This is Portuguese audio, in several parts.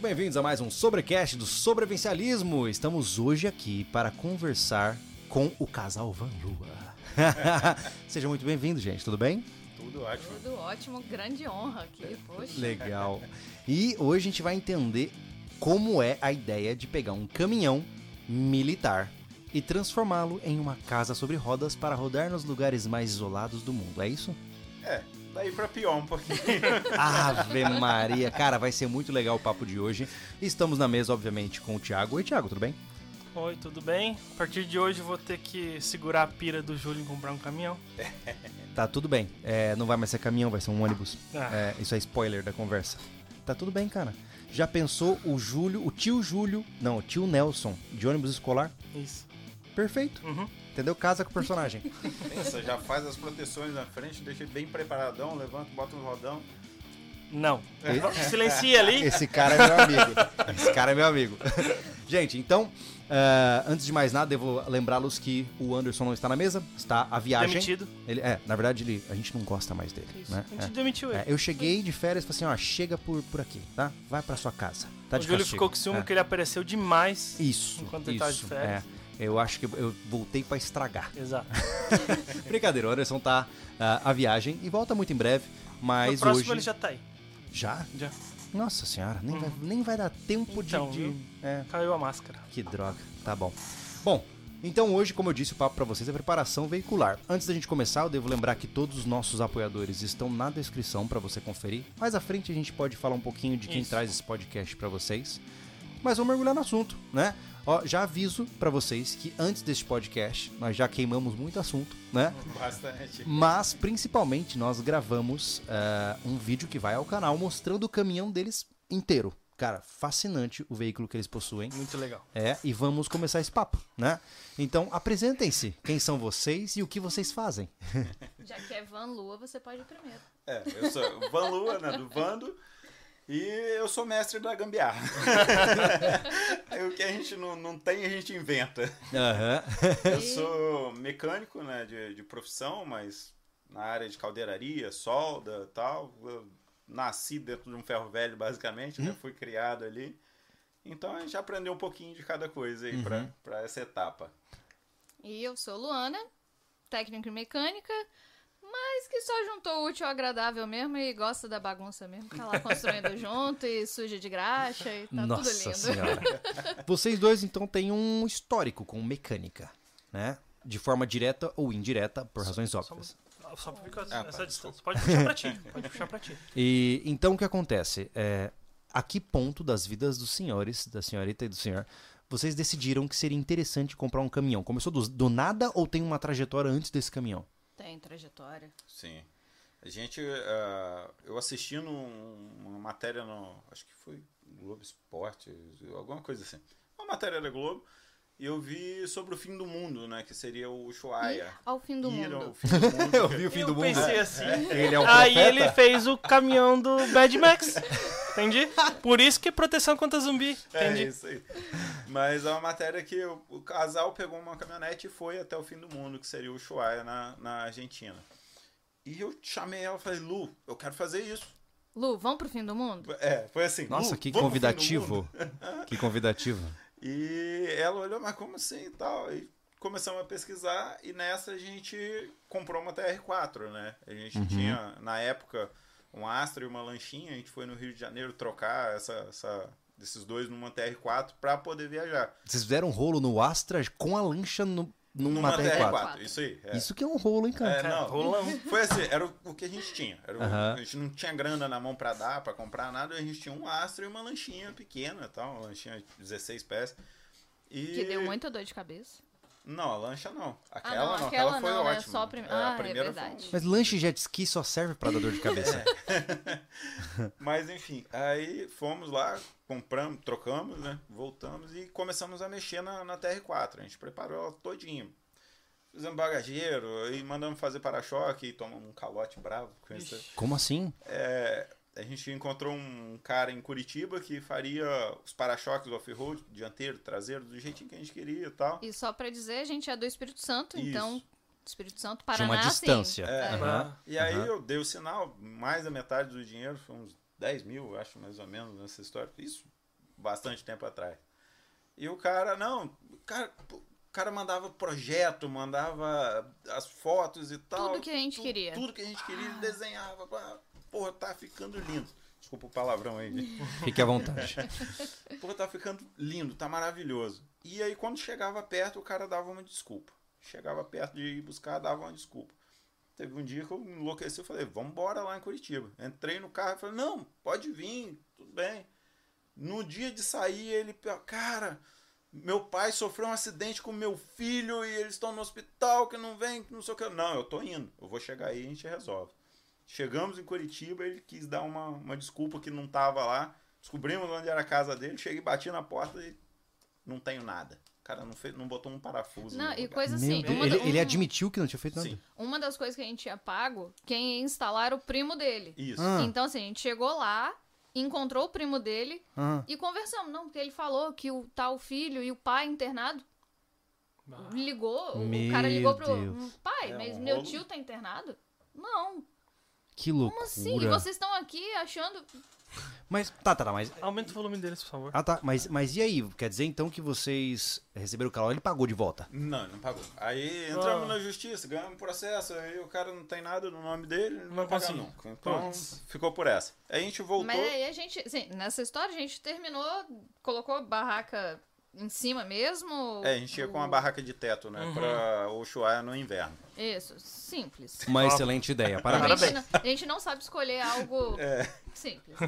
bem-vindos a mais um Sobrecast do Sobrevivencialismo. Estamos hoje aqui para conversar com o casal Van Lua. Seja muito bem-vindo, gente. Tudo bem? Tudo ótimo. Tudo ótimo, grande honra aqui, poxa. Legal. E hoje a gente vai entender como é a ideia de pegar um caminhão militar e transformá-lo em uma casa sobre rodas para rodar nos lugares mais isolados do mundo. É isso? É, daí pra pior um pouquinho. Ave Maria, cara, vai ser muito legal o papo de hoje. Estamos na mesa, obviamente, com o Thiago. Oi, Thiago, tudo bem? Oi, tudo bem? A partir de hoje eu vou ter que segurar a pira do Júlio em comprar um caminhão. Tá tudo bem. É, não vai mais ser caminhão, vai ser um ônibus. Ah. É, isso é spoiler da conversa. Tá tudo bem, cara. Já pensou o Júlio, o tio Júlio, não, o tio Nelson, de ônibus escolar? Isso. Perfeito. Uhum. Entendeu? Casa com o personagem. Pensa, já faz as proteções na frente, deixa ele bem preparadão, levanta, bota no rodão. Não. Silencia ali. É. Esse cara é meu amigo. Esse cara é meu amigo. Gente, então, ah, antes de mais nada, eu vou lembrá-los que o Anderson não está na mesa, está a viagem. Demitido. Ele, é, na verdade, ele, a gente não gosta mais dele. Isso. Né? A gente É. demitiu ele. É, eu cheguei de férias e falei assim, ó, chega por, por aqui, tá? Vai pra sua casa. Tá o de Júlio castigo. ficou com ciúme É. que ele apareceu demais. Isso, enquanto ele tava de isso. férias. é. Eu acho que eu voltei pra estragar. Exato. Brincadeira, o Anderson tá ah, a viagem e volta muito em breve, mas no próximo hoje... ele já tá aí. Já? Já. Nossa senhora, nem, vai, nem vai dar tempo de- Então, de... viu? É, Caiu a máscara. Que droga, tá bom. Bom, então hoje, como eu disse, o papo pra vocês é preparação veicular. Antes da gente começar, eu devo lembrar que todos os nossos apoiadores estão na descrição pra você conferir. Mais à frente a gente pode falar um pouquinho de quem Isso. traz esse podcast pra vocês. Mas vamos mergulhar no assunto, né? Ó, já aviso pra vocês que antes deste podcast nós já queimamos muito assunto, né? Bastante. Mas principalmente nós gravamos ah, um vídeo que vai ao canal mostrando o caminhão deles inteiro. Cara, fascinante o veículo que eles possuem. Muito legal. É, e vamos começar esse papo, né? Então, apresentem-se. Quem são vocês e o que vocês fazem? Já que é Van Lua, você pode ir primeiro. É, eu sou o Van Lua, né, do Vando. E eu sou mestre da gambiarra. o que a gente não, não tem, a gente inventa. Aham. Tá Eu sou mecânico, né, de, de profissão, mas na área de caldeiraria, solda e tal. Eu nasci dentro de um ferro velho, basicamente, né? Fui criado ali. Então a gente aprendeu um pouquinho de cada coisa aí pra, pra essa etapa. E eu sou Luana, técnica em mecânica, mas que só juntou o útil ao agradável mesmo e gosta da bagunça mesmo. Tá lá construindo junto e suja de graxa e tá tudo Nossa lindo. Senhora. Vocês dois, então, têm um histórico com mecânica, né? De forma direta ou indireta, por razões óbvias. Só- Só fica Ah, pá, essa distância. Pode puxar pra ti. Pode puxar pra ti. E então o que acontece? É, a que ponto das vidas dos senhores, da senhorita e do senhor, vocês decidiram que seria interessante comprar um caminhão? Começou do, do nada ou tem uma trajetória antes desse caminhão? Tem trajetória. Sim. A gente. ah, eu assisti num- uma matéria no. Acho que foi Globo Esporte, alguma coisa assim. Uma matéria da Globo. E eu vi sobre o fim do mundo, né? Que seria o Ushuaia. Ao fim do Ir ao mundo. fim do mundo. Eu vi o fim eu do mundo. pensei assim. Ele é o aí profeta? ele fez o caminhão do Mad Max. Entendi? Por isso que é proteção contra zumbi. É Entendi. isso aí. Mas é uma matéria que o, o casal pegou uma caminhonete e foi até o fim do mundo, que seria o Ushuaia na, na Argentina. E eu chamei ela e falei, Lu, eu quero fazer isso. Lu, vamos pro fim do mundo? É, foi assim. Nossa, "Lu, que vamos pro fim do mundo?" convidativo. Que convidativo. E ela olhou, mas como assim e tal? E começamos a pesquisar e nessa a gente comprou uma TR4, né? A gente Uhum. tinha, na época, um Astra e uma lanchinha, a gente foi no Rio de Janeiro trocar essa, essa- esses dois numa TR4 para poder viajar. Vocês fizeram um rolo no Astra com a lancha no, numa, TR4. TR4. isso aí. é. Isso que é um rolo, hein, cara? É, Cara, não, rolão. Foi assim, era o, o que a gente tinha. Era o- Aham. A gente não tinha grana na mão pra dar, pra comprar nada. A gente tinha um Astra e uma lanchinha pequena, tal, uma lanchinha de 16 pés. E... Que deu muita dor de cabeça. Não, a lancha não. Aquela não, não, aquela, aquela foi não, né? ótima. Só a prim- É, Ah, é primeira verdade. foi um- Mas lanche e jet ski só serve pra dar dor de cabeça. É. Mas enfim, aí fomos lá, compramos, trocamos, né? Voltamos e começamos a mexer na, na TR4. A gente preparou ela todinha. Fizemos bagageiro e mandamos fazer para-choque e tomamos um calote bravo com isso. Ixi. Como assim? É, a gente encontrou um cara em Curitiba que faria os para-choques off-road, dianteiro, traseiro, do jeitinho que a gente queria e tal. E só pra dizer, a gente é do Espírito Santo, Isso. então Espírito Santo, De Paraná, uma assim, sim. distância. É. Aham. E aí Aham. eu dei o sinal, mais da metade do dinheiro, foi uns 10 mil, eu acho, mais ou menos, nessa história. Isso, bastante tempo atrás. E o cara, não, o cara, o cara mandava projeto, mandava as fotos e tal. Tudo que a gente queria. Tudo que a gente queria, ele desenhava. pá, Porra, tá ficando lindo. Desculpa o palavrão aí, gente. Fique à vontade. Pô, tá ficando lindo, tá maravilhoso. E aí, quando chegava perto, o cara dava uma desculpa. Chegava perto de ir buscar, dava uma desculpa. Teve um dia que eu enlouqueci, eu falei, vamos embora lá em Curitiba. Entrei no carro e falei, não, pode vir, tudo bem. No dia de sair, ele, cara, meu pai sofreu um acidente com meu filho e eles estão no hospital, que não vem, que não sei o que. Não, eu tô indo, eu vou chegar aí e a gente resolve. Chegamos em Curitiba, ele quis dar uma, uma desculpa que não tava lá. Descobrimos onde era a casa dele, cheguei, bati na porta e não tenho nada. Cara, não, fez, não botou um parafuso. Não, no e lugar. coisa assim. Meu Deus, Uma, ele, da- ele um- admitiu que não tinha feito nada. Sim, uma das coisas que a gente tinha pago, quem ia instalar era o primo dele. isso. Ah. Então, assim, a gente chegou lá, encontrou o primo dele Ah, e conversamos. Não, porque ele falou que o tal filho e o pai internado ligou, o Meu cara ligou pro Deus. pai, É, mas um meu rolo. tio tá internado? Não, que loucura. como assim? E vocês estão aqui achando. Mas, tá, tá, tá, mas... Aumenta o volume deles, por favor. Ah, tá, mas, mas e aí? Quer dizer, então, que vocês receberam o calor ele pagou de volta? Não, não pagou. Aí entramos Ah. na justiça, ganhamos processo, aí o cara não tem nada no nome dele, não, Não vai pagar conseguiu. nunca. Então Putz. ficou por essa. Aí a gente voltou. Mas aí a gente, assim, nessa história a gente terminou, colocou barraca em cima mesmo. É, a gente ia com uma o- barraca de teto, né? Pra Uhum. Ushuaia no inverno. Isso, simples. Uma Ó. excelente ideia, parabéns. A, gente não, a gente não sabe escolher algo É. simples, né?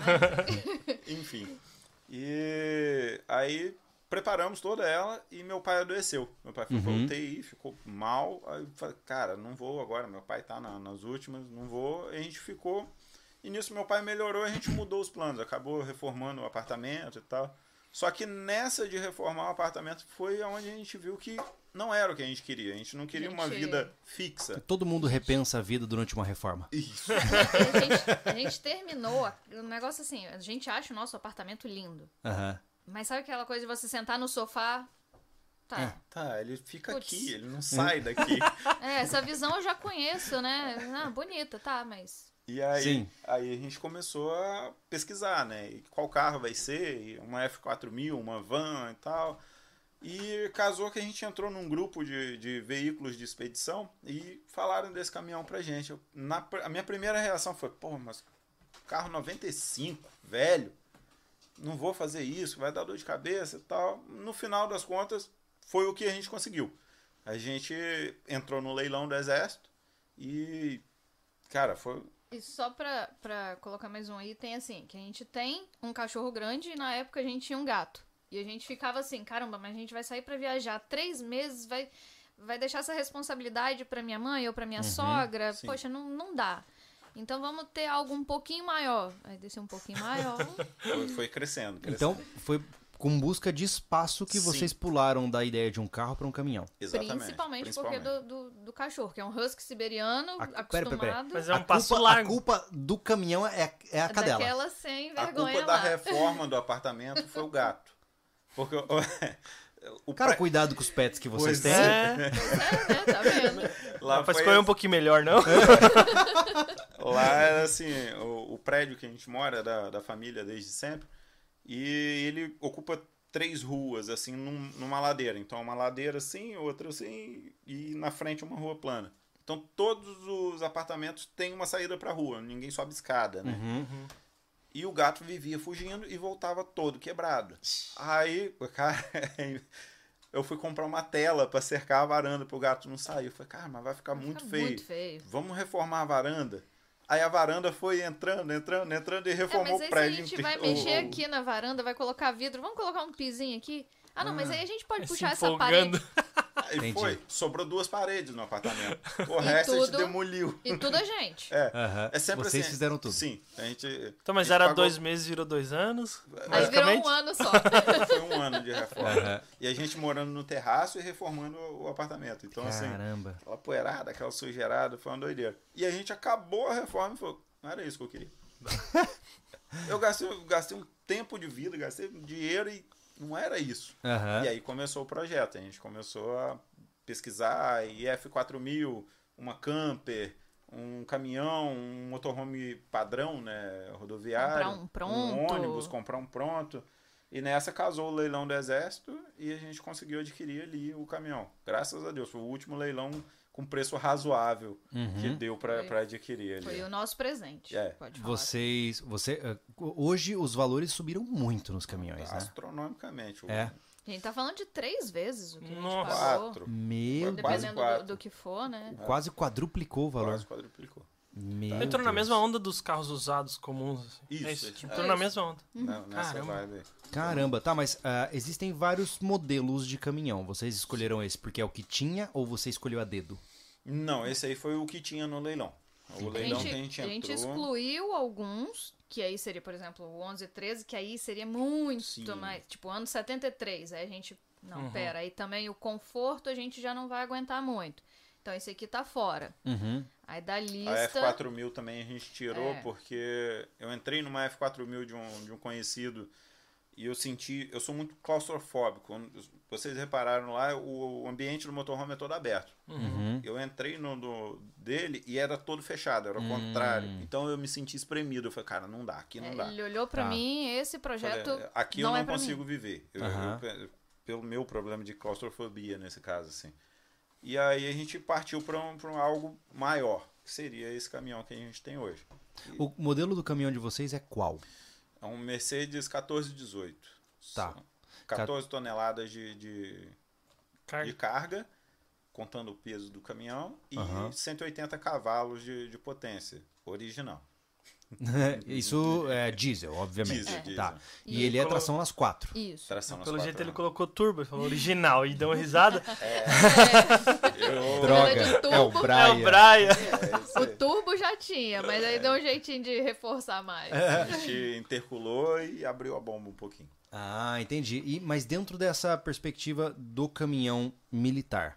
Enfim. E aí preparamos toda ela e meu pai adoeceu. Meu pai foi pra Uhum. UTI, ficou mal. Aí eu falei, cara, não vou agora, meu pai tá na- nas últimas, não vou. E a gente ficou. E nisso meu pai melhorou e a gente mudou os planos. Acabou reformando o apartamento e tal. Só que nessa de reformar o apartamento foi onde a gente viu que não era o que a gente queria. A gente não queria uma Gente. vida fixa. Todo mundo repensa a vida durante uma reforma. Isso. A gente, a gente terminou a- o negócio assim, a gente acha o nosso apartamento lindo. Aham. Mas sabe aquela coisa de você sentar no sofá? Tá. Tá, ele fica Putz. aqui, ele não sai daqui. É, essa visão eu já conheço, né? Ah, bonita, tá, mas. E aí, Sim. aí a gente começou a pesquisar, né? E Qual carro vai ser, e uma F4000, uma van e tal. E casou que a gente entrou num grupo de, de veículos de expedição e falaram desse caminhão pra gente. Eu- na pr- a minha primeira reação foi, pô, mas carro 95, velho, não vou fazer isso, vai dar dor de cabeça e tal. No final das contas, foi o que a gente conseguiu. A gente entrou no leilão do exército e, cara, foi E só pra, pra colocar mais um item, assim, que a gente tem um cachorro grande e na época a gente tinha um gato. E a gente ficava assim, caramba, mas a gente vai sair pra viajar três meses, vai, vai deixar essa responsabilidade pra minha mãe ou pra minha sogra? sim. Poxa, não, não dá. Então vamos ter algo um pouquinho maior. Aí desceu um pouquinho maior. né? Foi, foi crescendo, crescendo. Então, foi com busca de espaço que Sim. vocês pularam da ideia de um carro pra um caminhão. Exatamente. principalmente, porque do, do, do cachorro, que é um husky siberiano, A- pera, acostumado. pera, pera. Mas é um a, passo culpa, largo. a culpa do caminhão é, a- é a cadela. Daquela sem A vergonha culpa é lá. da reforma do apartamento foi o gato. Porque o, o Cara, pré- cuidado com os pets que vocês Pois têm. É, É, né? Tá vendo? lá, pra foi, escolher um pouquinho melhor, não? lá era assim, o, o prédio que a gente mora da, da família desde sempre. E ele ocupa três ruas, assim, num- numa ladeira. Então, uma ladeira assim, outra assim, e na frente uma rua plana. Então, todos os apartamentos têm uma saída pra rua, ninguém sobe escada, né? Uhum. E o gato vivia fugindo e voltava todo quebrado. Aí, cara, eu fui comprar uma tela pra cercar a varanda pro gato não sair. Eu falei, cara, mas vai ficar muito Fica feio. Muito feio. Vamos reformar a varanda? Aí a varanda foi entrando, entrando, entrando e É, reformou o mas aí se a prédio gente inteiro. vai mexer aqui na varanda, vai colocar vidro, vamos colocar um pizinho aqui? Ah, não, mas aí a gente pode puxar essa parede. Aí Entendi. foi. Sobrou duas paredes no apartamento. O E resto a gente tudo- demoliu. E tudo a gente. É. Aham. É sempre vocês assim. fizeram tudo. Sim. A gente. Então, mas a gente era pagou- dois meses, virou dois anos. Aí virou Basicamente. um ano só. Foi um ano de reforma. Aham. E a gente morando no terraço e reformando o o apartamento. Então, assim. Caramba. aquela poeirada, aquela sujeirada, foi uma doideira. E a gente acabou a reforma e falou, não era isso que eu queria. eu gastei, eu gastei um tempo de vida, gastei dinheiro e não era isso. Aham. E aí começou o projeto, a gente começou a pesquisar e F4000, uma camper, um caminhão, um motorhome padrão, né, rodoviário, Comprar um pronto. ônibus, comprar um pronto. E nessa casou o leilão do exército e a gente conseguiu adquirir ali o caminhão. Graças a Deus, foi o último leilão com preço razoável Uhum. que Uhum. deu pra, Foi. pra adquirir ali. Foi o nosso presente. É. Pode falar. assim. Vocês. Você, eh, hoje os valores subiram muito nos é. caminhões, né? Astronomicamente. o- É. A gente tá falando de três vezes o que Nossa. a gente pagou. Quatro. Meu Deus. Quase Dependendo quatro. do, do que for, né? Quase quadruplicou o valor. Quase Tá. quadruplicou. Meu Entrou na Deus. mesma onda dos carros usados comuns. Assim. Isso, É é tipo Entrou na isso. mesma onda. Uhum. Na- nessa Caramba. vibe aí. Caramba, tá, mas ah, existem vários modelos de caminhão. Vocês escolheram esse porque é o que tinha ou você escolheu a dedo? Não, esse aí foi o que tinha no leilão. O A leilão gente, que a gente a gente entrou. excluiu alguns, que aí seria, por exemplo, o 11 e 13, que aí seria muito Sim. mais. Tipo, ano 73. Aí a gente. Não, Uhum. pera. Aí também o conforto a gente já não vai aguentar muito. Então esse aqui tá fora. Uhum. Aí da A lista. F4000 também a gente tirou, É. porque eu entrei numa F4000 de um, de um conhecido e eu senti. Eu sou muito claustrofóbico. Vocês repararam lá, o ambiente do motorhome é todo aberto. Uhum. Eu entrei no do- dele e era todo fechado, era o contrário. Então eu me senti espremido. Eu falei, cara, não dá, aqui não é, dá. ele olhou pra Tá. mim, esse projeto. Olha, aqui não eu é não pra mim. consigo viver. Eu- Aham. eu- eu- pelo meu problema de claustrofobia, nesse caso, assim. E aí a gente partiu para um, pra um algo maior, que seria esse caminhão que a gente tem hoje. O modelo do caminhão de vocês é qual? É um Mercedes 1418. Tá. São 14 toneladas de, de, Car... de carga, contando o peso do caminhão, e Aham. 180 cavalos de, de potência, original. Isso é diesel, obviamente. Diesel, diesel. Tá. E E ele é colo- tração nas quatro. Isso. Tração nas Pelo jeito quatro né? ele rodas. colocou turbo, ele falou original e deu uma risada. Eu- Droga, de é o turbo. É o Brian. Braia. é, isso O aí. É. turbo já tinha, mas aí deu um jeitinho de reforçar mais. É. A gente interculou e abriu a bomba um pouquinho. Ah, entendi. E, mas dentro dessa perspectiva do caminhão militar,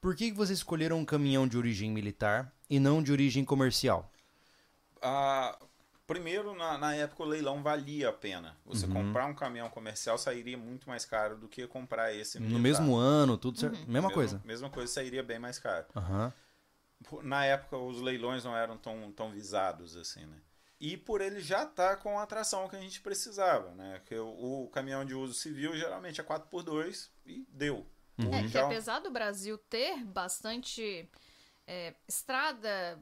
por que que vocês escolheram um caminhão de origem militar e não de origem comercial? Ah, primeiro, na, na época, o leilão valia a pena. Você Uhum. comprar um caminhão comercial sairia muito mais caro do que comprar esse No É militar. mesmo ano, tudo certo? Mesma Mesmo- coisa. Mesma coisa, sairia bem mais caro. Aham. Pô, Na época, os leilões não eram tão, tão visados assim, né? E por ele já tá com a tração que a gente precisava, né? Que o, o caminhão de uso civil geralmente é 4x2 e deu. Uhum. É, que Já- um apesar do Brasil ter bastante é, estrada,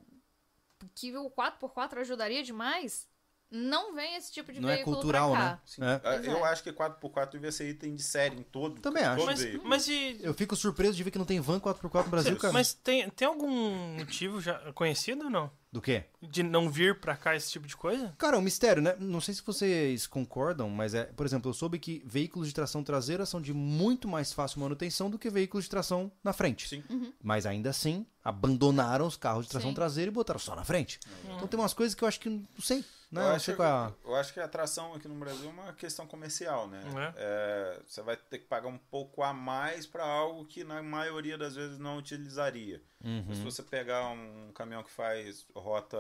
que o 4x4 ajudaria demais, não vem esse tipo de Não é veículo cultural, pra cá. né? É. Ah, Pois é. Eu acho que 4x4 devia ser item de série em todo. Também acho. todo Mas, veículo. mas e. Eu fico surpreso de ver que não tem van 4x4 no Brasil, cara. Mas tem, tem algum motivo já conhecido ou não? Do quê? De não vir pra cá esse tipo de coisa? Cara, é um mistério, né? Não sei se vocês concordam, mas é, por exemplo, eu soube que veículos de tração traseira são de muito mais fácil manutenção do que veículos de tração na frente. Sim. Mas ainda assim, abandonaram os carros de tração Sim. traseira e botaram só na frente. Então tem umas coisas que eu acho que não sei, né? eu, Não acho, sei qual é a... eu acho que a atração aqui no Brasil é uma questão comercial, né? Não é? É, você vai ter que pagar um pouco a mais para algo que na maioria das vezes não utilizaria. Uhum. Se você pegar um caminhão que faz rota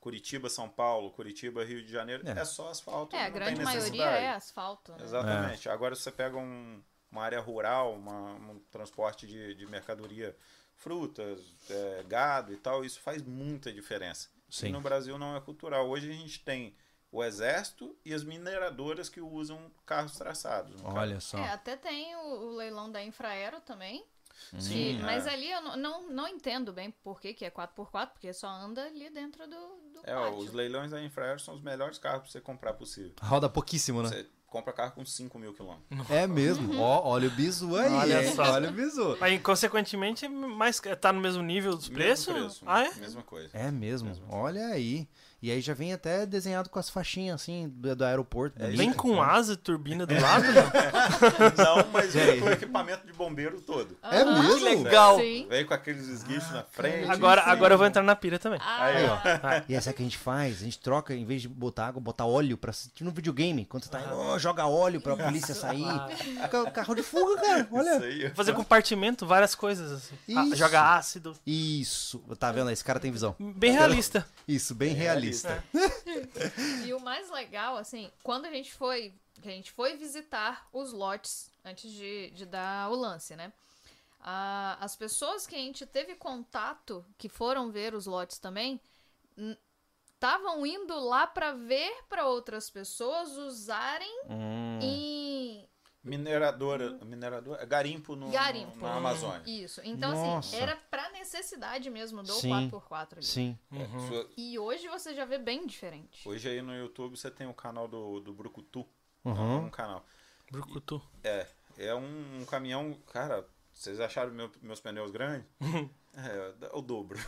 Curitiba-São Paulo, Curitiba-Rio de Janeiro, É. é, só asfalto. É, a não tem grande maioria necessidade. é asfalto. Né? Exatamente. Agora, se você pega um- uma área rural, uma- um transporte de, de mercadoria, frutas, é, gado e tal, isso faz muita diferença. Sim. E no Brasil não é cultural. Hoje a gente tem o exército e as mineradoras que usam carros traçados. no caso. Olha só. É, até tem o, o leilão da Infraero também. Hum. Sim, que- Mas é. ali eu não, não, não entendo bem por que, que é 4x4, porque só anda ali dentro do, do É, pátio. os leilões da Infraero são os melhores carros para você comprar possível. Roda pouquíssimo, né? Você compra carro com 5 mil quilômetros. É mesmo. Ó, olha o bizu aí. Olha hein? só. Olha o bizu. Aí, consequentemente, mais, tá no mesmo nível dos preços? Mesmo preço, né? Ah, é? Mesma coisa. É mesmo. Olha aí. E aí já vem até desenhado com as faixinhas assim do, do É aeroporto. É Vem bonito. com asa e turbina do lado, não? Não, mas Peraí. vem com o equipamento de bombeiro todo. É Aham. mesmo? Legal. Sim. Vem com aqueles esguichos na frente. Agora, agora eu vou entrar na pira também. Ah, Aí, ó. Ah, E essa que a gente faz, a gente troca, em vez de botar água, botar óleo pra. Tipo no videogame, quando você tá. Ah. ó, joga óleo pra polícia sair. Fica Carro de fuga, cara. Isso Olha. aí. Fazer compartimento, várias coisas assim. Ah, Isso. joga ácido. Isso. Tá vendo? Esse cara tem visão. Bem realista. Isso, É bem realista. E o mais legal, assim, quando a gente foi, que a gente foi visitar os lotes antes de, de dar o lance, né? Ah, as pessoas que a gente teve contato, que foram ver os lotes também, estavam indo lá pra ver pra outras pessoas usarem Hum, em Mineradora, mineradora, garimpo no, Garimpo. na Amazônia. Isso. Então, Nossa. assim, era pra necessidade mesmo do Sim. 4x4 ali. Sim. Uhum. Sua- E hoje você já vê bem diferente. Hoje aí no YouTube você tem o canal do, do Brucutu. Uhum. É um canal. Brucutu. É um, um caminhão, cara, vocês acharam meu- meus pneus grandes? é, o dobro.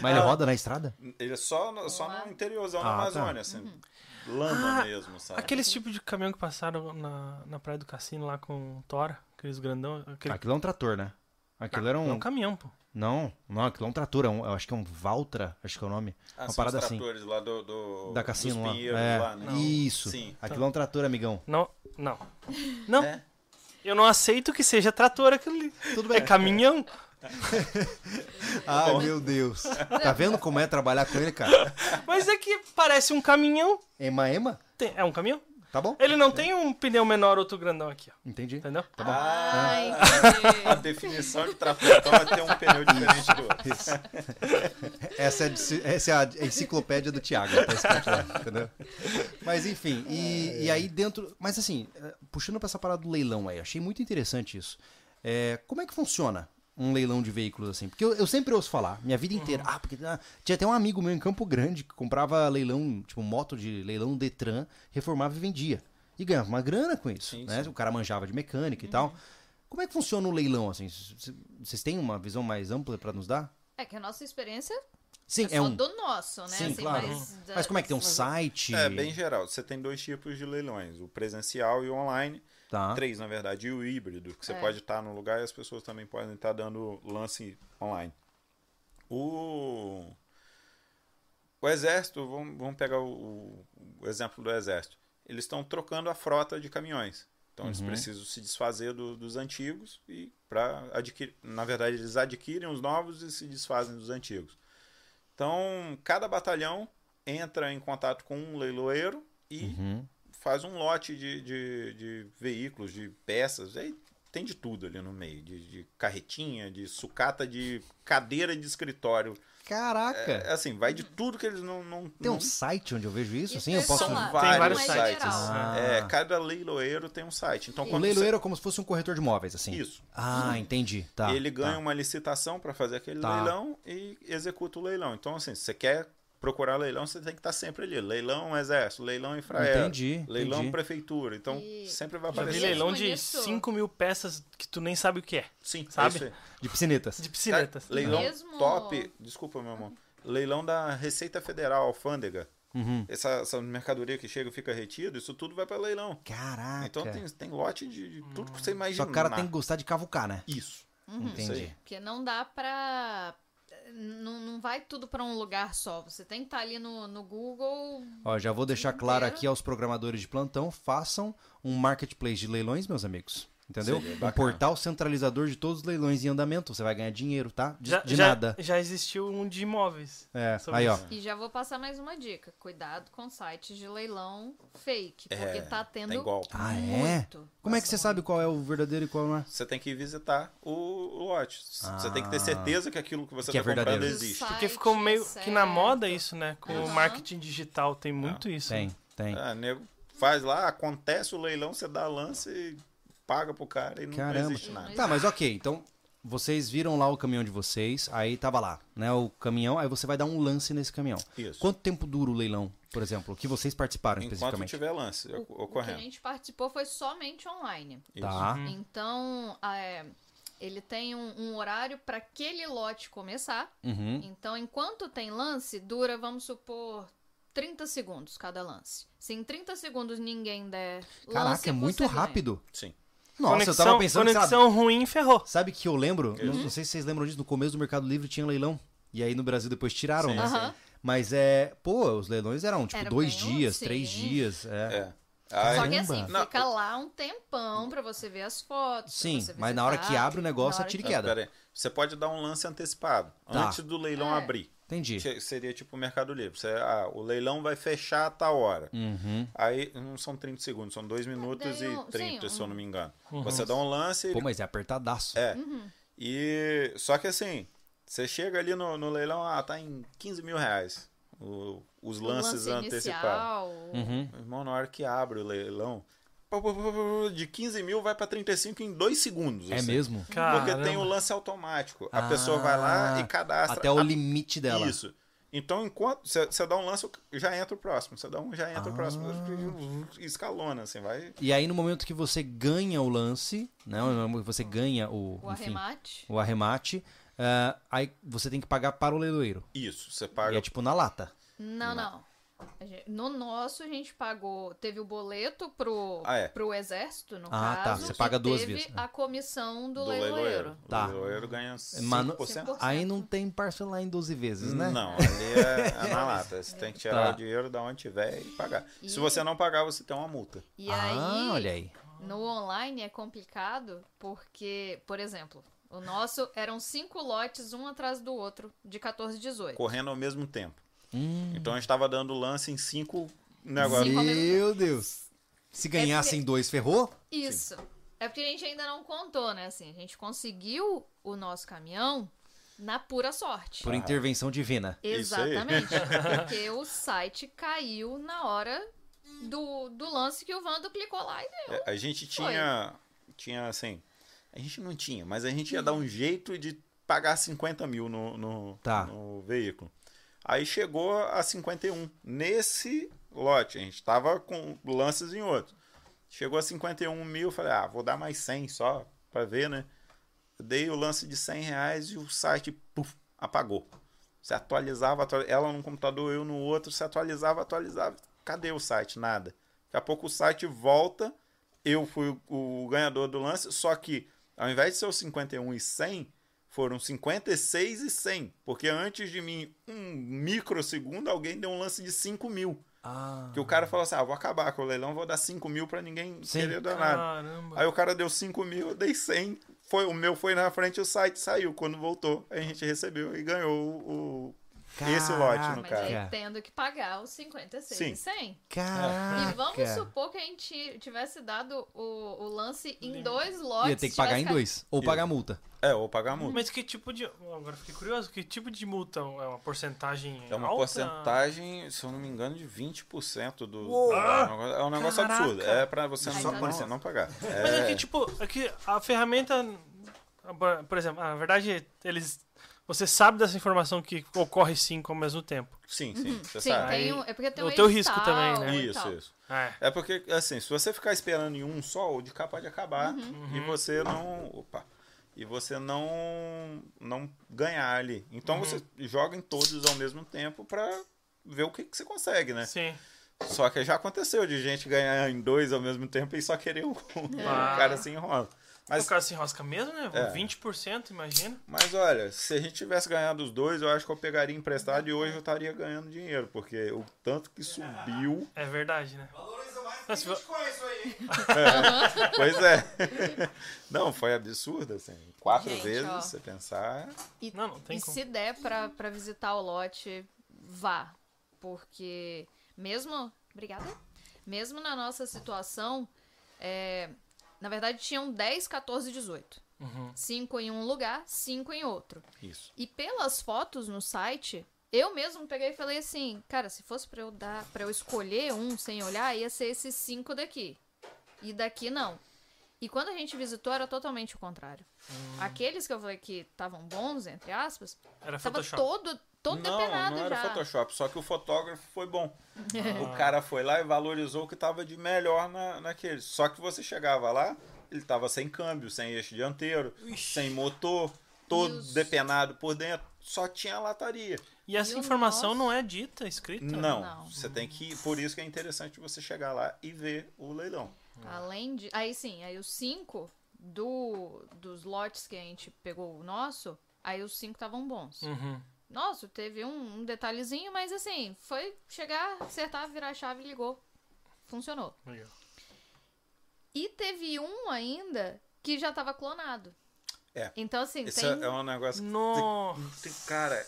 Mas ele roda na estrada? Ele é só no, só Olá. no interiorzão Ah, da tá. Amazônia, assim. Lama Ah, mesmo, sabe? Aqueles tipos de caminhão que passaram na, na praia do cassino lá com o Tora, aqueles grandão. Aquele... Aquilo é um trator, né? Aquilo era É um. um caminhão, pô. Não, não, aquilo é um trator. É um, eu acho que é um Valtra, acho que é o nome. Ah, uma são parada os assim. tratores lá do, do- Da dos cassino lá. pinheiros É, lá, né? Isso. Sim. Aquilo é um trator, amigão. Não, não. Não, É. eu não aceito que seja trator aquilo ali. Tudo É caminhão? Ai, meu Deus. Tá vendo como é trabalhar com ele, cara? Mas é que parece um caminhão. Ema, ema? Tem- é um caminhão? Tá bom? Ele não tem um pneu menor, outro grandão aqui, ó. Entendi. Tá. Entendeu? Ah, A entendi. definição de trator então é ter um pneu diferente do outro. Isso. Essa é, de- essa é a enciclopédia do Thiago, tá escrito lá, entendeu? Mas enfim, e, e aí dentro. Mas assim, eh, puxando pra essa parada do leilão aí, achei muito interessante isso. Eh, como é que funciona um leilão de veículos assim? Porque eu, eu sempre ouço falar, minha Uhum. vida inteira. Ah, porque ah, tinha até um amigo meu em Campo Grande que comprava leilão, tipo, moto de leilão Detran, reformava e vendia. E ganhava uma grana com isso. Sim, Uhum. né? O cara manjava de mecânica e tal. Como é que funciona o leilão assim? C- c- Vocês têm uma visão mais ampla pra nos dar? É que a nossa experiência Sim, é, é, só um. do nosso, né? Sim, Assim, claro. mas, Mas como é que tem um site? É, bem geral. Você tem dois tipos de leilões, o presencial e o online. Tá. Três, na verdade, e o híbrido, que você É. pode estar num lugar e as pessoas também podem estar dando lance online. O, o exército, vamos, vamos pegar o, o exemplo do exército. Eles estão trocando a frota de caminhões. Então eles precisam se desfazer do- dos antigos e para adquirir, na verdade, eles adquirem os novos e se desfazem dos antigos. Então, cada batalhão entra em contato com um leiloeiro e Uhum. faz um lote de, de, de veículos, de peças, aí tem de tudo ali no meio, de, de carretinha, de sucata, de cadeira de escritório. Caraca! É, assim, vai de tudo que eles não. não, Tem um não- sites onde eu vejo isso, Isso assim? que eu Eu ia posso. falar. São Tem vários vários sites. sites. Ah. É, cada leiloeiro tem um site. Então, O O quando você- leiloeiro é como se fosse um corretor de imóveis, assim. Isso. Uhum. Ah, entendi. Tá. ele ganha um tá. uma licitação para fazer aquele Tá. leilão e executa o leilão. Então, assim, se você quer procurar leilão, você tem que estar sempre ali. Leilão exército, leilão infraero, Entendi, leilão entendi. prefeitura. prefeitura. Então, E- sempre vai Já aparecer. vi Parece- leilão de Mesmo isso- 5 mil peças que tu nem sabe o que é. Sim, é sabe? isso aí. De piscinetas. Tipo, De piscinetas. Cara, leilão Mesmo- top. Desculpa, meu irmão. Leilão da Receita Federal, alfândega. Uhum. Essa, essa mercadoria que chega e fica retido, isso tudo vai para leilão. Caraca. Então tem, tem lote de, de tudo que você Ah, é. Só imaginar. que o cara tem que gostar de cavucar, né? Isso. Uhum. Entendi. Isso aí. Porque não dá pra. Não, não vai tudo pra um lugar só. Você tem que estar ali no, no Google. Ó, já vou deixar Não claro quero. aqui aos programadores de plantão, façam um marketplace de leilões, meus amigos. Entendeu? Seria um bacana. portal centralizador de todos os leilões em andamento. Você vai ganhar dinheiro, tá? De, Já, de já- nada. Já existiu um de imóveis. É, Sobre aí ó. isso. E já vou passar mais uma dica. Cuidado com sites de leilão fake. Porque tá tendo. Tem golpe. É, Ah, é? muito. Como é que você sabe qual é o verdadeiro e qual não é? Você tem que visitar o, o lote. Você tem que ter certeza que aquilo que você Ah. Que é está comprando verdadeiro. existe. Sa- Porque ficou Site, é meio que na certo. moda isso, né? Com o Aham. marketing digital tem muito isso. Tem, tem. Ah, nego, faz lá, acontece o leilão, você dá lance e paga pro cara e não, não Caramba. existe nada. Tá, mas ok, então vocês viram lá o caminhão de vocês, aí tava lá, né, o caminhão, aí você vai dar um lance nesse caminhão. Isso. Quanto tempo dura o leilão, por exemplo, que vocês participaram Enquanto especificamente? tiver lance o- O, o que a ocorrendo. gente participou foi somente online. Isso. Tá, Hum. Então, é, ele tem um, um horário pra aquele lote começar. uhum, Então, enquanto tem lance, dura, vamos supor, 30 segundos cada lance. Se em 30 segundos ninguém der lance, Caraca, é muito você ganha. rápido. Sim. Nossa, conexão, eu tava pensando, sei lá, conexão ruim ferrou. sabe que eu lembro, não, não sei se vocês lembram disso, no começo do Mercado Livre tinha leilão, e aí no Brasil depois tiraram, Sim, né? Aham. Mas é, pô, os leilões eram tipo Era dois bem dias, longo, três sim. dias, é. É. Aí- Só que Caramba. assim, Não, fica lá um tempão pra você ver as fotos. pra Sim, você mas na hora visitar, que abre o negócio, é na hora tiro e Não, queda. pera aí. Você pode dar um lance antecipado, Tá. antes do leilão É. abrir. Entendi. Que Seria tipo o Mercado Livre. Você, ah, o leilão vai fechar a tal hora. Uhum. Aí não são 30 segundos, são 2 minutos Daí um- e 30, sim, se eu um- não me engano. Você dá um lance Uhum. Pô, mas é apertadaço. É. e. Só que assim, você chega ali no, no leilão, ah, tá em 15 mil reais. o- os O lance lances tipo, ah. antecipados. inicial, Uhum. Meu irmão, na hora que abre o leilão, pá, pá, pá, pá, de 15 mil vai pra 35 em 2 segundos. É assim. mesmo? Porque Caramba. tem o lance automático. A Ah, pessoa vai lá e cadastra. Até o a- limite dela. Isso. Então, enquanto você dá um lance, já entra o próximo. Você dá um, já entra o próximo. Ah. Escalona, assim, vai. E aí, no momento que você ganha o lance, né? no momento que Você ganha o, O enfim, arremate. o arremate, ah, aí você tem que pagar para o leiloeiro. Isso, você E paga. é tipo na lata. Não, não. A gente- No nosso, a gente pagou. Teve o boleto pro, Ah, é. pro exército, no Ah, tá. caso. Você e paga duas teve vezes. a comissão do, do leiloeiro. Tá. O leiloeiro ganha Mano- 5%. 5%. Aí não tem parcelar em 12 vezes, né? Não, ali é, é na lata. Você tem que tirar Tá. o dinheiro da onde tiver e pagar. Se E- você não pagar, você tem uma multa. E ah, aí, olha aí. no online é complicado porque, por exemplo, o nosso eram cinco lotes, um atrás do outro, de 14 e 18. Correndo ao mesmo tempo. Hum. Então a gente tava dando lance em cinco negócios. Sim. ao mesmo Meu Deus. Se É ganhassem dois, ferrou? Isso. É porque a gente ainda não contou, né? Assim, a gente conseguiu o nosso caminhão na pura sorte. Por intervenção divina. Isso aí. Exatamente. Porque o site caiu na hora do, do lance que o Vando clicou lá e É, A gente Foi. tinha. Tinha assim. A gente não tinha, mas a gente ia dar um jeito de pagar 50 mil no, no, Tá. no veículo. Aí chegou a 51. Nesse lote, a gente tava com lances em outro. Chegou a 51 mil, falei, ah, vou dar mais 100 só, pra ver, né? Dei o lance de 100 reais e o site puf, apagou. Se atualizava, atua- ela num computador, eu no outro, se atualizava, atualizava. Cadê o site? Nada. Daqui a pouco o site volta, eu fui o, o ganhador do lance, só que ao invés de ser o 51 e 100, foram 56 e 100. Porque antes de mim, um microsegundo, alguém deu um lance de 5 mil. Ah. Que o cara falou assim, ah, vou acabar com o leilão, vou dar 5 mil pra ninguém Sim. querer dar nada. Caramba. Aí o cara deu 5 mil, eu dei 100. Foi, o meu foi na frente, o site saiu. Quando voltou, a gente recebeu e ganhou o. Esse lote, no mas caso. aí tendo que pagar os 56 Sim. e 100. Caraca. E vamos supor que a gente tivesse dado o, o lance em Limite. dois lotes. Ia ter que pagar tivesse em ca- dois. Ou Isso. pagar multa. É, Hum, ou pagar a multa. Mas que tipo de. Agora fiquei curioso, que tipo de multa? É uma porcentagem. É uma alta? porcentagem, se eu não me engano, de 20% do. Uou! do negócio. é um negócio Caraca! absurdo. É pra você Ai, não, tá pra bom. você não pagar. Mas é É, que, tipo, é que a ferramenta. Por exemplo, na verdade, eles. Você sabe dessa informação que ocorre cinco ao mesmo tempo. Sim, sim. Você Uhum. Sim, sabe. tem um, é porque tem um O teu risco edital Então, também, né? e Tá Isso, tal. isso. É. É porque, assim, se você ficar esperando em um só, o de cá pode acabar Uhum. e você não. Opa! E você não, não ganhar ali. Então você joga em todos ao mesmo tempo pra ver o que, que você consegue, né? Sim. Só que já aconteceu de gente ganhar em dois ao mesmo tempo e só querer um. É. Ah. O cara se enrola. Mas, O cara se enrosca mesmo, né? É. 20%, imagina. mas olha, se a gente tivesse ganhado os dois, eu acho que eu pegaria emprestado e hoje eu estaria ganhando dinheiro, porque o tanto Ah. que subiu. É verdade, né? Valoriza mais Mas se que Bitcoin isso aí. hein? Pois é. Não, foi absurdo, assim. Quatro Gente, vezes, ó. você pensar. E, Não, não tem e como. se der pra, pra visitar o lote, vá. Porque mesmo. Obrigada. Mesmo na nossa situação, é, na verdade tinham 10, 14, 18. Uhum. 5 em um lugar, 5 em outro. Isso. E pelas fotos no site, eu mesmo peguei e falei assim, cara, se fosse pra eu dar, para eu escolher um sem olhar, ia ser esses cinco daqui. E daqui não. E quando a gente visitou era totalmente o contrário. Hum. Aqueles que eu falei que estavam bons, entre aspas, Era tava Photoshop. todo todo não, depenado não era já. Photoshop, só que o fotógrafo foi bom. O cara foi lá e valorizou o que tava de melhor na, naquele. Só que você chegava lá, ele tava sem câmbio, sem eixo dianteiro, sem motor, todo E os- depenado por dentro. Só tinha lataria. E essa Meu informação nossa. não é dita, escrita? Não, Então, não. você tem que. Por isso que é interessante você chegar lá e ver o leilão. Além de. Aí sim, aí os cinco do, dos lotes que a gente pegou o nosso, aí os cinco estavam bons. Uhum. Nossa, teve um, um detalhezinho, mas assim, foi chegar, acertar, virar a chave, ligou. Funcionou. Legal. E teve um ainda que já tava clonado. É. Então, assim, Esse tem. é um negócio que Nossa. Tem- Cara,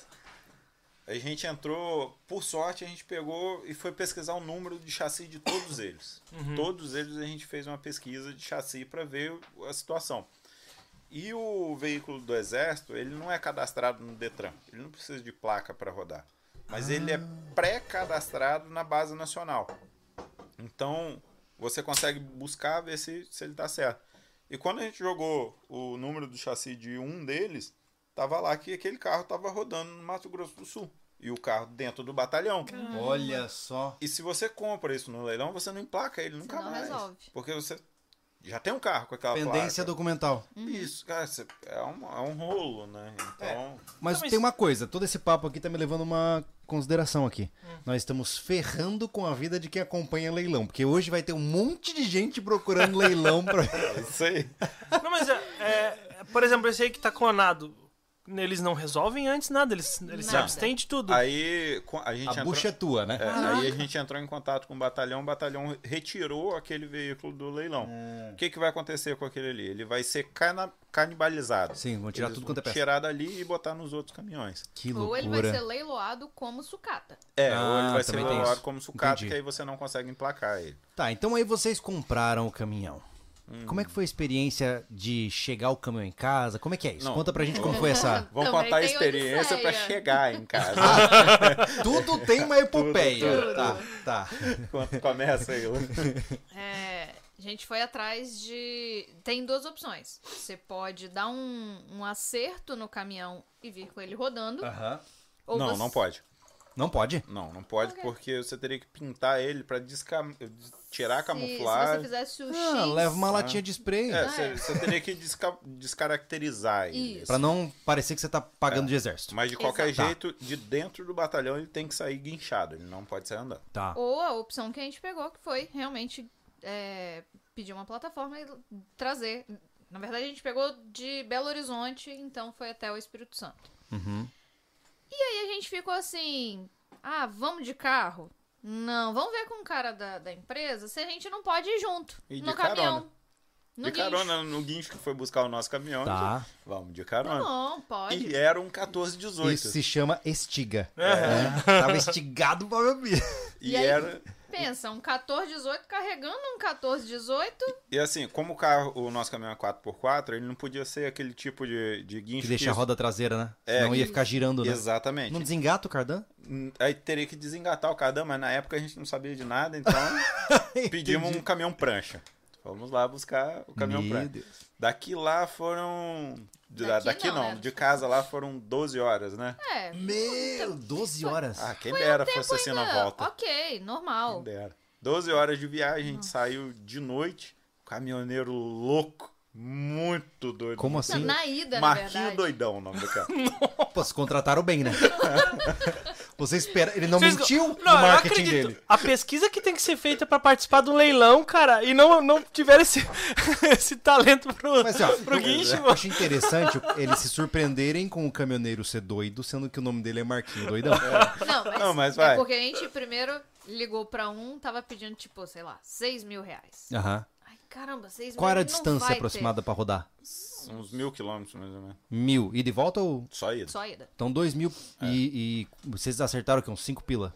a gente entrou, por sorte, a gente pegou e foi pesquisar o número de chassi de todos eles. Todos eles a gente fez uma pesquisa de chassi para ver o- a situação. E o veículo do exército, ele não é cadastrado no Detran. Ele não precisa de placa para rodar. Mas ele é pré-cadastrado na base nacional. Então, Você consegue buscar, ver se, se ele tá certo. E quando a gente jogou o número do chassi de um deles, tava lá que aquele carro tava rodando no Mato Grosso do Sul. E o carro dentro do batalhão. Hum. Olha só. E se você compra isso no leilão, você não emplaca ele nunca não mais. resolve. Porque você já tem um carro com aquela Pendência Uhum. placa. documental. Isso, cara, você- é, um, é um rolo, né? É. Então, Mas, Não, mas- tem uma coisa, todo esse papo aqui tá me levando a uma consideração aqui. Nós estamos ferrando com a vida de quem acompanha leilão, porque hoje vai ter um monte de gente procurando leilão pra... é, isso aí. Não, mas é, é- por exemplo, esse aí que tá clonado, eles não resolvem antes nada, eles, eles se Nada. abstêm de tudo. Aí co- a gente A entrou- bucha é tua, né? é, aí a gente entrou em contato com o batalhão, o batalhão retirou aquele veículo do leilão. É. O que, que vai acontecer com aquele ali? Ele vai ser cana- canibalizado. Sim, vão tirar Eles tudo quanto é vão peça. Tirar dali e botar nos outros caminhões. Que Ou loucura. ele vai ser leiloado como sucata. É, Ah, ou ele vai ser também tem valorado isso. como sucata, Entendi. que aí você não consegue emplacar ele. Tá, então aí vocês compraram o caminhão. Como é que foi a experiência de chegar o caminhão em casa? Como é que é isso? Não. Conta pra gente como foi essa. Vamos Também contar a tem experiência pra odisseia. chegar em casa. Tudo tem uma epopeia. Tudo, tudo. Tá, tá. Quando começa aí. É, a gente foi atrás de. Tem duas opções. Você pode dar um, um acerto no caminhão e vir com ele rodando. Aham. ou Ah, não, você- não pode. Não pode? Não, não pode, Ok. porque você teria que pintar ele pra descam... tirar a se- Se você camuflagem. fizesse o Ah, X, leva uma latinha de spray. É, Ah, você, é. você teria que desca- descaracterizar ele. Isso. Pra não parecer que você tá pagando de exército. Mas de qualquer Exato. jeito, de dentro do batalhão ele tem que sair guinchado, ele não pode sair andando. Tá. Ou a opção que a gente pegou, que foi realmente é, pedir uma plataforma e trazer. Na verdade, a gente pegou de Belo Horizonte, então foi até o Espírito Santo. Uhum. E aí a gente ficou assim: ah, vamos de carro? Não, vamos ver com o cara da, da empresa se a gente não pode ir junto E de no caminhão. carona. No de guincho. carona, né? no guincho que foi buscar o nosso caminhão. Tá. Vamos de Tá carona. bom, pode. Ah. e era um 1418. Isso se chama estiga. É, Tava estigado pra meu bicho. E, E aí- era. Pensa, um 1418 carregando um 1418. E assim, como o carro, o nosso caminhão é 4x4, ele não podia ser aquele tipo de, de guincho. Que deixa a roda traseira, né? É, Senão ia ficar girando, né? Exatamente. Não desengata o cardan? Hum, Aí teria que desengatar o cardan, mas na época a gente não sabia de nada, então pedimos um caminhão prancha. Fomos lá buscar o caminhão Meu prancha. Deus. Daqui lá foram. de- Daqui Daqui, não, não, né? de casa lá foram 12 horas, né? É. Meu, 12 horas. Ah, quem dera fosse assim ainda- na volta. Ok, Quem normal. dera. 12 horas de viagem, a gente saiu de noite, caminhoneiro louco, muito doido. Como Na, assim? na ida, na Marquinho verdade. Doidão, o nome do cara. Pô, se contrataram bem, né? Você espera. Ele não Vocês- mentiu não, no eu marketing acredito. dele. A pesquisa que tem que ser feita pra participar do leilão, cara, e não, não tiver esse, esse talento pro, Mas, assim, ó, pro guincho, eu mano. acho interessante eles se surpreenderem com o caminhoneiro ser doido, sendo que o nome dele é Marquinho Doidão. Não, mas, Não, mas é vai. porque a gente primeiro ligou pra um, tava pedindo, tipo, sei lá, 6 mil reais. Aham. Ai, caramba, 6 mil Qual era a não distância vai aproximada pra rodar? Uns mil quilômetros, mais ou menos. Mil. Ida E de volta ou. Só Ter. isso. Só ida. Então, dois mil e, e vocês acertaram o quê? Uns cinco pila.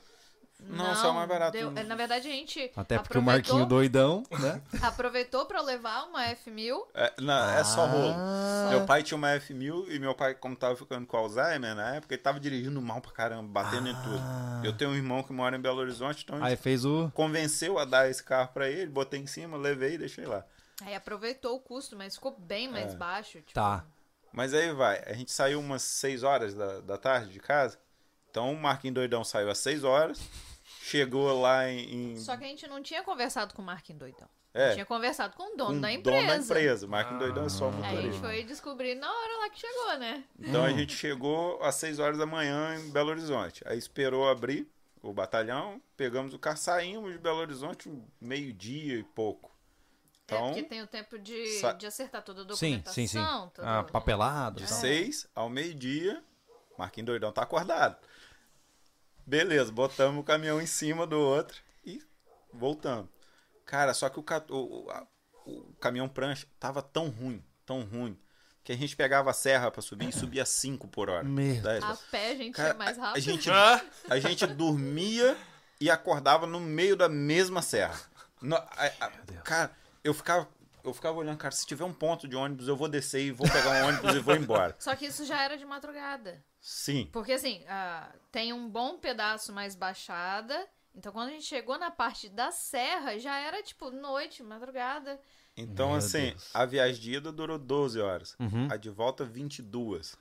Não, só é mais barato. deu- é, Na verdade, a gente Até porque o aproveitou, Marquinho doidão, né? aproveitou pra levar uma F1000. É, não, é só rolo. Ah. Meu pai tinha uma F1000 e meu pai, como tava ficando com Alzheimer na época, ele tava dirigindo mal pra caramba, batendo em tudo. Eu tenho um irmão que mora em Belo Horizonte, então a Ah. Aí gente fez o. convenceu a dar esse carro pra ele, botei em cima, levei e deixei lá. Aí aproveitou o custo, mas ficou bem mais É. baixo. Tipo, Tá. Mas aí vai, a gente saiu umas 6 horas da, da tarde de casa, então o Marquinhos Doidão saiu às 6 horas, chegou lá em... em- Só que a gente não tinha conversado com o Marquinho Doidão. É. Tinha conversado com o dono com da o empresa. dono da empresa. Marquinhos Doidão é Ah. só Aí a gente motorista. foi descobrir na hora lá que chegou, né? Então a gente chegou às 6 horas da manhã em Belo Horizonte. Aí esperou abrir o batalhão, pegamos o carro, saímos de Belo Horizonte um meio-dia e pouco. é Então, porque tem o tempo de, sa- de acertar toda a Sim, documentação. sim, sim. todo- Ah, papelado. de tá. e tal. 6 ao meio-dia, Marquinhos Doidão tá acordado. Beleza, botamos o caminhão em cima do outro e voltamos. Cara, só que o, ca- o- o- a- o caminhão prancha tava tão ruim, tão ruim, que a gente pegava a serra pra subir e subia 5 por hora. Meu Dez. A pé a gente Cara, é mais a- rápido. A gente, Ah. a gente dormia e acordava no meio da mesma serra. No- a- a- cara, eu ficava, eu ficava olhando, cara, se tiver um ponto de ônibus, eu vou descer e vou pegar um ônibus e vou embora. Só que isso já era de madrugada. Sim. Porque assim, ah, tem um bom pedaço mais baixada Então quando a gente chegou na parte da serra, já era tipo noite, madrugada. Então, Meu assim, Deus. a viagem de ida durou 12 horas. Uhum. A de volta, 22.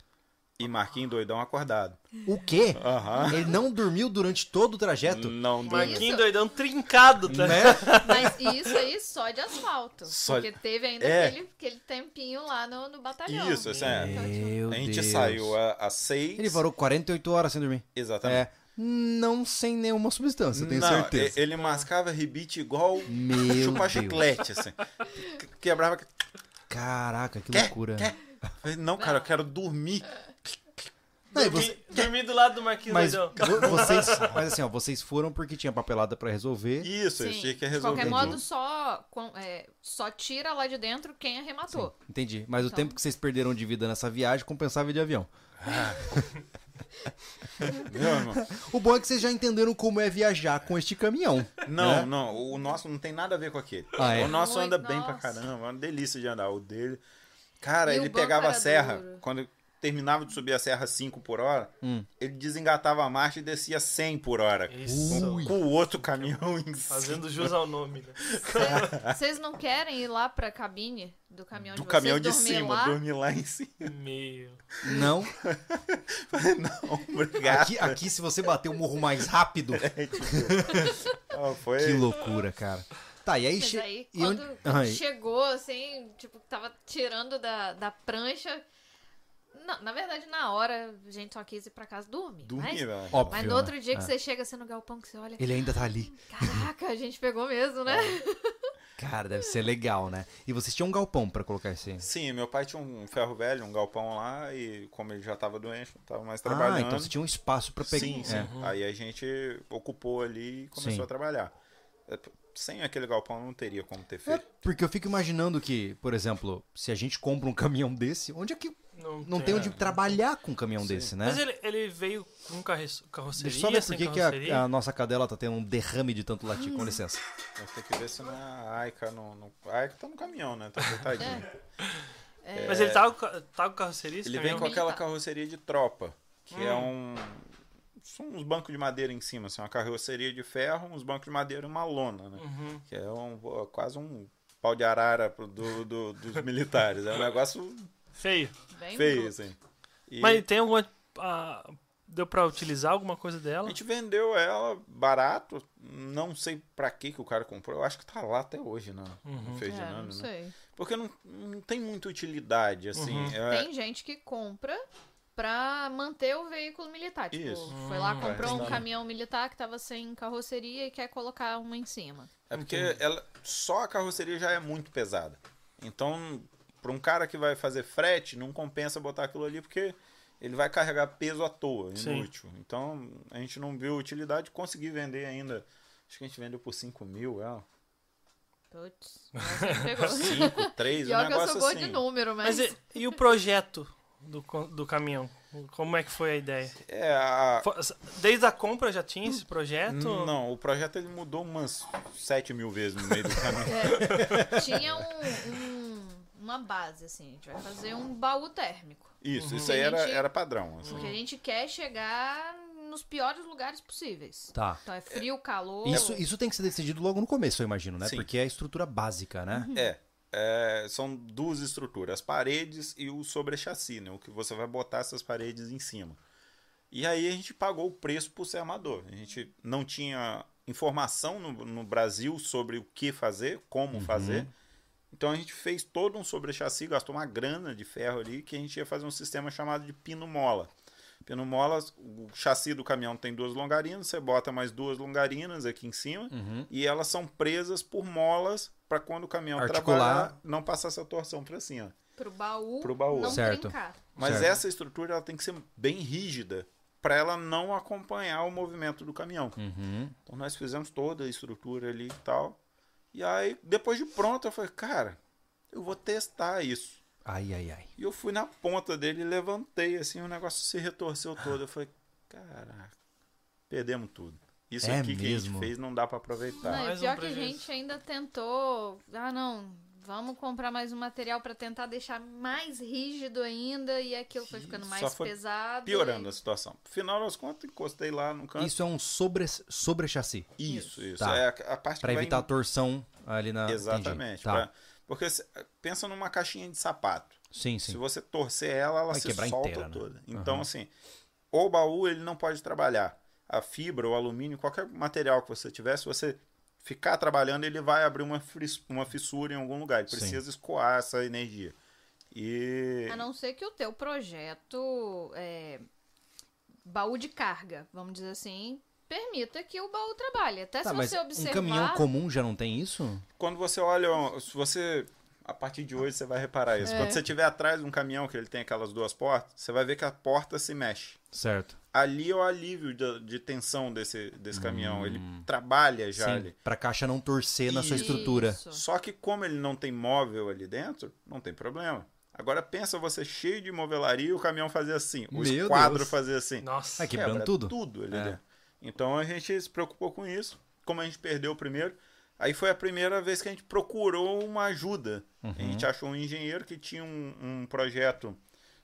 E Marquinhos doidão acordado. O quê? Aham. Ele não dormiu durante todo o trajeto? Não dormiu. Marquinhos doidão trincado, tá? Né? Mas isso aí só de asfalto. Só- Porque teve ainda É. aquele, aquele tempinho lá no, no batalhão. Isso, assim, é. Então, tipo, Meu A gente Deus. saiu a- às 6. Ele parou 48 horas sem dormir. Exatamente. É. Não sem nenhuma substância, eu tenho Não, certeza. e- Ele mascava rebite igual Meu chupar Deus. chiclete, assim. Que- Quebrava. Caraca, que Quer? loucura. Quer? Falei, Não, cara, eu quero dormir. Não, e você- Dormi, dormi do lado do Marquinhos Mas, doidão. vo- vocês, mas assim, ó, vocês foram porque tinha papelada pra resolver. Isso, eu sim. tinha que é de resolver. qualquer modo, tudo. só, com- é, só tira lá de dentro quem arrematou. Entendi. Mas o Então. tempo que vocês perderam de vida nessa viagem compensava de avião. Meu irmão. O bom é que vocês já entenderam como é viajar com este caminhão. Não, né? não, o nosso não tem nada a ver com aquele. Ah, é? O nosso Muito, anda bem pra nossa. caramba, é uma delícia de andar. O dele. Cara, E o ele banco pegava a era serra, duro. quando terminava de subir a serra 5 por hora, Hum. ele desengatava a marcha e descia 100 por hora. Isso. Com, com o outro caminhão em cima. Fazendo jus ao nome, né? Cê- Vocês não querem ir lá pra cabine do caminhão Do de vocês? caminhão de dormir cima, lá? dormir lá em cima. Meio. Não. Não, obrigado. Aqui, aqui, se você bater o morro mais rápido. É Ó, foi. Que loucura, cara. Tá, e aí. Mas che- aí, e quando, onde- quando Ai, chegou, assim, tipo, tava tirando da, da prancha. Não, na verdade, na hora, a gente só quis ir pra casa dormir. Dormir, mas, velho. óbvio, mas no outro né? dia que É. você chega assim no galpão, que você olha, Ele ainda tá ali. caraca, a gente pegou mesmo, né? Cara, deve ser legal, né? E vocês tinham um galpão pra colocar esse. então Sim, meu pai tinha um ferro velho, um galpão lá, e como ele já tava doente, não tava mais Ah, trabalhando. então você tinha um espaço pra pegar. Uhum. Sim, sim. Aí a gente ocupou ali e começou Sim. a trabalhar. É, p- Sem aquele galpão não teria como ter É, feito. porque eu fico imaginando que, por exemplo, se a gente compra um caminhão desse, onde é que Não, não tem onde não trabalhar com um caminhão desse, né? Mas ele, então, ele veio com carroce- carroceria, Deixa eu só ver por sem que que carroceria. a, a nossa cadela tá tendo um derrame de tanto latir. Ah. Com licença. Mas Tem que ver se na Aika. No, no... A Aika tá no caminhão, né? Tá coitadinho. Mas ele tava, com ca- tava com carroceria? esse É. Ele vem caminhão? com aquela militar. carroceria de tropa, que é um. São uns bancos de madeira em cima, assim, uma carroceria de ferro, uns bancos de madeira e uma lona, né? Uhum. Que é um, quase um pau de arara pro- do, do- dos militares. É um negócio Feio. Bem feio, bruto. assim. E- Mas tem alguma... ah, deu pra utilizar alguma coisa dela? A gente vendeu ela barato, não sei pra que que o cara comprou. Eu acho que tá lá até hoje, né? Uhum. No É, Ferdinando, não né? sei. Porque não, não tem muita utilidade, assim. Uhum. É, Tem gente que compra pra manter o veículo militar. Tipo, Isso. foi lá, Hum, comprou vai. um caminhão militar que tava sem carroceria e quer colocar uma em cima. é porque ela, só a carroceria já é muito pesada. Então, pra um cara que vai fazer frete, não compensa botar aquilo ali, porque ele vai carregar peso à toa, Sim. inútil. Então, a gente não viu utilidade, consegui vender ainda. Acho que a gente vendeu por 5 mil, é, ela. Putz, nossa, pegou. 5, 3, um Pior que eu negócio sou boa assim. de número, mas. Mas e, e o projeto do, co- do caminhão? Como é que foi a ideia? É, a, Fo- Desde a compra já tinha esse projeto? Não, o projeto ele mudou umas 7 mil vezes no meio do caminho. É, tinha um- um- uma base, assim. A gente vai fazer um baú térmico. Isso, isso Que a aí era, gente- era padrão. assim. Porque a gente quer chegar nos piores lugares possíveis. Tá. Então é frio, calor. Isso, isso tem que ser decidido logo no começo, eu imagino, né? Sim. Porque é a estrutura básica, Uhum. né? É, é, são duas estruturas, as paredes e o sobre-chassi, né? O que você vai botar essas paredes em cima. E aí a gente pagou o preço por ser amador. A gente não tinha informação no, no Brasil sobre o que fazer, como fazer. Então a gente fez todo um sobre-chassi, gastou uma grana de ferro ali, que a gente ia fazer um sistema chamado de pino-mola. Pino-mola, o chassi do caminhão tem duas longarinas, você bota mais duas longarinas aqui em cima, e elas são presas por molas para quando o caminhão Articular. trabalhar, não passar essa torção para cima. Pro baú, Pro baú. não Certo. trincar. Mas Certo. essa estrutura ela tem que ser bem rígida para ela não acompanhar o movimento do caminhão. Uhum. Então nós fizemos toda a estrutura ali e tal. E aí, depois de pronto, eu falei, cara, eu vou testar isso. Ai, ai, ai. E eu fui na ponta dele e levantei, assim, o negócio se retorceu Ah. todo. Eu falei, caraca, perdemos tudo. Isso É aqui que a mesmo? gente fez não dá pra aproveitar. Não, e Mais um pior que a prejuízo. gente ainda tentou. Ah, não. Vamos comprar mais um material pra tentar deixar mais rígido ainda e aquilo foi Ih, ficando só mais foi pesado. né? Piorando e- a situação. Final das contas, encostei lá no canto. Isso é um sobre, sobre chassi. Isso, isso. Tá. É a, a parte Pra que vai evitar a torção ali na. Ah, entendi. Exatamente. Tá. pra- Porque se- pensa numa caixinha de sapato. Sim, Se sim. você torcer ela, ela Vai se quebrar solta inteira, né? toda. Então, Aham. assim, o baú ele não pode trabalhar. A fibra, o alumínio, qualquer material que você tiver, se você ficar trabalhando, ele vai abrir uma, fris- uma fissura em algum lugar. Ele Sim. precisa escoar essa energia. E. A não ser que o teu projeto é, baú de carga, vamos dizer assim, permita que o baú trabalhe. Até Tá, se mas É você observar. um caminhão comum já não tem isso? Quando você olha, ó, se você. A partir de hoje você vai reparar isso. Quando você tiver atrás de um caminhão que ele tem aquelas duas portas, você vai ver que a porta se mexe. Certo. ali é o alívio de, de tensão desse, desse caminhão. Ele trabalha já Hum. sim, ali. pra caixa não torcer na sua Isso. estrutura. Isso. Só que como ele não tem móvel ali dentro, não tem problema. Agora pensa você cheio de movelaria e o caminhão fazer assim, o Meu esquadro Deus. fazer assim. Nossa. Ai, que- Quebrando Quebra tudo? Tudo ali É. dentro. Então a gente se preocupou com isso. Como a gente perdeu o primeiro, aí foi a primeira vez que a gente procurou uma ajuda. Uhum. A gente achou um engenheiro que tinha um, um projeto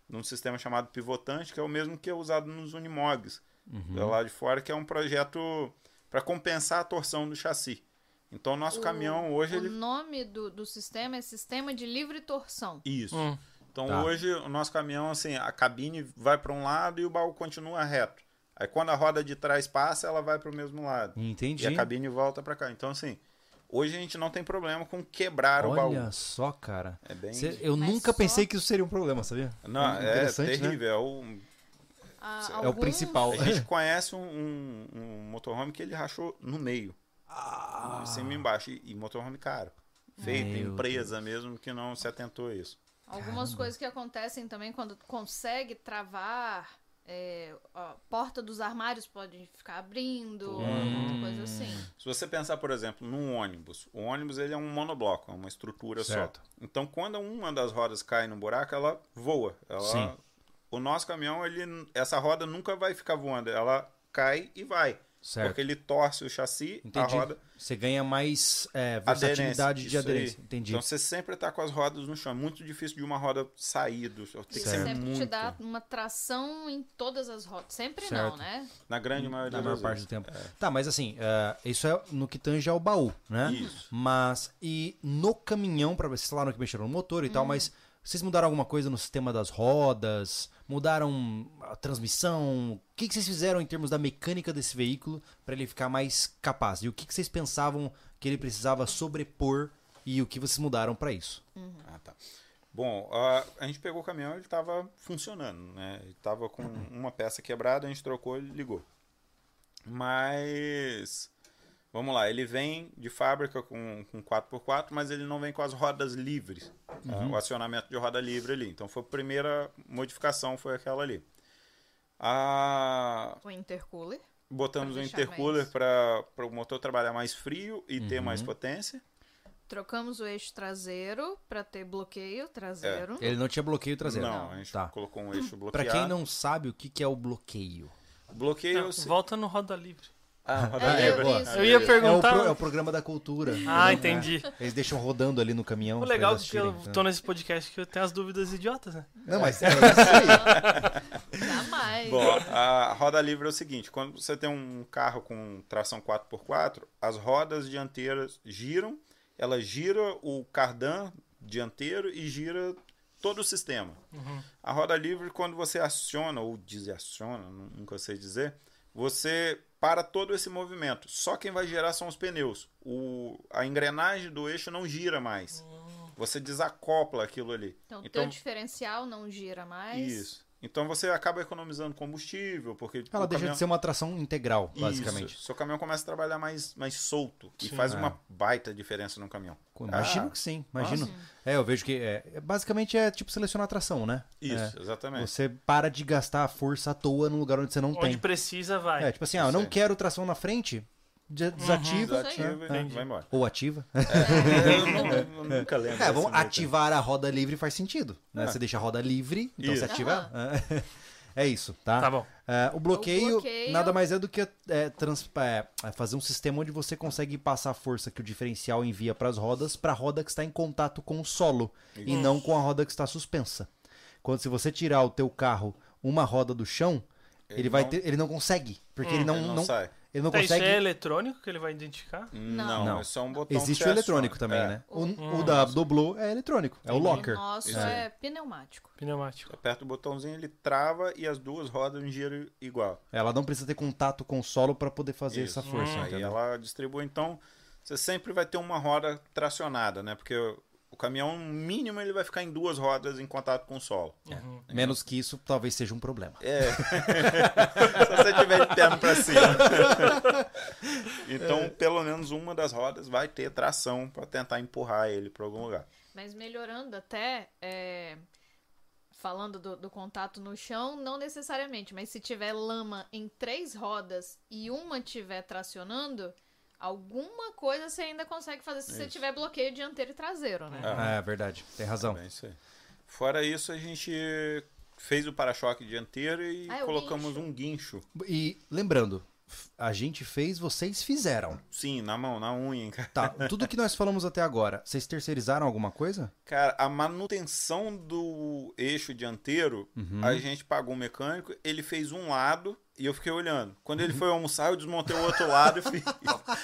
num sistema chamado pivotante, que é o mesmo que é usado nos unimogs Uhum. é lá de fora, que é um projeto para compensar a torção do chassi. Então o nosso O- caminhão hoje O ele nome do, do sistema é Sistema de Livre Torção. isso. Hum. Então Tá. hoje o nosso caminhão, assim, a cabine vai para um lado e o baú continua reto. Aí quando a roda de trás passa, ela vai para o mesmo lado. Entendi. E a cabine volta para cá. Então, assim, hoje a gente não tem problema com quebrar o Olha baú. só, cara. É bem. Cê- eu Mas nunca só- pensei que isso seria um problema, sabia? Não, é Interessante, terrível. Né? É o- Ah, É É o alguns- principal. A gente conhece um, um, um motorhome que ele rachou no meio, Ah, em cima e embaixo. E, e motorhome caro. Feito, Meu empresa mesmo que não se atentou a isso. Algumas coisas que acontecem também quando consegue travar. é, a porta dos armários pode ficar abrindo, alguma Hum, coisa assim. Se você pensar, por exemplo, num ônibus, o ônibus ele é um monobloco, é uma estrutura Certo. só. Então, quando uma das rodas cai no buraco, ela voa. Ela- Sim. O nosso caminhão, ele, essa roda nunca vai ficar voando, ela cai e vai. certo. Porque ele torce o chassi, Entendi. a roda, Você ganha mais é, aderência. versatilidade de Isso aí. aderência. Entendi. Então, você sempre está com as rodas no chão. É muito difícil de uma roda sair do chão. Tem que Isso ser sempre muito. te dá uma tração em todas as rotas. Sempre Certo. não, né? Na grande maioria na maior das parte vezes. do tempo. Tá, mas assim, é, isso é no que tange ao baú, né? Isso. Mas, e no caminhão, pra vocês falaram que mexeram no motor e tal, mas vocês mudaram alguma coisa no sistema das rodas? Mudaram a transmissão? O que, que vocês fizeram em termos da mecânica desse veículo pra ele ficar mais capaz? E o que, que vocês pensavam que ele precisava sobrepor e o que vocês mudaram pra isso? Ah, tá. Bom, a, a gente pegou o caminhão ele estava funcionando, né? Ele estava com uma peça quebrada, a gente trocou e ligou. Mas, vamos lá, ele vem de fábrica com, com 4x4, mas ele não vem com as rodas livres, tá? Uhum. o acionamento de roda livre ali. Então, foi a primeira modificação, foi aquela ali. A, O intercooler. botamos o Pra deixar intercooler mais- para o motor trabalhar mais frio e ter Uhum. mais potência. Trocamos o eixo traseiro pra ter bloqueio traseiro. Ele não tinha bloqueio traseiro. Não, a gente tá. colocou um eixo Pra bloqueado. quem não sabe o que, que é o bloqueio. Bloqueio... Não, se- volta no Roda Livre. Ah, roda É, livre. boa. isso, Eu ia isso. É o, perguntar. pro- é o programa da cultura. Ah, entendeu? entendi. Eles deixam rodando ali no caminhão. O pra legal é eles que eu assistirem, né? tô nesse podcast que eu tenho as dúvidas idiotas, né? Não, mas é isso Jamais. É. Bom, a roda livre é o seguinte: quando você tem um carro com tração 4x4, as rodas dianteiras giram, ela gira o cardan dianteiro e gira todo o sistema. A roda livre, quando você aciona ou desaciona, nu- nunca sei dizer, você para todo esse movimento. Só quem vai girar são os pneus. O, a engrenagem do eixo não gira mais. Você desacopla aquilo ali. Então, o teu Então- diferencial não gira É mais. Isso. Então você acaba economizando combustível, porque Ela o deixa caminhão- de ser uma atração integral, basicamente. Isso. Seu caminhão começa a trabalhar mais, mais solto. Sim. e faz É. uma baita diferença no caminhão. Imagino Ah, que sim, imagino. É, eu vejo que é, basicamente é tipo selecionar atração, né? Isso, É. exatamente. Você para de gastar a força à toa num lugar onde você não Onde tem. precisa, vai. É, tipo assim, ah, eu Isso não aí. quero tração na frente, de- desativa, Desativa né? e vai embora. ou ativa. Eu, não- eu nunca lembro. É, desse vamos meio ativar a roda livre faz sentido, né? É. Você deixa a roda livre, então Isso. você ativa. É. É isso, tá? Tá bom. É, o, bloqueio O bloqueio- nada mais é do que é, trans- é, é fazer um sistema onde você consegue passar a força que o diferencial envia para as rodas para a roda que está em contato com o solo e não com a roda que está suspensa. Quando se você tirar o teu carro uma roda do chão, ele, Ele vai não- ter, ele não consegue, porque ele não, né? Ele não, não- sai. ele não Tá, isso é consegue. eletrônico que ele vai identificar? Não, Não. é só um botão. Existe que o você eletrônico aciona. também, É, né? O, o da Doblo é eletrônico, é o locker. Nosso Isso aí. é pneumático. Pneumático. Aperta o botãozinho, ele trava e as duas rodas em giro igual. Ela não precisa ter contato com o solo para poder fazer Isso. essa força, Hum, Aí entendeu? ela distribui, então você sempre vai ter uma roda tracionada, né? Porque o- o caminhão no mínimo ele vai ficar em duas rodas em contato com o solo. É. Menos que isso, talvez seja um problema. É. Se você tiver de terno pra cima. então, É. pelo menos uma das rodas vai ter tração pra tentar empurrar ele pra algum lugar. Mas melhorando até, é, falando do, do contato no chão, não necessariamente, mas se tiver lama em três rodas e uma tiver tracionando, alguma coisa você ainda consegue fazer se você Isso. tiver bloqueio dianteiro e traseiro, né? Ah. É verdade, tem razão. É isso aí. Fora isso, a gente fez o para-choque dianteiro e Ah, é o colocamos guincho. um guincho. E lembrando, f- a gente fez, vocês fizeram. Sim, na mão, na unha, cara. Tá, tudo que nós falamos até agora, vocês terceirizaram alguma coisa? Cara, a manutenção do eixo dianteiro, Uhum. a gente pagou um mecânico, ele fez um lado e eu fiquei olhando. Quando Uhum. ele foi almoçar, eu desmontei o outro lado e fiz.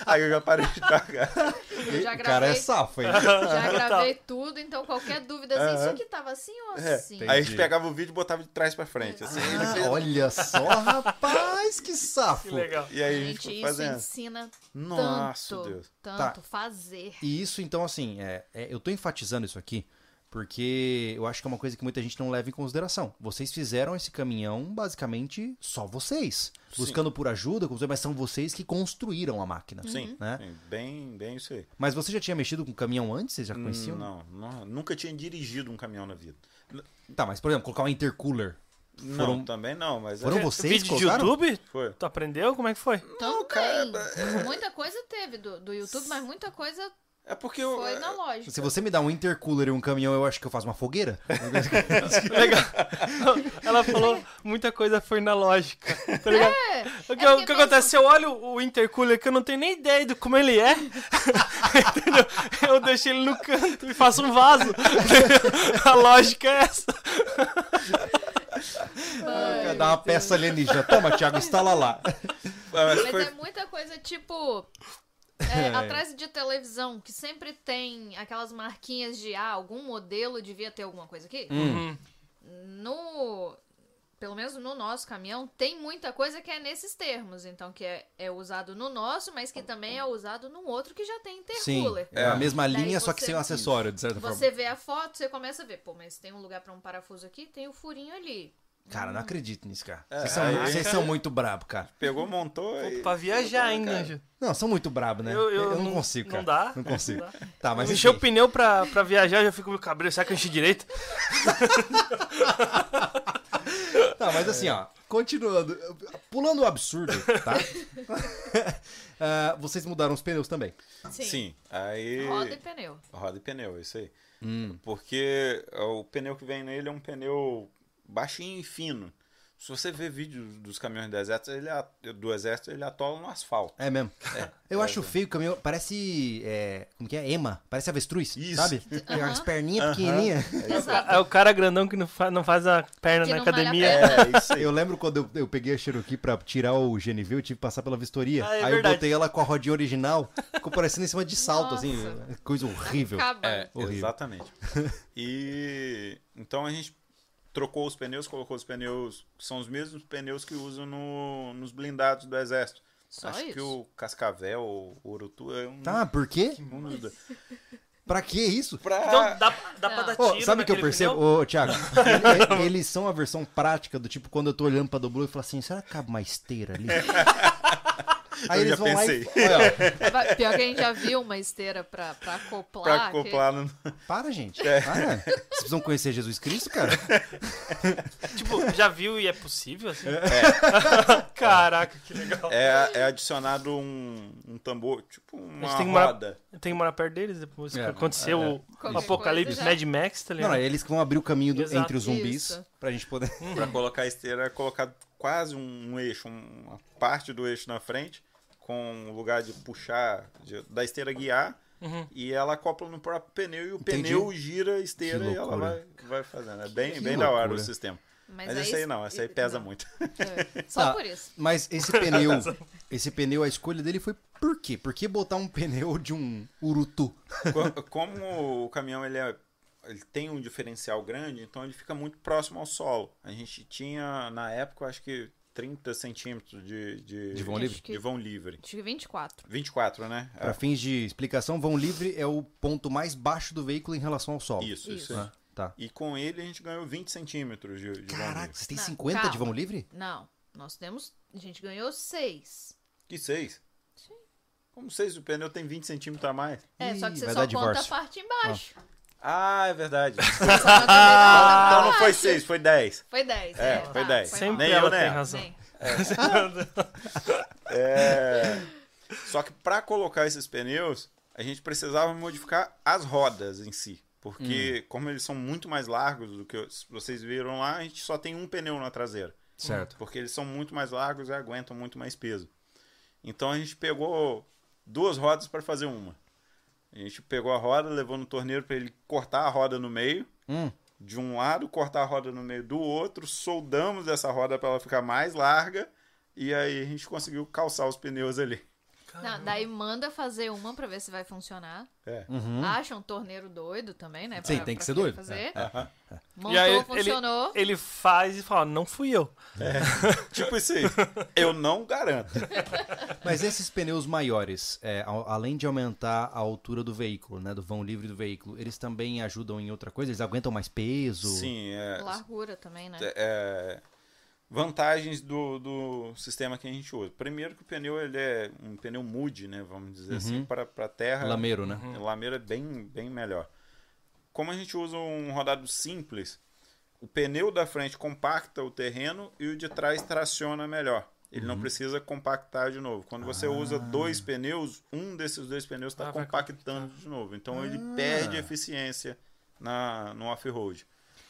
Aí eu já parei de pagar. Eu já O cara é gravei, safo, hein? Tá. já gravei tudo, então qualquer dúvida, assim, isso aqui tava assim ou É. assim? Entendi. Aí a gente pegava o vídeo e botava de trás pra frente. assim, ele fez- Ah, olha só, rapaz, que safo. Que legal. E aí a gente Gente, foi isso é fazendo. ensina Nossa, tanto, Deus. Tá. tanto fazer. E isso, então, assim, é, é- eu tô enfatizando isso aqui porque eu acho que é uma coisa que muita gente não leva em consideração. Vocês fizeram esse caminhão, basicamente, só vocês. Sim. Buscando por ajuda, mas são vocês que construíram a máquina. Sim, Né? sim, bem, bem isso aí. Mas você já tinha mexido com caminhão antes? Vocês já conheciam? Não, não, nunca tinha dirigido um caminhão na vida. Tá, mas, por exemplo, colocar um intercooler. Foram- Não, também não, mas... Foram é- vocês que Vídeo de colocaram? YouTube? Foi. Tu aprendeu? Como é que foi? Também. cara, Muita coisa teve do, do YouTube, mas muita coisa É porque eu... foi na lógica. Se você me dá um intercooler e um caminhão, eu acho que eu faço uma fogueira. Legal. Ela falou muita coisa foi na lógica. Tá ligado? o que, é o porque que eu acontece? Se eu olho o intercooler que eu não tenho nem ideia de como ele é, entendeu? Eu deixo ele no canto e faço um vaso. A lógica é essa. Dá uma peça alienígena. Toma, Thiago, instala lá. Ah, mas Mas foi- é muita coisa tipo. é, É. Atrás de televisão, que sempre tem aquelas marquinhas de ah, algum modelo devia ter alguma coisa aqui. No. Pelo menos no nosso caminhão, tem muita coisa que é nesses termos. Então, que é, é usado no nosso, mas que também é usado num outro que já tem Sim, intercooler. é a mesma Daí linha, só que você- sem um acessório, de certa forma. Você vê a foto, você começa a ver, pô, mas tem um lugar pra um parafuso aqui, tem o furinho ali. Cara, não acredito nisso, cara. É, Vocês são, aí- vocês são muito brabo, cara. Pegou, montou e... Pra viajar ainda, Anjo. Não, são muito brabo, né? Eu- eu não não- consigo, cara. não dá. Não consigo. Não dá. Tá, mas eu enchei enfim. o pneu pra, pra viajar, eu já fico com o cabelo. Será que eu enchi direito? Tá, mas assim, ó, continuando. Pulando o absurdo, tá? Ah, vocês mudaram os pneus também. Sim. Sim, aí... Roda e pneu. Roda e pneu, é isso aí. Hum. Porque ó, o pneu que vem nele é um pneu baixinho e fino. Se você ver vídeos dos caminhões do exército, ele, a- do exército, ele atola no asfalto. É mesmo. eu acho feio o caminhão. Parece. é, como que é? Ema. Parece avestruz. Isso. Sabe? Tem umas Aham. perninhas pequenininhas. Exato. É o cara grandão que não fa- não faz, a perna Que na não vale a academia. pena. É, isso aí. Eu lembro quando eu, eu peguei a Cherokee pra tirar o GNV, eu tive que passar pela vistoria. Ah, aí é eu verdade. botei ela com a rodinha original, ficou parecendo em cima de salto, assim. Nossa. Coisa horrível. Acaba. É, Horrível. exatamente. E então a gente trocou os pneus, colocou os pneus, que são os mesmos pneus que usam no- nos blindados do exército. Só Acho isso. que o Cascavel, o Urutu é um, Tá, por quê? um dos dois. Pra que isso? Pra- Então dá, dá É. pra dar Ô, tiro sabe o que eu naquele percebo? pneu? Ô, Thiago, ele- ele- eles são a versão prática do tipo, quando eu tô olhando pra Doblu, eu falo assim, será que cabe uma esteira ali? Aí Eu eles já vão lá e... pensei. Olha, Vai- Pior que a gente já viu uma esteira pra, pra acoplar. pra que- acoplar no... ó, para, gente. É. Para. Vocês precisam conhecer Jesus Cristo, cara? Tipo, já viu e é É. possível assim? Caraca, que legal. É, é adicionado um, um tambor, tipo uma Eles têm uma- roda. Tem que morar perto deles depois que É, aconteceu é. o Qualquer apocalipse coisa já- Mad Max, tá Não, ligado? não, é. eles que vão abrir o caminho do- Exato. entre os zumbis Isso. pra gente poder. Pra colocar a esteira, colocar quase um eixo, um- uma parte do eixo na frente, com um lugar de puxar, de- da esteira guiar, Uhum. e ela acopla no próprio pneu, e o Entendi. pneu gira a esteira Que e ela vai, loucura. vai fazendo. É bem, Que bem da hora o loucura. sistema. Mas, Mas, esse aí não, esse aí pesa muito. muito. é. Só Tá. por isso. Mas esse pneu, esse pneu, a escolha dele foi por quê? Por que botar um pneu de um urutu? Co- Como o caminhão ele, é- ele tem um diferencial grande, então ele fica muito próximo ao solo. A gente tinha, na época, eu acho que 30 centímetros de, de, De vão de livre? de vão livre. Acho que 24. 24, né? Pra É, fins de explicação, vão livre é o ponto mais baixo do veículo em relação ao solo. isso, isso. Isso. aí. Ah, tá. E com ele a gente ganhou 20 centímetros de, de vão Caraca, livre. vocês têm Não, 50 de calma. vão livre? Não, nós temos. A gente ganhou 6. Que 6? Sim. Como 6 do pneu tem 20 centímetros a mais? É, só Ih, que você vai só dar conta divórcio. a parte embaixo. Ah, é verdade. Você só conta a então parte não foi embaixo. 6, foi 10. Foi 10. É, foi 10. Foi Sempre mal. Nem ela eu, né? tem razão. Bem, É... Só que para colocar esses pneus, a gente precisava modificar as rodas em si. Porque, Hum. como eles são muito mais largos do que os- vocês viram lá, a gente só tem um pneu na traseira. Certo. Porque eles são muito mais largos e aguentam muito mais peso. Então a gente pegou duas rodas para fazer uma. A gente pegou a roda, levou no torneiro para ele cortar a roda no meio. Hum. De um lado, cortar a roda no meio do outro, soldamos essa roda para ela ficar mais larga. E aí a gente conseguiu calçar os pneus ali. não, daí manda fazer uma pra ver se vai funcionar. É. Acha um torneiro doido também, né? Sim, pra- tem que pra ser doido. querer É. Fazer. Aham. Montou, E aí ele- funcionou. Ele faz e fala, não fui eu. Tipo isso aí. Eu não garanto. Mas esses pneus maiores, é, ao- além de aumentar a altura do veículo, né, do vão livre do veículo, eles também ajudam em outra coisa? Eles aguentam mais peso? Sim, é, Largura também, né? é, vantagens do, do sistema que a gente usa. Primeiro que o pneu ele é um pneu mood, né? Vamos dizer assim, para para terra. Lameiro, né? A Lameira é bem, bem melhor. Como a gente usa um rodado simples, o pneu da frente compacta o terreno e o de trás traciona melhor. Ele não precisa compactar de novo. Quando você usa dois pneus, um desses dois pneus está Ah, vai compactando de novo. Então ele perde eficiência na, no off-road.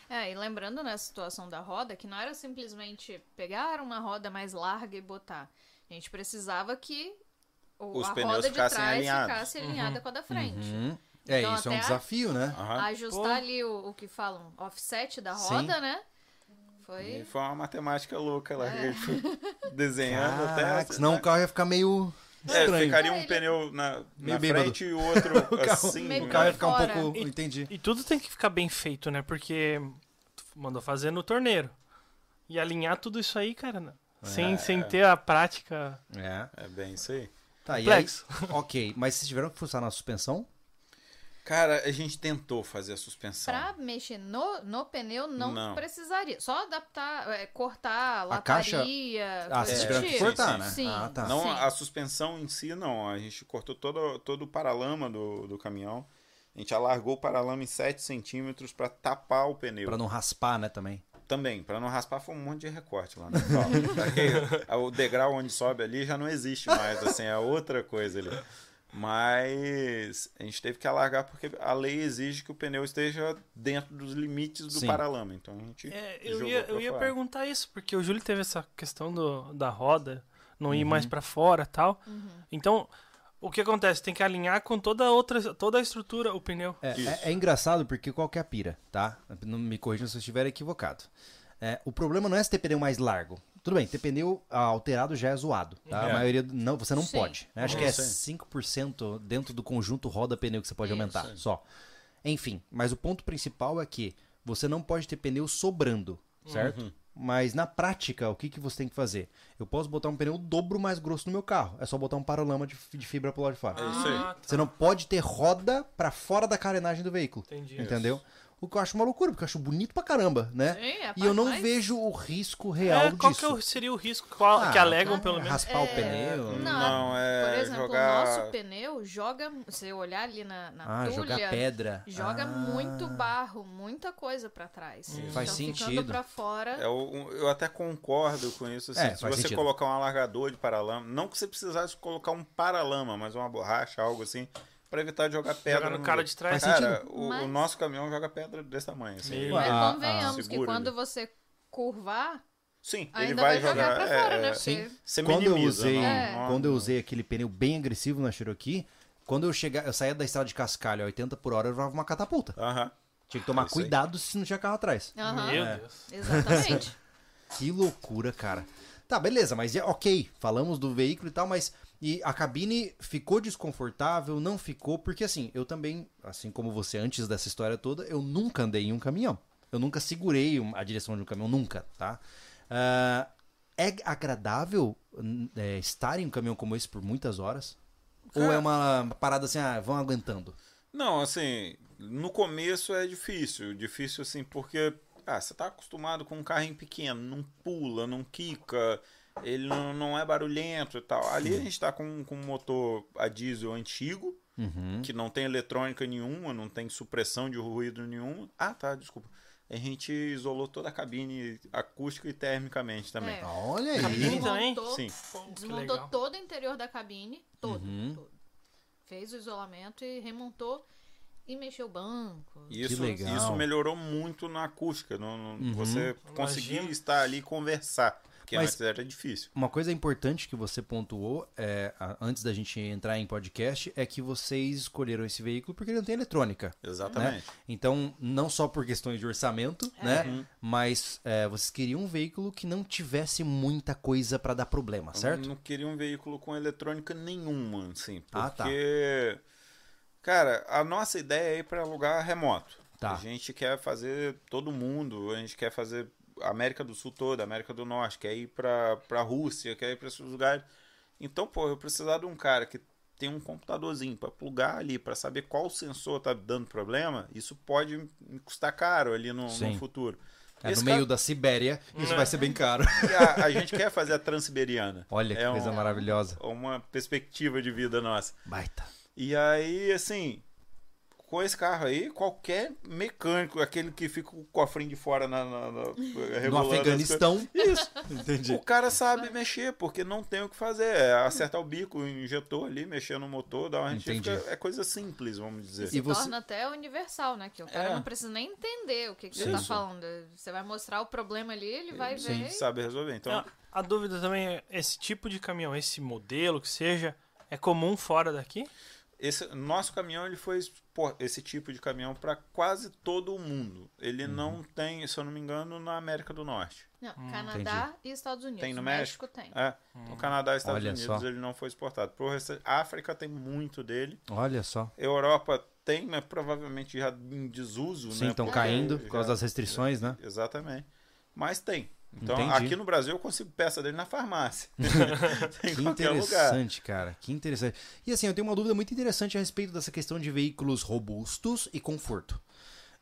É, e lembrando nessa situação da roda, que não era simplesmente pegar uma roda mais larga e botar. A gente precisava que o, Os a pneus roda de ficassem trás alinhados. ficasse alinhada com a da frente. Hum. É, Então, isso é um até a- desafio, né? Aham. Ajustar Pô. ali o, o que falam, offset da Sim. roda, né? E Foi. foi uma matemática louca lá que É. a gente foi desenhando Caraca, até. senão o carro ia ficar meio É, estranho. ficaria um Ele- pneu na, Meio na bêbado. frente e o outro carro- assim. Meio O carro ia ficar um Fora. pouco... E- Entendi. E tudo tem que ficar bem feito, né? Porque tu mandou fazer no torneiro. E alinhar tudo isso aí, cara, né? sem, sem ter a prática. É. É bem isso aí. Tá, e aí, Complexo. ok, mas vocês tiveram que forçar na suspensão? Cara, a gente tentou fazer a suspensão. Pra mexer no, no pneu, não, Não. precisaria. Só adaptar, é, cortar, A caixa- lataria, Ah, vocês tiveram coisa do que tipo. cortar, Sim, né? sim. Ah, tá. Não Sim. a suspensão em si, não. A gente cortou todo, todo o paralama do, do caminhão. A gente alargou o paralama em 7 centímetros pra tapar o pneu. Pra não raspar, né, também. Também, pra não raspar, foi um monte de recorte lá. Né? Porque é o degrau onde sobe ali já não existe mais, assim, é outra coisa ali. Mas a gente teve que alargar porque a lei exige que o pneu esteja dentro dos limites do Sim. paralama. Então a gente. É, eu jogou ia, pra eu ia fora. perguntar isso, porque o Júlio teve essa questão do, da roda, não ir mais pra fora e tal. Uhum. Então, o que acontece? Tem que alinhar com toda a outra, toda a estrutura, o pneu. É, Isso. é- é engraçado porque qual que é a pira, tá? Não me corrijam se eu estiver equivocado. É, o problema não é se ter pneu mais largo. Tudo bem, ter pneu ah, alterado já é zoado, tá? A É. maioria do- não, você não Sim. pode. né? Acho que é Sim. 5% dentro do conjunto roda-pneu que você pode Isso. aumentar, só. Enfim, mas o ponto principal é que você não pode ter pneu sobrando, certo? Uhum. Mas na prática, o que, que você tem que fazer? Eu posso botar um pneu dobro mais grosso no meu carro. É só botar um paralama de, fi- de fibra pro lado de fora. É isso aí. Ah, tá. Você não pode ter roda pra fora da carenagem do veículo. Entendi. Entendeu? O que eu acho uma loucura, porque eu acho bonito pra caramba, né? Sim, é e eu não paz. vejo o risco real qual disso. que é o- seria o risco qual- Ah, que alegam, tá. pelo menos? Raspar o É, pneu. não, Não, é Por exemplo, jogar- o nosso pneu joga. Se eu olhar ali na, Ah, na tulha, jogar pedra. joga Ah. muito barro, muita coisa pra trás. Hum. Então, Faz sentido. Ficando pra fora. É, Eu, eu até concordo com isso. assim, É, se faz você sentido. colocar um alargador de paralama, não que você precisasse colocar um paralama, mas uma borracha, algo assim, pra evitar de jogar pedra. Jogar no cara de trás. Faz Cara, o, Mas- o nosso caminhão joga pedra desse tamanho. assim. Meu Ele- Mas Ah, é convenhamos que segura quando ali. você curvar, Sim, né? ele ainda vai, vai jogar, pra é, fora, né? é, Porque Sim. Você quando eu minimiza. né? usei, não- É. não- quando eu usei aquele pneu bem agressivo na Cherokee, quando eu chegar, eu saía da estrada de Cascalho a 80 por hora, eu levava uma catapulta. Aham. Tinha que tomar É isso aí. cuidado se não tinha carro atrás. Aham. Meu É. Deus. Exatamente. Que loucura, cara. Tá, beleza, mas é ok, falamos do veículo e tal, mas e a cabine ficou desconfortável, não ficou, porque assim, eu também, assim como você antes dessa história toda, eu nunca andei em um caminhão. Eu nunca segurei um- a direção de um caminhão, nunca, tá? Ah, é agradável n- é, estar em um caminhão como esse por muitas horas? Ou é uma parada assim, ah, vão aguentando? Não, assim, no começo é difícil. Difícil, assim, porque ah, você tá acostumado com um carrinho pequeno, não pula, não quica, ele não, não é barulhento e tal. Ali a gente tá com, com um motor a diesel antigo, Uhum. que não tem eletrônica nenhuma, não tem supressão de ruído nenhuma. Ah, tá, desculpa. A gente isolou toda a cabine acústica e termicamente também. É. Olha aí. Cabine Desmontou- Tá também? Sim. Pô, que Desmontou legal. todo o interior da cabine, todo, Uhum. todo. Fez o isolamento e remontou e mexeu o banco. Isso, legal. isso melhorou muito na acústica. No, no- Uhum. Você conseguir Imagino. estar ali e conversar. Porque Mas- antes era difícil. Uma coisa importante que você pontuou é, a- antes da gente entrar em podcast é que vocês escolheram esse veículo porque ele não tem eletrônica. Exatamente. Então, não só por questões de orçamento, É. né? Uhum. Mas é, vocês queriam um veículo que não tivesse muita coisa pra dar problema, Eu certo? não queria um veículo com eletrônica nenhuma, assim. Porque. Ah, tá. Cara, a nossa ideia é ir para lugar remoto. Tá. A gente quer fazer todo mundo, a gente quer fazer América do Sul toda, América do Norte, quer ir pra, pra Rússia, quer ir pra esses lugares. Então, pô, eu precisar de um cara que tem um computadorzinho pra plugar ali, pra saber qual sensor tá dando problema, isso pode me custar caro ali no, no Sim. futuro. É, no Esse meio da Sibéria, isso É. vai ser bem caro. cara- a, a gente quer fazer a Transiberiana. Olha que É coisa um- maravilhosa. uma perspectiva de vida nossa. Baita. E aí, assim, com esse carro aí, qualquer mecânico, aquele que fica com o cofrinho de fora na, na, na- No regulando as Afeganistão. Isso. coisas, Entendi. O cara sabe mexer, porque não tem o que fazer. É acertar o bico, o injetor ali, mexer no motor, dar uma Entendi. retífica. É coisa simples, vamos dizer. E Se você- torna até universal, né? Que o cara É. não precisa nem entender o que, que você Sim. tá falando. Você vai mostrar o problema ali, ele vai Sim, ver. sabe resolver. Então, Ah, A dúvida também é, esse tipo de caminhão, esse modelo que seja, é comum fora daqui? esse nosso caminhão ele foi expor- esse tipo de caminhão para quase todo o mundo. Ele Uhum. não tem, se eu não me engano, na América do Norte. Não, Hum, Canadá e Estados Unidos. Tem no México, tem. É, no Canadá e Estados Olha Unidos só. ele não foi exportado. Pro resto, África tem muito dele. Olha só. Europa tem, mas provavelmente já em desuso, Sim, né? estão Porque caindo por já- causa das restrições, né? Exatamente. Mas tem. Então, Entendi. aqui no Brasil eu consigo peça dele na farmácia. Tem em Que qualquer lugar. interessante, cara. Que interessante. E assim, eu tenho uma dúvida muito interessante a respeito dessa questão de veículos robustos e conforto.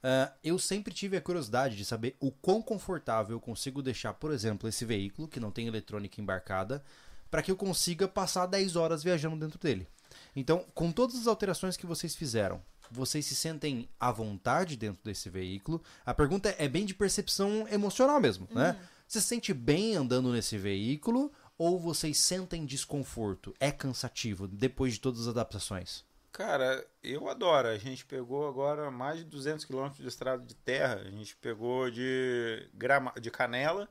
Ah, eu sempre tive a curiosidade de saber o quão confortável eu consigo deixar, por exemplo, esse veículo que não tem eletrônica embarcada, para que eu consiga passar 10 horas viajando dentro dele. Então, com todas as alterações que vocês fizeram, vocês se sentem à vontade dentro desse veículo? A pergunta é- é bem de percepção emocional mesmo, né? Você se sente bem andando nesse veículo ou vocês sentem desconforto? É cansativo depois de todas as adaptações? Cara, eu adoro. A gente pegou agora mais de 200 quilômetros de estrada de terra. A gente pegou de grama, de Canela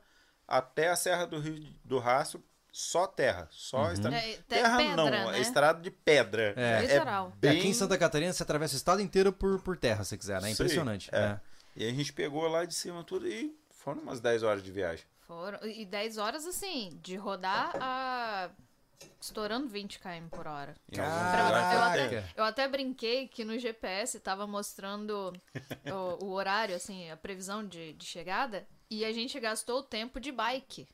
até a Serra do Rio do Rastro, só terra, só Uhum. estrada. É, até terra pedra, não, né? Ah, é estrada de pedra. É. Litoral. É, bem- aqui em Santa Catarina você atravessa o estado inteiro por, por terra, se quiser, né? É Sim, impressionante. é. é. E a gente pegou lá de cima tudo e foram umas 10 horas de viagem. Foram, e 10 horas, assim, de rodar a... Estourando 20 km por hora. Em alguns Caraca. É lugares Eu até tem. até, eu até brinquei que no GPS tava mostrando o, o horário, assim, a previsão de, de chegada, e a gente gastou o tempo de bike.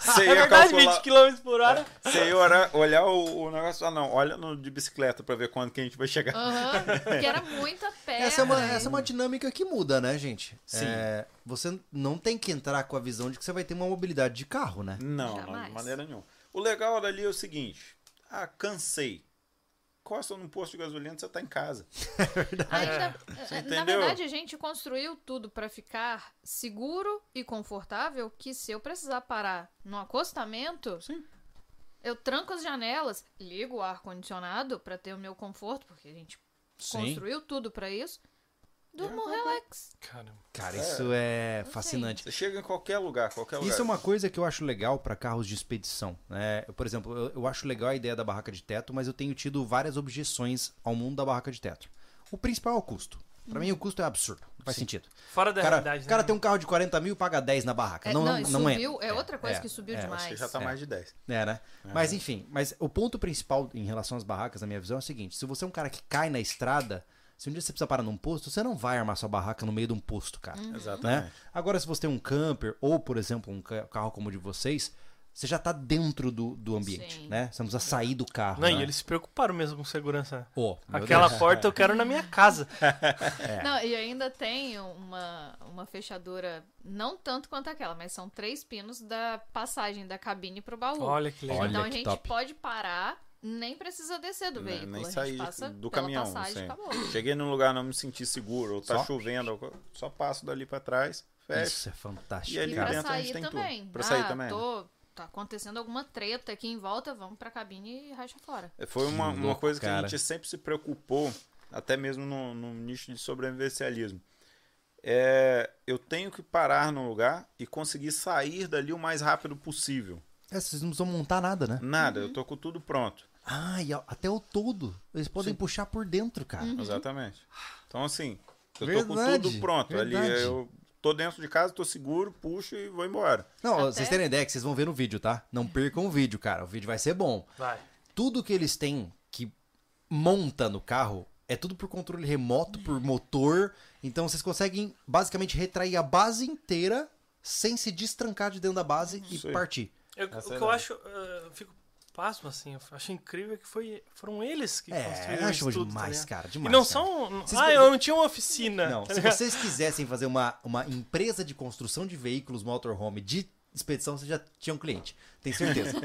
Você É ia verdade, calcular- 20 km por hora. Você ia olhar, olhar o, o negócio, ah não, olha no de bicicleta pra ver quando que a gente vai chegar. Aham, porque era muita pedra. Essa é, uma, essa é uma dinâmica que muda, né, gente? Sim. É, você não tem que entrar com a visão de que você vai ter uma mobilidade de carro, né? Não, não, de Jamais. maneira nenhuma. O legal dali é o seguinte, ah, cansei. Costa num posto de gasolina, você tá em casa. Ainda- é, na entendeu? verdade, a gente construiu tudo pra ficar seguro e confortável, que se eu precisar parar num acostamento, Sim. eu tranco as janelas, ligo o ar-condicionado pra ter o meu conforto, porque a gente construiu tudo pra isso. é Durmo né? relax. Caramba. Cara, isso é fascinante. Você chega em qualquer lugar, qualquer lugar. Isso é uma coisa que eu acho legal para carros de expedição. Né? Eu, por exemplo, eu, eu acho legal a ideia da barraca de teto, mas eu tenho tido várias objeções ao mundo da barraca de teto. O principal é o custo. Pra mim, o custo é absurdo. Não faz sentido. Fora O da cara, realidade, o cara né? tem um carro de 40 mil, paga 10 na barraca. É, não, não, e não entra. subiu, é, outra coisa é, que subiu é, acho Acho que demais. já tá É. mais de 10. É, né? Mas enfim, mas o ponto principal em relação às barracas, na minha visão, é o seguinte: se você é um cara que cai na estrada, se um dia você precisa parar num posto, você não vai armar sua barraca no meio de um posto, cara. Uhum. Exatamente. Né? Agora, se você tem um camper ou, por exemplo, um ca- carro como o de vocês, você já tá dentro do, do ambiente, Sim. né? Você não precisa sair do carro. Não, né? e eles se preocuparam mesmo com segurança. Ó, meu Aquela Deus. porta eu quero na minha casa. Não, É. e ainda tem uma, uma fechadura, não tanto quanto aquela, mas são três pinos da passagem da cabine pro baú. Olha que legal. Olha então a que gente top. pode parar, nem precisa descer do Né, veículo. Nem a saí gente passa do pela caminhão. passagem, assim. acabou. Cheguei num lugar, não me senti seguro, ou tá Só? chovendo, ou co- só passo dali pra trás, fecho. Isso é fantástico. E ali E cara. pra dentro a gente sair tem tudo. também. Pra ah, sair também, Tô, tá acontecendo alguma treta aqui em volta, vamos pra cabine e racha fora. É, Foi uma, Que uma louco, coisa que cara. a gente sempre se preocupou, até mesmo no, no nicho de sobrevivencialismo. É, eu tenho que parar num lugar e conseguir sair dali o mais rápido possível. É, vocês não precisam montar nada, né? Nada, eu tô com tudo pronto. Ah, e a- até o todo. Eles podem puxar por dentro, cara. Uhum. Exatamente. Então, assim, eu tô com Uhum. Verdade, tudo pronto. verdade. Ali eu tô dentro de casa, tô seguro, puxo e vou embora. Não, Até- Uhum. vocês terem ideia que vocês vão ver no vídeo, tá? Não percam o vídeo, cara. O vídeo vai ser bom. Vai. Tudo que eles têm que monta no carro é tudo por controle remoto, por motor. Então vocês conseguem basicamente retrair a base inteira sem se destrancar de dentro da base e Isso aí. partir. Eu- Essa o que é eu da- acho, eh, eu fico pasmo assim, eu acho incrível que foi, foram eles que É, construíram acho isso tudo, tá demais, ligado? cara. E Demais. não cara. são. Vocês- ah, eu não tinha uma oficina. Não, tá se ligado? vocês quisessem fazer uma, uma empresa de construção de veículos motorhome de expedição, vocês já tinham cliente. Tem certeza.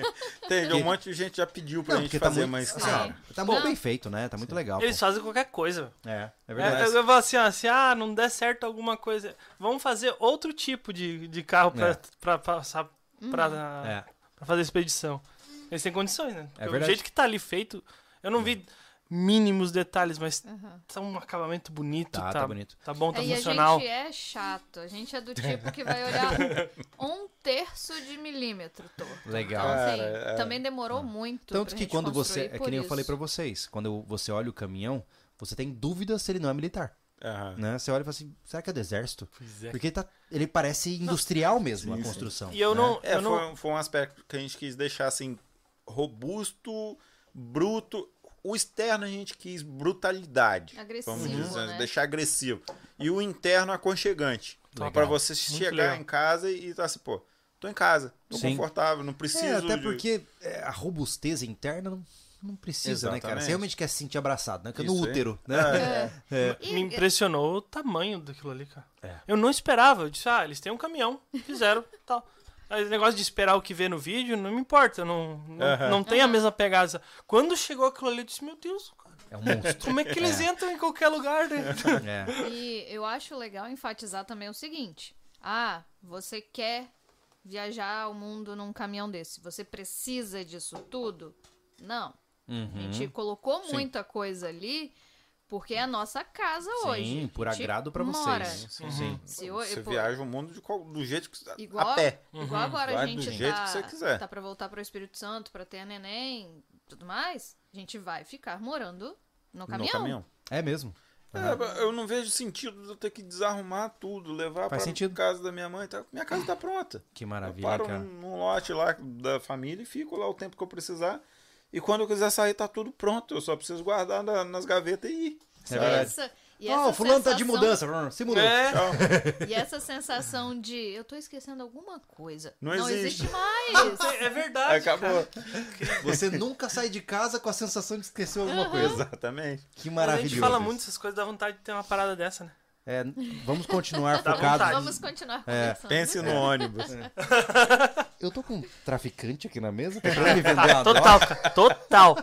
Entende? Um monte de gente já pediu pra não, gente porque fazer, tá muito, mas. assim, ó, tá muito Não. bem feito, né? Tá muito legal. Eles pô. fazem qualquer coisa. É, é É, verdade. eu falo assim, ó, se ah, não der certo alguma coisa, vamos fazer outro tipo de, de carro pra, É. pra passar pra, É. pra fazer expedição. Eles têm condições, né? Porque verdade. Uhum. O jeito que tá ali feito, eu não vi mínimos detalhes, mas Aham. tá um acabamento bonito, Tá, tá, tá bonito. Tá bom, tá Uhum. É, e a funcional. gente é chato. A gente é do tipo que vai olhar um terço de milímetro torto. Legal. Ah. Então, assim, Cara, é. também demorou muito. Tanto pra que gente quando você. construir, É que por nem eu isso. falei pra vocês. Quando você olha o caminhão, você tem dúvida se ele não é militar. Aham. Né? Você olha e fala assim: será que é do exército? Pois é. Porque ele, tá, ele parece industrial mesmo a construção. E eu né? não. É, eu não... foi, um- foi um aspecto que a gente quis deixar assim, robusto, bruto. O externo a gente quis brutalidade. Agressivo, Vamos dizer, assim, né? deixar agressivo. E o interno aconchegante. Legal. Pra você chegar legal. em casa e tá assim, pô, tô em casa, tô Sim. confortável, não preciso. É, até de- porque é, a robustez interna não, não precisa, né, cara? Exatamente. Você realmente quer se sentir abraçado, né? No Isso, hein? útero, né? É, E- Me impressionou o tamanho daquilo ali, cara. É. Eu não esperava. Eu disse, ah, eles têm um caminhão, fizeram, tal. Aí o negócio de esperar o que vê no vídeo, não me importa. Não, não, Aham. não tem a mesma pegada. Quando chegou aquilo ali, eu disse, meu Deus, cara, É um monstro. como é que eles entram em qualquer lugar? Né? É. E eu acho legal enfatizar também o seguinte: ah, você quer viajar o mundo num caminhão desse? Você precisa disso tudo? Não. A Uhum. gente colocou Sim. muita coisa ali porque é a nossa casa hoje. Sim, por A gente agrado pra vocês. mora. Sim, sim. Se eu- Você eu- viaja o mundo de qual- do jeito que tá. Igual, a pé. igual agora a Vai do gente jeito tá, que você quiser. tá pra voltar pro Espírito Santo, pra ter a neném tudo mais, a gente vai ficar morando no caminhão. No caminhão. É mesmo. É, eu não vejo sentido de eu ter que desarrumar tudo, levar Faz pra sentido. casa da minha mãe. Tá, minha casa tá pronta. Que eu maravilha, paro cara. num lote lá da família e fico lá o tempo que eu precisar. E quando eu quiser sair, tá tudo pronto. Eu só preciso guardar na- nas gavetas e ir. É verdade. Essa- E Ah, essa o fulano tá de sensação- mudança. Se mudou. É. E essa sensação de eu tô esquecendo alguma coisa. Não existe. mais. É verdade. Acabou. Você nunca sai de casa com a sensação de esquecer alguma coisa. Exatamente. Que Cara. A maravilhoso. gente fala isso. muito essas coisas, dá vontade de ter uma parada dessa, né? É, vamos continuar Dá focados. vontade. Vamos continuar É, conversando. Pense no ônibus. Eu tô com um traficante aqui na mesa, tá querendo me vender uma É, Total, cara. Total.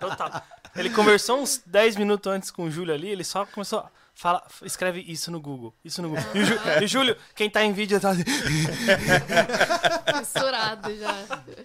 Total. Ele conversou uns 10 minutos antes com o Júlio ali, ele só começou a falar, escreve isso no Google, isso no Google. E o, Ju- e o Júlio, quem tá em vídeo tá assim, Misturado já.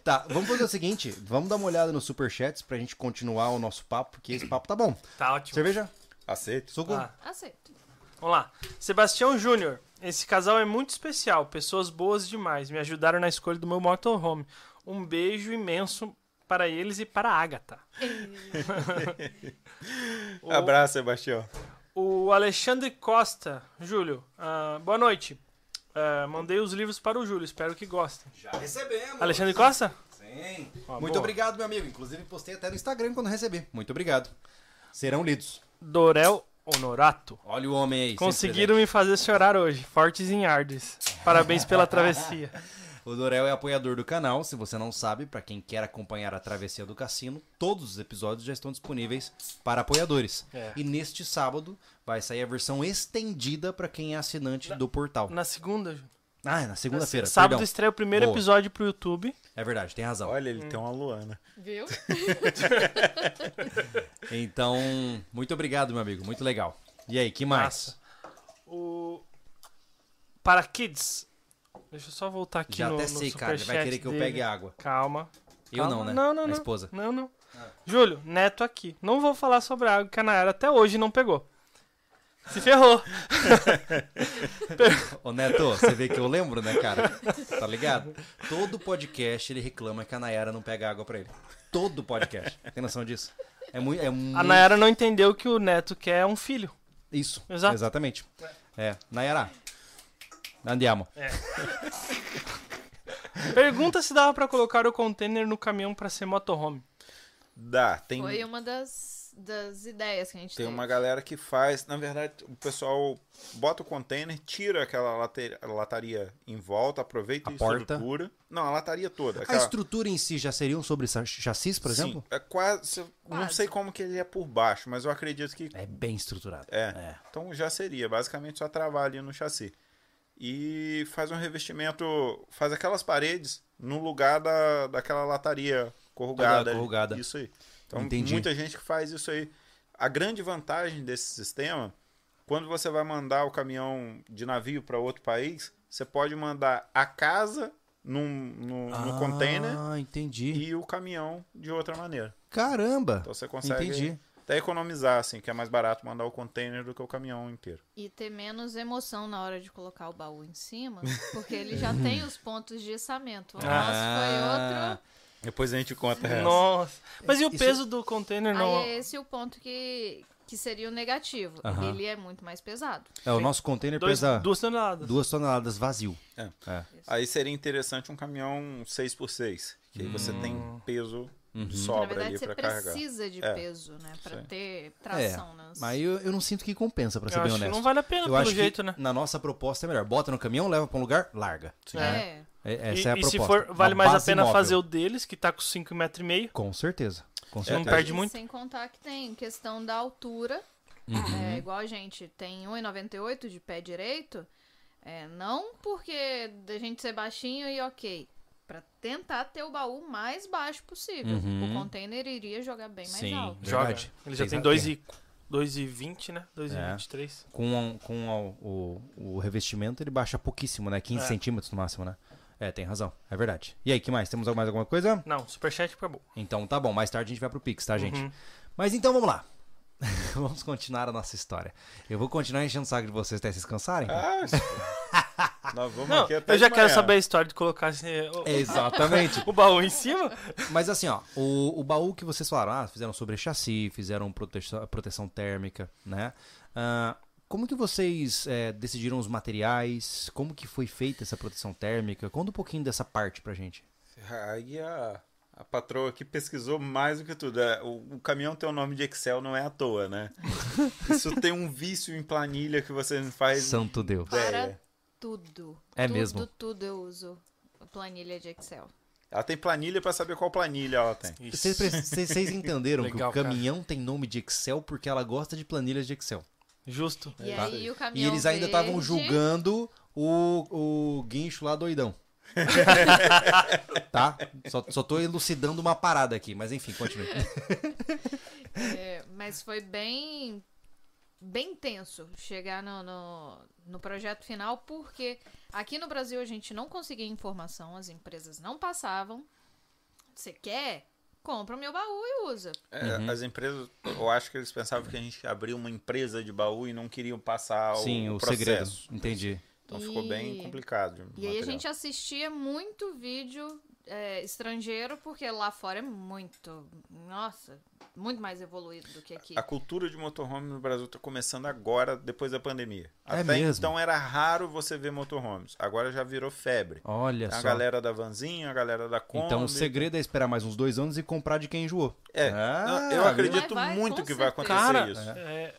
Tá, vamos fazer o seguinte, vamos dar uma olhada nos superchats pra gente continuar o nosso papo, porque esse papo tá bom. Tá ótimo. Cerveja? Aceito. Suco? Tá. Aceito. Vamos lá. Sebastião Júnior. Esse casal é muito especial. Pessoas boas demais. Me ajudaram na escolha do meu motorhome. Um beijo imenso para eles e para a Agatha. O- Abraço, Sebastião. O Alexandre Costa, Júlio, ah, boa noite. Ah, mandei os livros para o Júlio, espero que gostem. Já recebemos. Alexandre Costa? Sim. Ó, Muito boa. obrigado, meu amigo. Inclusive postei até no Instagram quando recebi. Muito obrigado. Serão lidos. Dorel Honorato. Olha o homem aí. sempre Conseguiram me fazer chorar hoje, fortes em Ardes. Parabéns pela travessia. presente. O Dorel é apoiador do canal, se você não sabe, pra quem quer acompanhar a travessia do cassino, todos os episódios já estão disponíveis para apoiadores. É. E neste sábado vai sair a versão estendida pra quem é assinante do portal. Na segunda, Júlio. Ah, é na Na segunda-feira. se- Sábado perdão. estreia o primeiro Boa. episódio pro YouTube. É verdade, tem razão. Olha, ele tem uma Luana. Viu? Então, muito obrigado, meu amigo. Muito legal. E aí, que mais? Massa. O. Para Kids. Deixa eu só voltar aqui Já no. até no sei, cara. Já vai superchat querer que eu dele. pegue água. Calma. Eu calma. não, né? Não, não, A não. esposa. Não, não. Júlio, Neto aqui. Não vou falar sobre a água que a Nayara até hoje não pegou. Se ferrou. Ô, Neto, você vê que eu lembro, né, cara? Tá ligado? Todo podcast ele reclama que a Nayara não pega água pra ele. Todo podcast. Tem noção disso? É muito. É A muito- Nayara não entendeu que o Neto quer um filho. Isso. Exato. Exatamente. É. Nayara. Andiamo. Pergunta se dava pra colocar o container no caminhão pra ser motorhome. Dá, tem, Foi um uma das, das ideias que a gente tem teve. uma galera que faz. Na verdade, o pessoal bota o container, tira aquela late- lataria em volta, aproveita A e porta? estrutura. Não, a lataria toda. A aquela- estrutura em si já seriam sobre sa- chassis, por Sim, exemplo? é quase, eu Não Quase. sei como que ele é por baixo, mas eu acredito que. É bem estruturado. É. Então já seria, basicamente só travar ali no chassi. E faz um revestimento. Faz aquelas paredes no lugar da, daquela lataria corrugada. Daquela corrugada. Isso aí. Então Entendi. muita gente que faz isso aí. A grande vantagem desse sistema, quando você vai mandar o caminhão de navio para outro país, você pode mandar a casa num- no, Um no container Ah, entendi. e o caminhão de outra maneira. Caramba! Então você consegue Entendi. até economizar, assim, que é mais barato mandar o container do que o caminhão inteiro. E ter menos emoção na hora de colocar o baú em cima, porque ele já tem os pontos de içamento. O nosso Ah. Depois a gente conta essa. Nossa. Mas e o É. Isso- peso do container foi outro. não? Aí é esse o ponto que, que seria o negativo. Aham. Ele é muito mais pesado. É, o nosso container Dois, pesa duas, duas toneladas. toneladas vazio. É. É. Aí seria interessante um caminhão 6x6, que aí você Hum. tem peso Uhum. de sobra na verdade, ali você pra carregar. precisa de É. peso, né? Pra Sim. ter tração. né? É. Mas eu, eu não sinto que compensa, pra ser Eu bem acho que honesto. não vale a pena, eu pelo acho jeito, que né? na nossa proposta é melhor. Bota no caminhão, leva pra um lugar, larga. É. É- E, essa é a e proposta. se for, vale Uma mais a base pena móvel. fazer É. o deles, que tá com 5,5m. Com certeza. Com Você não certeza. tá. perde E muito. Sem contar que tem questão da altura. Uhum. É, igual a gente tem 1,98 de pé direito. É, não porque da gente ser baixinho e ok. Pra tentar ter o baú mais baixo possível. Uhum. O container iria jogar bem mais Sim. alto. Joga. É Verdade. Ele já Tem tem razão. 2,20, né? É. 2,23. Com, a- com a- o, o revestimento, ele baixa pouquíssimo, né? 15 É. centímetros no máximo, né? É, tem razão. É verdade. E aí, que mais? Temos mais alguma coisa? Não, superchat acabou. Então tá bom, mais tarde a gente vai pro Pix, tá, gente? Uhum. Mas então vamos lá. vamos continuar a nossa história. Eu vou continuar enchendo o saco de vocês até vocês cansarem. cara. Ah, isso- Nós vamos Não, é aqui até eu já de quero manhã. saber a história de colocar esse- o, Exatamente. o baú em cima. Mas assim, ó, o, o baú que vocês falaram, ah, fizeram sobre chassi, fizeram proteção, proteção térmica, né? Ah, como que vocês eh, decidiram os materiais? Como que foi feita essa proteção térmica? Conta um pouquinho dessa parte pra gente. Aí a, A patroa aqui pesquisou mais do que tudo. É, O, o caminhão tem o nome de Excel, não é à toa, né? Isso tem um vício em planilha que você não faz. Santo Deus. ideia. Para tudo. É tudo, mesmo? Tudo eu uso planilha de Excel. Ela tem planilha pra saber qual planilha ela tem. Vocês pre- Vocês vocês entenderam que o Legal, cara. caminhão tem nome de Excel porque ela gosta de planilhas de Excel. Justo. E Tá. aí o E caminhão eles ainda estavam verde- julgando o, o guincho lá doidão. tá? Só, só tô elucidando uma parada aqui, mas enfim, continue. É, mas foi bem bem tenso chegar no, no, no projeto final, porque aqui no Brasil a gente não conseguia informação, as empresas não passavam. Você quer? Compra o meu baú e usa. É, Uhum. As empresas, eu acho que eles pensavam que a gente abria uma empresa de baú e não queriam passar Sim, o, o segredo. processo. Entendi. Então ficou bem E- complicado. o E aí a material. gente assistia muito vídeo é, estrangeiro, porque lá fora é muito, nossa, muito mais evoluído do que aqui. A cultura de motorhome no Brasil está começando agora, depois da pandemia. É Até mesmo? então era raro você ver motorhomes. Agora já virou febre. Olha Tem a só. galera da vanzinha, a galera da Kombi. Então o segredo é esperar mais uns dois anos e comprar de quem enjoou. É, Ah, não, eu viu? acredito Vai, vai, muito com que vai acontecer certeza. isso. Cara, é,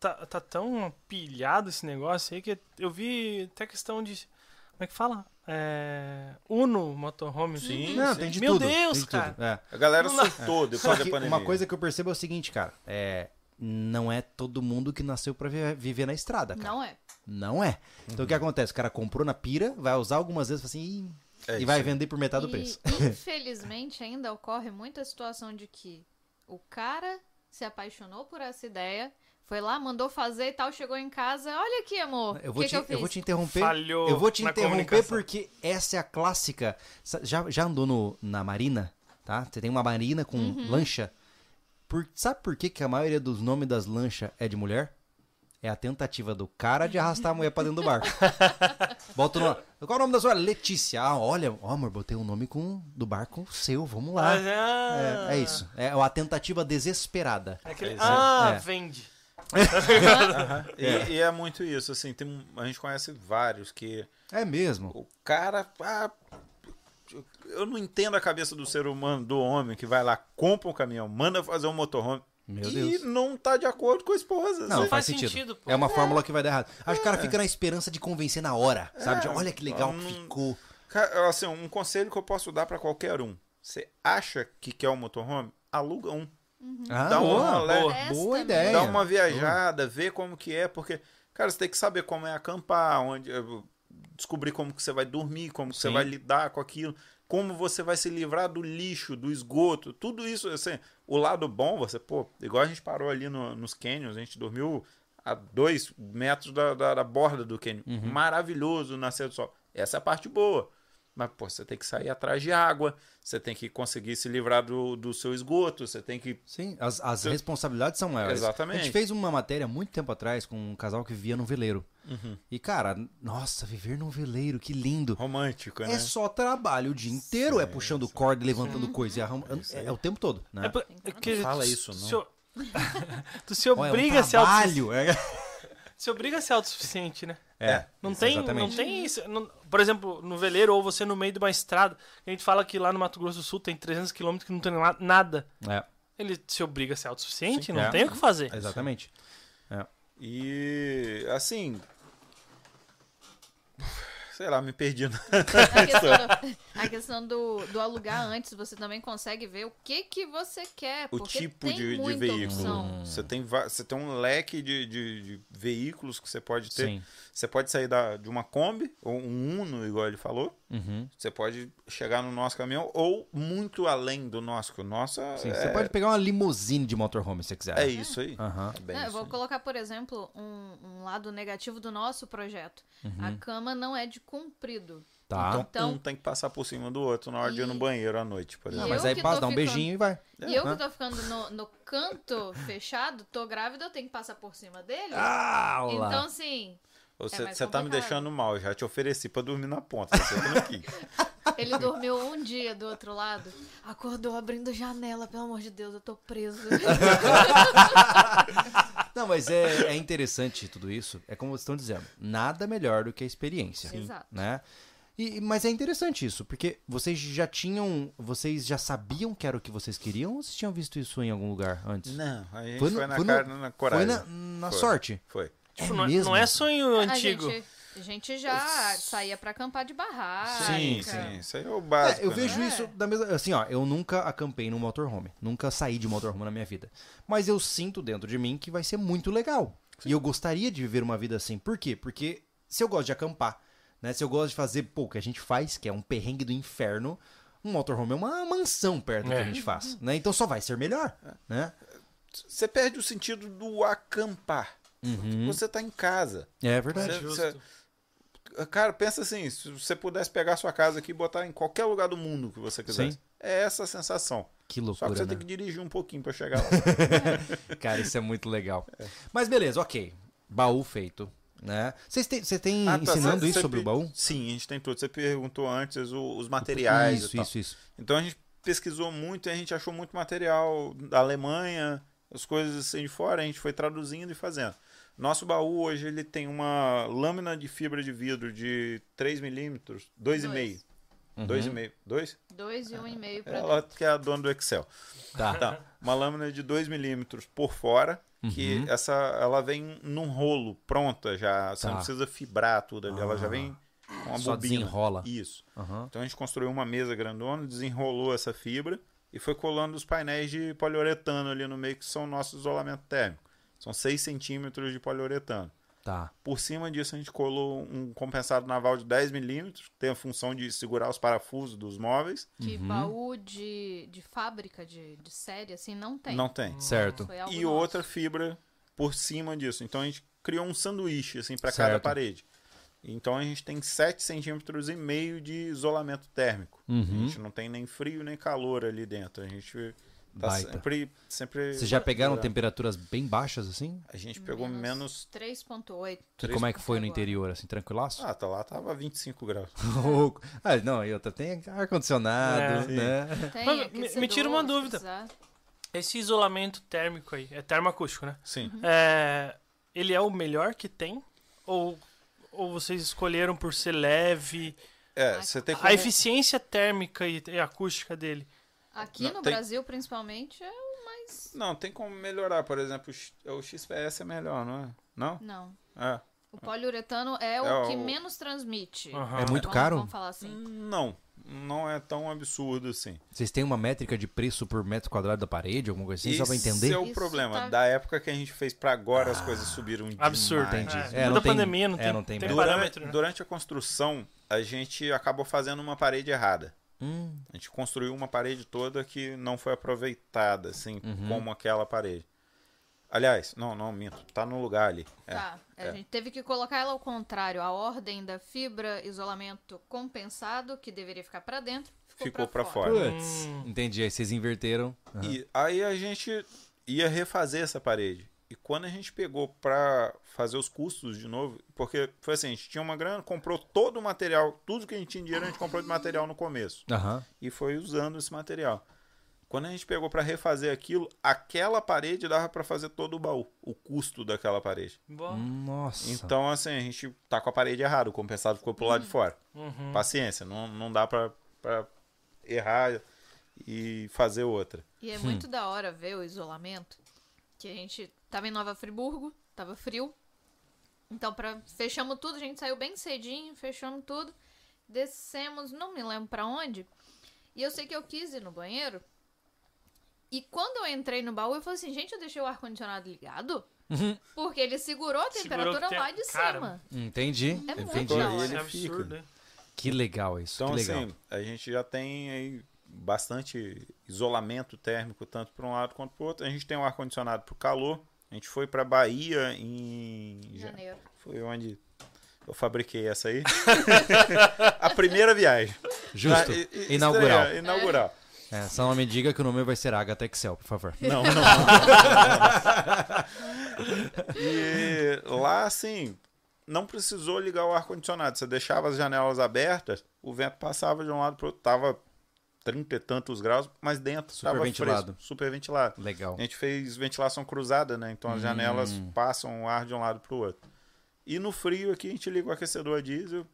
tá, tá tão pilhado esse negócio aí que eu vi até questão de. Como é que fala? É, Uno Motorhome. Sim, Não, sim. tem de Meu tudo. Deus, tem de cara. tudo, é. A galera Não dá. surtou Só depois da que pandemia. uma coisa que eu percebo é o seguinte, cara. É, não é todo mundo que nasceu pra vi- viver na estrada, cara. Não é. Não é. Então o Uhum. que acontece? O cara comprou na pira, vai usar algumas vezes fala assim, "Ih", É e isso vai aí. vender por metade Tá do E, preço. Infelizmente, ainda ocorre muita situação de que o cara se apaixonou por essa ideia, foi lá, mandou fazer e tal, chegou em casa, olha aqui, amor, Eu o vou, que, te, que eu fiz? vou te interromper. Falhou eu vou te na interromper comunicação. porque essa é a clássica. Sa- Já, já andou no- na marina, tá? Você tem uma marina com lancha. Por- sabe por que, que a maioria dos nomes das lanchas é de mulher? É a tentativa do cara de arrastar a mulher pra dentro do barco. Bota o nome. Qual é o nome da sua? Letícia. Ah, olha, ó, amor, botei o nome com, do barco seu, vamos lá. Mas, ah, É, é isso. É uma tentativa desesperada. é aquele- É isso aí. ah, É. vende. E- E, é muito isso, assim, tem, um- a gente conhece vários que É mesmo. o cara. ah, eu não entendo a cabeça do ser humano, do homem, que vai lá, compra um caminhão, manda fazer um motorhome Meu e Deus. não tá de acordo com a esposa. Não, faz, assim. faz sentido. sentido, pô. é uma fórmula que vai dar errado. Acho que o cara fica na esperança de convencer na hora, sabe? De, Olha que legal que hum. ficou. Ca- Assim, um conselho que eu posso dar pra qualquer um. Você acha que quer um motorhome? Aluga um. Ah, Dá um boa, rolê. boa, Testa, boa né? ideia. Dá uma viajada, Uhum. vê como que é, porque, cara, você tem que saber como é acampar, onde eh, descobrir como que você vai dormir, como que você Sim. vai lidar com aquilo, como você vai se livrar do lixo, do esgoto, tudo isso, assim, o lado bom, você, pô, igual a gente parou ali no- nos canyons, a gente dormiu a dois metros da, da- da borda do canyon, Uhum. maravilhoso o nascer do sol, essa é a parte boa. Mas, pô, você tem que sair atrás de água, você tem que conseguir se livrar do, do seu esgoto, você tem que Sim, as, as responsabilidades são maiores. Exatamente. A gente fez uma matéria muito tempo atrás com um casal que vivia num veleiro. E, cara, nossa, viver num veleiro, que lindo. Romântico, né? É só trabalho o dia inteiro, é puxando corda, levantando coisa e arrumando. É, é o tempo todo, né? É por- é que Não fala tu- isso, não. se o- tu se Ó, é um obriga a ser autossuficiente. trabalho. É, Se obriga a ser autossuficiente, né? É, Não tem, não exatamente. tem isso. não- por exemplo, no veleiro ou você no meio de uma estrada. A gente fala que lá no Mato Grosso do Sul tem 300 quilômetros que não tem lá nada. É, Ele se obriga a ser autossuficiente, Sim, não é. tem o que fazer. exatamente. É. E assim. Sei lá, me perdi. né? A questão, do, a questão do- do alugar antes, você também consegue ver o que, que você quer, O porque tipo tem de, de muita veículo. Hum, opção. Você, tem, va- você tem um leque de, de- de veículos que você pode ter. Sim. Você pode sair da- de uma Kombi, ou um Uno, igual ele falou. Uhum. Você pode chegar no nosso caminhão, ou muito além do nosso. que o nosso é, Sim, Você pode pegar uma limusine de motorhome se você quiser. é isso aí. Aham. É bem Não, eu isso vou aí. colocar, por exemplo, um, um lado negativo do nosso projeto. A cama não é de comprido. Uhum. Tá. Então, Então- um tem que passar por cima do outro na hora de ir no E- banheiro à noite, por e é Ah, exemplo. eu mas aí que passa, tô dá um ficando- beijinho e vai. e eu né? que tô ficando no, no canto fechado, tô grávida, eu tenho que passar por cima dele. Ah, olá. então, assim, Você mais você tá me complicado. deixando mal, eu já te ofereci pra dormir na ponta. tá Você que não quis. ele dormiu um dia do outro lado, acordou abrindo janela, pelo amor de Deus, eu tô preso. É Não, mas é, é interessante tudo isso. É como vocês estão dizendo. Nada melhor do que a experiência. Sim. Exato. Né? E, e- mas é interessante isso, porque vocês já tinham. Vocês já sabiam que era o que vocês queriam ou vocês tinham visto isso em algum lugar antes? Não, a gente Foi foi, no- na foi no- cara, na Foi coragem. na, na Foi. sorte. Foi. Tipo, É não, mesmo? não é sonho A antigo. gente, a gente já saía pra acampar de barraca. Sim, sim. Isso aí é o básico. É, eu né? vejo É. isso da mesma. Assim, ó, eu nunca acampei no motorhome. Nunca saí de motorhome na minha vida. Mas eu sinto dentro de mim que vai ser muito legal. E eu gostaria de viver uma vida assim. Por quê? Porque se eu gosto de acampar, né? Se eu gosto de fazer, pô, o que a gente faz, que é um perrengue do inferno, um motorhome é uma mansão perto do que É. a gente faz. Né? Então só vai ser melhor. É. Né? Você perde o sentido do acampar. Uhum. Você tá em casa. É verdade. Você- você- Cara, pensa assim, se você pudesse pegar sua casa aqui e botar em qualquer lugar do mundo que você quisesse. Sim. É essa a sensação. Que Só que loucura, você né? tem que dirigir um pouquinho pra chegar lá. Cara, isso é muito legal. Mas beleza, ok. Baú feito. Né? Vocês têm, você tem Ah, tá. ensinando Você- isso você sobre o pe- baú? Sim, a gente tem tudo. Você perguntou antes o- os materiais. isso, e tal. isso, isso. Então a gente pesquisou muito e a gente achou muito material da Alemanha, as coisas assim de fora, a gente foi traduzindo e fazendo. Nosso baú hoje ele tem uma lâmina de fibra de vidro de 3 milímetros, 2,5. Uhum. 2,5. 2? Dois e um e meio pra Ela que é a dona do Excel. Tá. Tá. Uma lâmina de 2 milímetros por fora, Uhum. que essa ela vem num rolo pronta já. Você Tá. Ah. não precisa fibrar tudo ali, ela já vem com uma Só bobina. desenrola. Isso. Aham. Então a gente construiu uma mesa grandona, desenrolou essa fibra e foi colando os painéis de poliuretano ali no meio, que são nosso isolamento térmico. São 6 centímetros de poliuretano. Tá. Por cima disso, a gente colou um compensado naval de 10 milímetros, que tem a função de segurar os parafusos dos móveis. que baú de, de fábrica, de, de série, assim, não tem. Não tem. Certo. Foi algo E Então, nosso. outra fibra por cima disso. Então a gente criou um sanduíche assim para cada Certo. parede. Então a gente tem 7 centímetros e meio de isolamento térmico. Uhum. A gente não tem nem frio nem calor ali dentro. A gente tá Baita. sempre, sempre. Vocês já pegaram temperaturas bem baixas assim? A gente pegou menos. 3.8. E como é que foi no interior, assim, tranquilaço? Ah, tá lá, tava 25 graus. Louco. Ah, não, e outra tem É, ar-condicionado, sim. né? Tem Mas me- me tira aquecedor, uma se dúvida. precisar. Esse isolamento térmico aí, é termoacústico, né? Sim. Uhum. É, ele é o melhor que tem? Ou, ou vocês escolheram por ser leve? É, você tem A como... eficiência térmica e, e acústica dele. Aqui Não, no tem- Brasil, principalmente, é o mais... Não, tem como melhorar, por exemplo, o X- o XPS é melhor, não é? Não? Não. É. O poliuretano é, É o que o- Hum. menos transmite. Aham. É muito Vamos- caro? Vamos falar assim. Não, não é tão absurdo assim. Vocês têm uma métrica de preço por metro quadrado da parede, alguma coisa assim? Só pra entender? Esse é o Isso problema. tá- Da época que a gente fez pra agora, as coisas subiram demais. Absurdo. Entendi. É, É, não da tem- pandemia, não é, tem, não tem tem mesmo. parâmetro, Durante, né? durante a construção, a gente acabou fazendo uma parede errada. Hum, A gente construiu uma parede toda que não foi aproveitada, assim, Uhum. como aquela parede. Aliás, não, não, minto. Tá no lugar ali. É. Tá. A gente teve que colocar ela ao contrário. A ordem da fibra, isolamento compensado, que deveria ficar pra dentro, ficou, Ficou pra, pra fora. fora. putz. Hum. Entendi. Aí vocês inverteram. Aham. E aí a gente ia refazer essa parede. E quando a gente pegou pra fazer os custos de novo, porque foi assim, a gente tinha uma grana, comprou todo o material, tudo que a gente tinha dinheiro, a gente comprou de material no começo. Aham. e foi usando esse material. Quando a gente pegou para refazer aquilo, aquela parede dava para fazer todo o baú, o custo daquela parede. Boa. Hum, Nossa. Então, assim, a gente tá com a parede errada, o compensado ficou pro lado de fora. Paciência, não, não dá para errar e fazer outra. E é muito da hora ver o isolamento. Que a gente tava em Nova Friburgo, tava frio. Então, pra, fechamos tudo, a gente saiu bem cedinho, fechamos tudo. Descemos, não me lembro pra onde. E eu sei que eu quis ir no banheiro. E quando eu entrei no baú, eu falei assim, gente, eu deixei o ar-condicionado ligado? Uhum. Porque ele segurou a Segurou o temperatura te- lá de Cara, cima. Entendi. É muito Entendi. da Ele Isso é hora. fica. absurdo, hein? Que legal isso. Então, que legal. assim, a gente já tem aí bastante isolamento térmico, tanto para um lado quanto para outro. A gente tem um ar-condicionado para calor. A gente foi para Bahia em ja- Janeiro. Foi onde eu fabriquei essa aí. a primeira viagem. Justo. Ah, e- e- Inaugural. estreia, inaugural. É, só não me diga que o nome vai ser Agatha Excel, por favor. Não, não. e lá, assim, não precisou ligar o ar-condicionado. Você deixava as janelas abertas, o vento passava de um lado pro outro. Tava trinta e tantos graus, mas dentro Super tava fresco, ventilado. super ventilado. Legal. A gente fez ventilação cruzada, né? Então as janelas Hum. passam o ar de um lado pro outro. E no frio aqui a gente liga o aquecedor a diesel,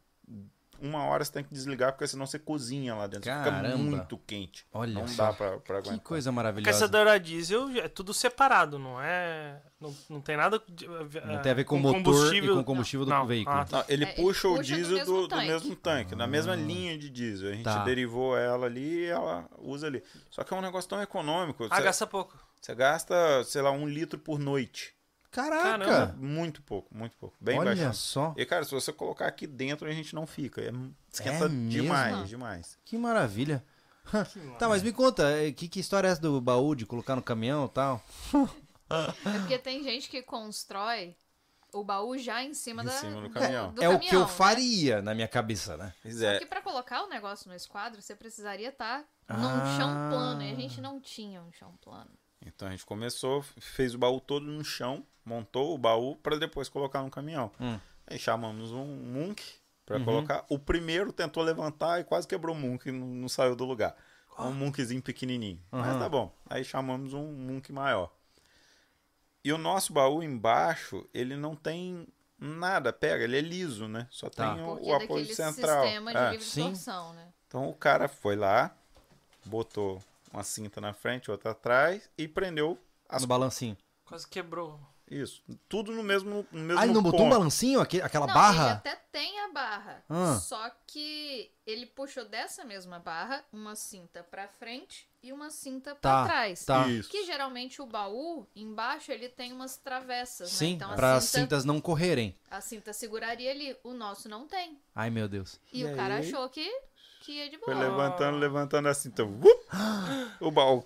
uma hora você tem que desligar, porque senão você cozinha lá dentro. Caramba. Fica muito quente. Olha Não só. dá pra, pra Que aguentar. coisa maravilhosa. Caçador a diesel é tudo separado, não é. Não, não tem nada. de- Não eh, tem a ver com o motor e combustível. com o combustível do Não, veículo. ah, Não, ele É, ele puxa o puxa do diesel mesmo do, do tanque. mesmo tanque, da mesma linha de diesel. A gente Tá. derivou ela ali e ela usa ali. Só que é um negócio tão econômico. Ah, Você gasta pouco. você gasta, sei lá, um litro por noite. Caraca! Caramba. Muito pouco, muito pouco. Bem Olha baixo. só, E, cara, se você colocar aqui dentro, a gente não fica. É, esquenta É mesmo? demais, demais. que maravilha. Tá, mas me conta, eh, que, que história é essa do baú de colocar no caminhão e tal? É porque tem gente que constrói o baú já em cima, Em da, cima do caminhão. do é o que eu né? faria na minha cabeça, né? Pois é. Porque pra colocar o negócio no esquadro, você precisaria estar Ah. num chão plano. E a gente não tinha um chão plano. Então a gente começou, fez o baú todo no chão, montou o baú para depois colocar no caminhão. Hum. Uhum. Aí chamamos um Munk para colocar. O primeiro tentou levantar e quase quebrou o Munk, não, não saiu do lugar. Um Monkzinho pequenininho. Mas Aham. tá bom. Aí chamamos um Munk maior. E o nosso baú embaixo, ele não tem nada, pega, ele é liso, né? Só Tá. tem o, Porque é o apoio daquele central. sistema de É. livre sim. torção, né? Então o cara foi lá, botou uma cinta na frente, outra atrás e prendeu as No balancinho. Quase quebrou. isso. Tudo no mesmo, no mesmo Ah, ele não botou um ponto. balancinho? Aque- Aquela não, ele barra? até tem a barra. Ah. Só que ele puxou dessa mesma barra uma cinta pra frente e uma cinta pra Tá, trás. tá. Isso. Que geralmente o baú, embaixo, ele tem umas travessas, né? Sim, Então a para as cinta, cintas não correrem. a cinta seguraria ali. O nosso não tem. Ai, meu Deus. E, E o cara aí? achou que, que ia de Foi boa. levantando, levantando assim. Então, vup, o baú.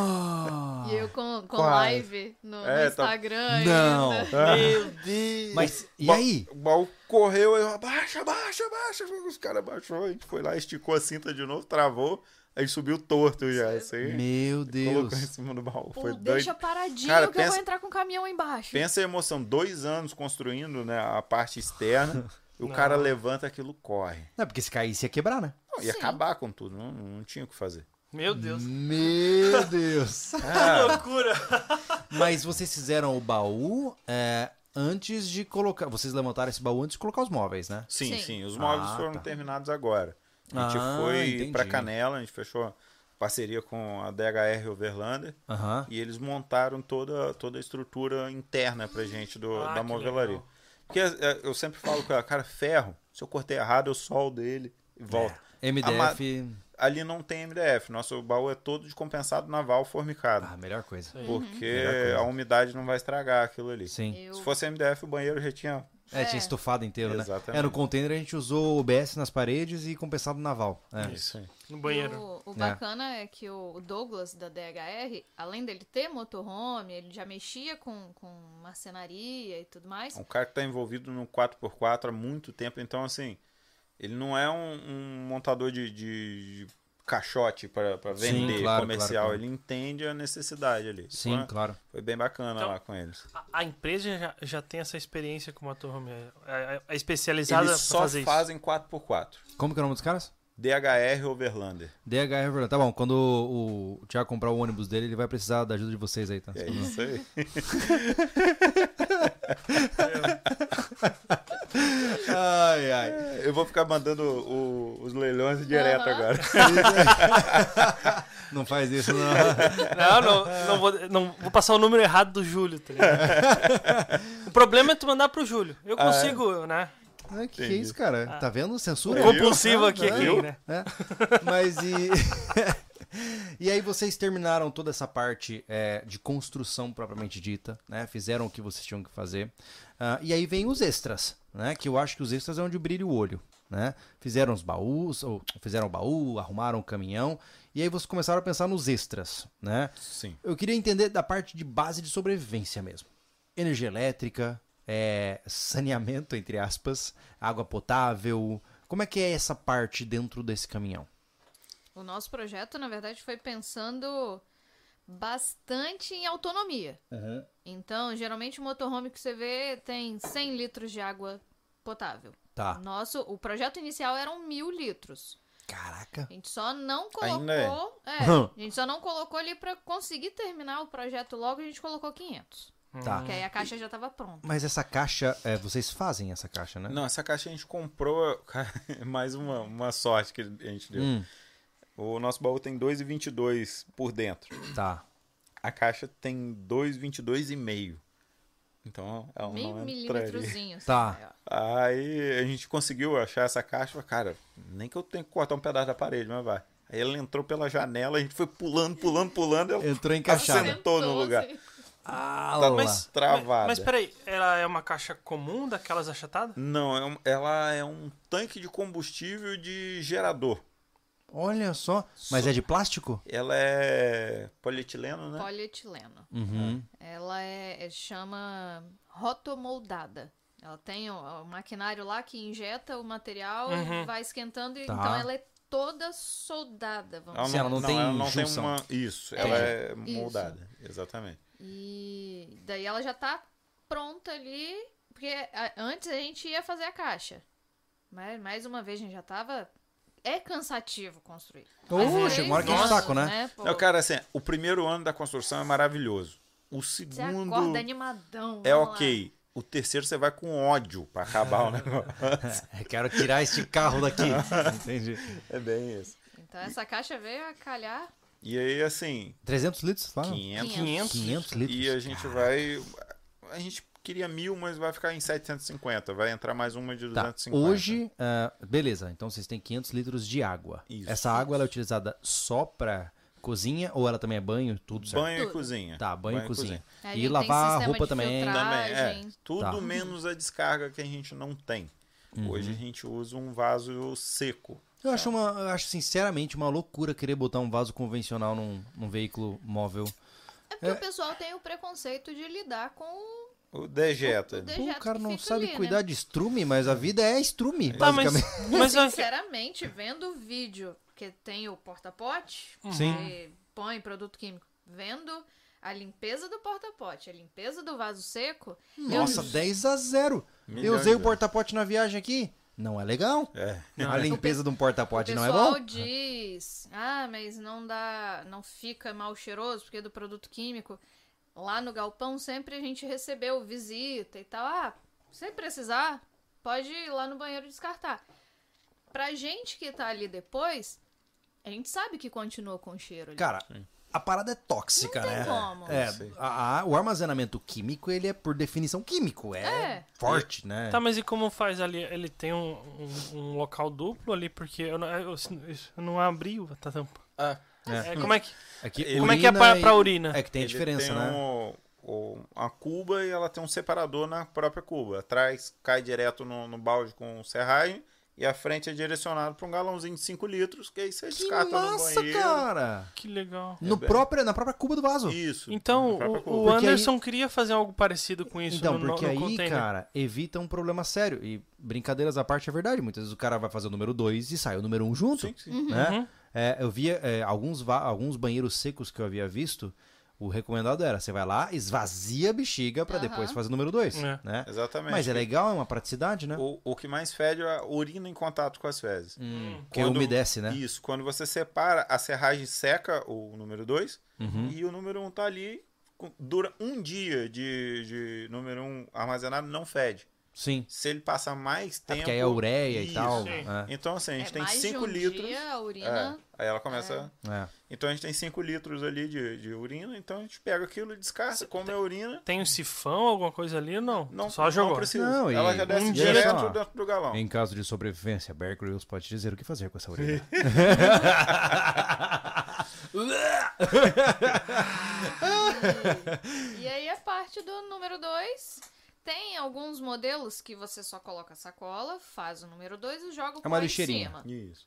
Ah, E eu com, com Quase. live no, no É, tá- Instagram. Não. ainda. Meu Deus! Ah. Mas, e Ba- aí? O baú correu, eu, abaixa, abaixa, abaixa. Os caras abaixou, a gente foi lá, esticou a cinta de novo, travou, aí subiu torto já, assim. Meu Deus. Colocou em cima do baú. Pô, foi doido. deixa paradinho Cara, que eu pensa- vou entrar com o caminhão aí embaixo. Pensa a emoção, dois anos construindo né, a parte externa, e o Não. cara levanta aquilo, corre. Não, porque se caísse ia quebrar, né? Não, ia Sim. acabar com tudo, não, não tinha o que fazer. Meu Deus! Hum. Meu Deus. Que Ah, loucura! Mas vocês fizeram o baú é, antes de colocar. Vocês levantaram esse baú antes de colocar os móveis, né? Sim, Sim. sim, os móveis Ah, foram tá. terminados agora. A gente Ah, foi entendi. para Canela, a gente fechou parceria com a DHR Overlander Aham. e eles montaram toda, toda a estrutura interna pra gente do, Ah, da que movelaria. legal. Porque é, eu sempre falo com ela, cara, ferro, se eu cortei errado, eu soldo ele e É. volto. MDF. Ali não tem MDF, nosso baú é todo de compensado naval formicado. Ah, melhor coisa. porque Melhor coisa. a umidade não vai estragar aquilo ali. Sim. Eu- Se fosse MDF, o banheiro já tinha É, tinha É. estufado inteiro, né? Exatamente. É, no container a gente usou OBS nas paredes e compensado naval. É. isso aí. No banheiro. O, o bacana é. que o Douglas da DHR, além dele ter motorhome, ele já mexia com, com marcenaria e tudo mais. É um cara que está envolvido no 4x4 há muito tempo, então assim, ele não é um, um montador de, de- de caixote para Sim, vender claro, comercial, claro, claro. ele entende a necessidade ali. Sim, foi, claro. foi bem bacana Então, lá com eles. A, a empresa já, já tem essa experiência com o motorhome. É, é- é especializada Eles pra só fazer isso. fazem 4x4. Como que é o nome dos caras? DHR Overlander. DH Reverend. Tá bom, quando o, o Thiago comprar o ônibus dele, ele vai precisar da ajuda de vocês aí, tá? É isso aí. Ai, ai. É, Eu vou ficar mandando o- os leilões direto Aham. agora. Não faz isso, não. Não, não, não vou, não vou passar o número errado do Júlio. Tá ligado? o problema é tu mandar pro Júlio. Eu é. consigo, né? Ah, que, que é isso, cara? Tá vendo? Censura? Compulsivo aqui, Ah, aqui, viu? né? né? Mas e. e aí vocês terminaram toda essa parte é, de construção propriamente dita, né? Fizeram o que vocês tinham que fazer. Ah, e aí vem os extras, né? Que eu acho que os extras é onde brilha o olho, né? Fizeram os baús, ou fizeram o baú, arrumaram o caminhão. E aí vocês começaram a pensar nos extras, né? Sim. Eu queria entender da parte de base de sobrevivência mesmo. Energia elétrica, é, saneamento, entre aspas, água potável. Como é que é essa parte dentro desse caminhão? O nosso projeto, na verdade, foi pensando bastante em autonomia. Uhum. Então, geralmente o motorhome que você vê tem 100 litros de água potável. Tá. Nosso, o projeto inicial eram mil litros. Caraca. A gente só não colocou. Ainda é. é, a gente só não colocou ali pra conseguir terminar o projeto logo, a gente colocou 500. Tá. Porque aí a caixa já tava pronta. Mas essa caixa, é, vocês fazem essa caixa, né? Não, essa caixa a gente comprou. cara, mais uma, uma sorte que a gente deu. Hum, O nosso baú tem 2,22 por dentro. tá. A caixa tem 2,22,5. Então ela Meio não entraria. milímetrozinho. Tá. assim, ó. Aí a gente conseguiu achar essa caixa. falei, Cara, nem que eu tenha que cortar um pedaço da parede, mas vai. Aí ela entrou pela janela, a gente foi pulando, pulando, pulando. Ela Entrou encaixada. Sentou no Sentou, lugar. assim. Ah, tá lá. mais travada. Mas peraí, ela é uma caixa comum daquelas achatadas? Não, é um- ela é um tanque de combustível de gerador. Olha só. Mas é de plástico? Ela é polietileno, né? Polietileno. Uhum. Ela é, é- chama rotomoldada. Ela tem o, o maquinário lá que injeta o material Uhum. e vai esquentando. e Tá. Então ela é toda soldada, vamos Sim, dizer. ela não tem ela não tem junção. uma. Isso, ela é Entendi. moldada. Exatamente. E daí ela já tá pronta ali. Porque a- antes a gente ia fazer a caixa. Mas mais uma vez a gente já tava. É cansativo construir. Faz Ô, três chega uma hora que enche o anos, saco, né? pô? Não, cara, assim, o primeiro ano da construção é maravilhoso. O Você segundo acorda animadão. é vamos lá. ok. O terceiro você vai com ódio pra acabar o negócio. É, Quero tirar este carro daqui. Entendi. É bem isso. Então essa caixa veio a calhar. E aí, assim, 300 litros? Fala. 500. 500. 500 Ah, litros. E a gente vai. A gente queria mil, mas vai ficar em 750. Vai entrar mais uma de Tá. 250. Hoje, ah, beleza, então vocês têm 500 litros de água. Isso. Essa água ela é utilizada só pra cozinha ou ela também é banho, tudo certo? Banho e Tudo. cozinha. Tá, banho, e cozinha. É, Aí E tem lavar a sistema roupa de também. filtrar. Também, é. Filtragem. Tudo Tá. Uhum. menos a descarga que a gente não tem. Hoje a gente usa um vaso seco. Eu acho, uma, eu acho sinceramente uma loucura querer botar um vaso convencional num, num veículo móvel. É porque o pessoal tem o preconceito de lidar com o O dejeto. dejeto Pô, o que cara não fica sabe ali, cuidar né? de estrume, mas a vida é estrume, Tá, mas, basicamente. mas assim, vai fi- Sinceramente, vendo o vídeo, que tem o porta-pote, Uhum. Sim. que põe produto químico, vendo a limpeza do porta-pote, a limpeza do vaso seco, Nossa, 10 a 0. Eu Milhões usei o de- porta-pote na viagem aqui. Não é legal. É. A limpeza de um o porta-pote não é pessoal bom. diz, ah, mas não dá, não fica mal cheiroso porque é do produto químico. Lá no galpão sempre a gente recebeu visita e tal. Ah, se precisar, pode ir lá no banheiro descartar. Pra gente que tá ali depois, a gente sabe que continua com cheiro ali. Cara, a parada é tóxica, Não tem né? como. É, Sim. a- a- o armazenamento químico, ele é por definição químico, é, É. forte, né? Tá, mas e como faz ali? Ele tem um, um- um local duplo ali, porque eu não, eu, eu não abri o- a tampa. Ah, É, como é que, É que como é, que é pra, e- pra urina? É que tem a diferença, tem né? um- um- a cuba e ela tem um separador na própria cuba. Atrás cai direto no, no balde com serragem e a frente é direcionado para um galãozinho de 5 litros, que aí você Que descarta massa, no banheiro. cara! Que legal. No bem- próprio, na própria cuba do vaso. Isso. na Então, própria o, o cuba. Porque aí- Anderson queria fazer algo parecido com isso Então, no, no, porque no aí, container. cara, evita um problema sério. E brincadeiras à parte é verdade. Muitas vezes o cara vai fazer o número 2 e sai o número 1 um junto. Sim, sim. né? Uhum. É, eu via é, alguns, va- alguns banheiros secos que eu havia visto. O recomendado era, você vai lá, esvazia a bexiga pra Aham. depois fazer o número 2, É. né? Exatamente. Mas é legal, é uma praticidade, né? Hum, O, o que mais fede é a urina em contato com as fezes. Que umedece, né? Isso. Quando você separa, a serragem seca o número 2 Uhum. e o número 1 um tá ali, com- dura um dia de, de número 1 um armazenado, não fede. Sim. Se ele passa mais É tempo. porque aí é ureia e Isso. tal. Sim. É, Então, assim, a gente É tem mais 5 de um litros. dia a urina. É, aí ela começa. é. Então a gente tem 5 litros ali de, de urina, então a gente pega aquilo e descarta, come a urina. Tem um sifão, alguma coisa ali ou não? Não, Só jogou. não precisa. Não, e- ela já desce Um dia direto só. dentro do galão. Em caso de sobrevivência, Bear Grylls pode dizer o que fazer com essa urina. E aí a parte do número 2. Tem alguns modelos que você só coloca a sacola, faz o número 2 e É joga o pó uma em lixeirinha. cima. Isso.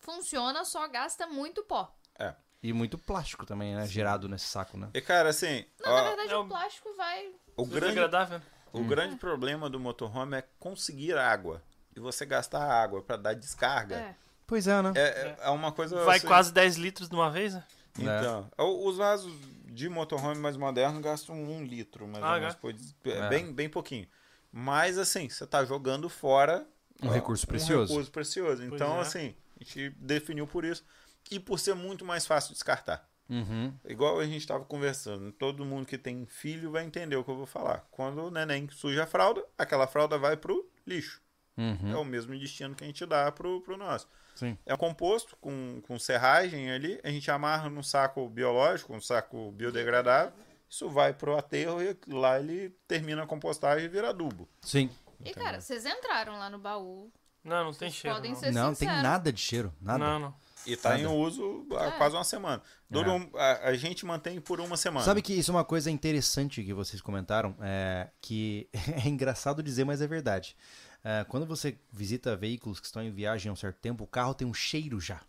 Funciona, só gasta muito pó. É. Uhum. e muito plástico também, né? Gerado nesse saco, né? E cara, assim, Não, ó, na verdade é o o- plástico vai. o um grande Desagradável. Hum. O grande problema do motorhome é conseguir água. E você gastar água pra dar descarga É. Pois é, né? é, é, é uma coisa. Vai assim, quase 10 litros de uma vez, né? Então, o- os vasos de motorhome mais modernos gastam um litro, mais Ah, ou menos. é? por des- é, É. Bem, bem pouquinho. Mas, assim, você tá jogando fora. Um ó, recurso precioso. Um recurso precioso. Então, é. assim, a gente definiu por isso. E por ser muito mais fácil descartar. Uhum. Igual a gente estava conversando, todo mundo que tem filho vai entender o que eu vou falar. Quando o neném suja a fralda, aquela fralda vai pro lixo. Uhum. É o mesmo destino que a gente dá pro, pro nosso. Sim. É um composto com, com serragem ali, a gente amarra num saco biológico, um saco biodegradável, isso vai pro aterro e lá ele termina a compostagem e vira adubo. Sim. E, cara, vocês entraram lá no baú. Não, não tem Vocês cheiro. podem não. ser- Ser não, tem sincero. nada de cheiro. Nada. não, não. E tá Nada. em uso há É. quase uma semana. Dura É. um- a, a gente mantém por uma semana. Sabe que isso é uma coisa interessante que vocês comentaram, é, que é engraçado dizer, mas é verdade. É, quando você visita veículos que estão em viagem há um certo tempo, o carro tem um cheiro já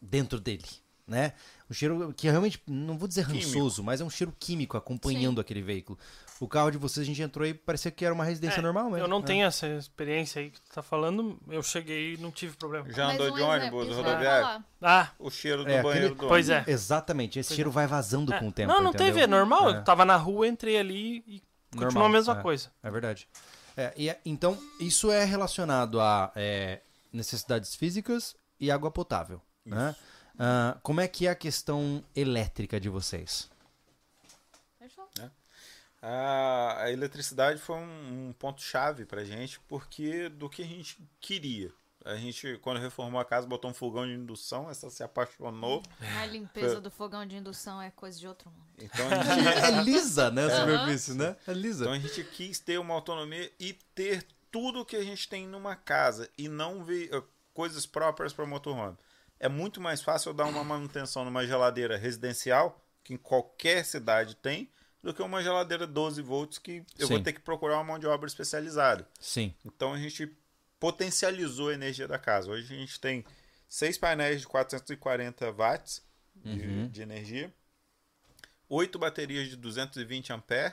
dentro dele, né? Um cheiro que realmente, não vou dizer Químico. rançoso, mas é um cheiro químico acompanhando aquele veículo. O carro de vocês, a gente entrou e parecia que era uma residência É, normal mesmo. Eu não né? tenho essa experiência aí que tu tá falando. Eu cheguei e não tive problema. Já Mas andou um de exemplo, ônibus, isso que eu ia rodoviário? falar. Ah, O cheiro do É, aquele- banheiro do Pois é. Exatamente, esse cheiro vai vazando é. com o tempo. não, não entendeu? teve, é normal. É. Eu tava na rua, entrei ali e continua Normal, a mesma é. coisa. É verdade. É, e é- então, isso é relacionado a é, necessidades físicas e água potável. Né? Ah, como é que é a questão elétrica de vocês? Fechou. A, a eletricidade foi um, um ponto-chave pra gente, porque do que a gente queria. A gente, quando reformou a casa, botou um fogão de indução, essa se apaixonou. A limpeza do fogão de indução é coisa de outro mundo. Então a gente, É lisa, né? Aham. Superfície, né? É lisa. então a gente quis ter uma autonomia e ter tudo que a gente tem numa casa e não ver eh, coisas próprias para motorhome. É muito mais fácil eu dar uma manutenção numa geladeira residencial, que em qualquer cidade tem, do que uma geladeira 12 volts que eu vou Sim. ter que procurar uma mão de obra especializada. Sim. Então a gente potencializou a energia da casa. Hoje a gente tem seis painéis de 440 watts de, Uhum. de energia, oito baterias de 220 ampere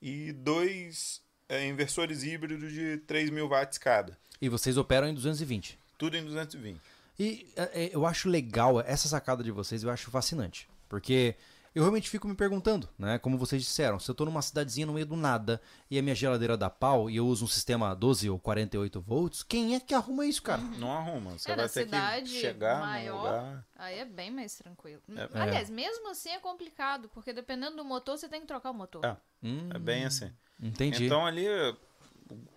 e dois é, inversores híbridos de 3.000 watts cada. E vocês operam em 220. Tudo em 220. E é, é, eu acho legal essa sacada de vocês, eu acho fascinante. Porque eu realmente fico me perguntando, né? Como vocês disseram, se eu tô numa cidadezinha no meio do nada e a minha geladeira dá pau e eu uso um sistema 12 ou 48 volts, quem é que arruma isso, cara? Não arruma. Você É, vai na ter que cidade chegar no maior, lugar. Aí é bem mais tranquilo. É. Aliás, mesmo assim é complicado, porque dependendo do motor, você tem que trocar o motor. É. Hum, É bem assim. Entendi. Então ali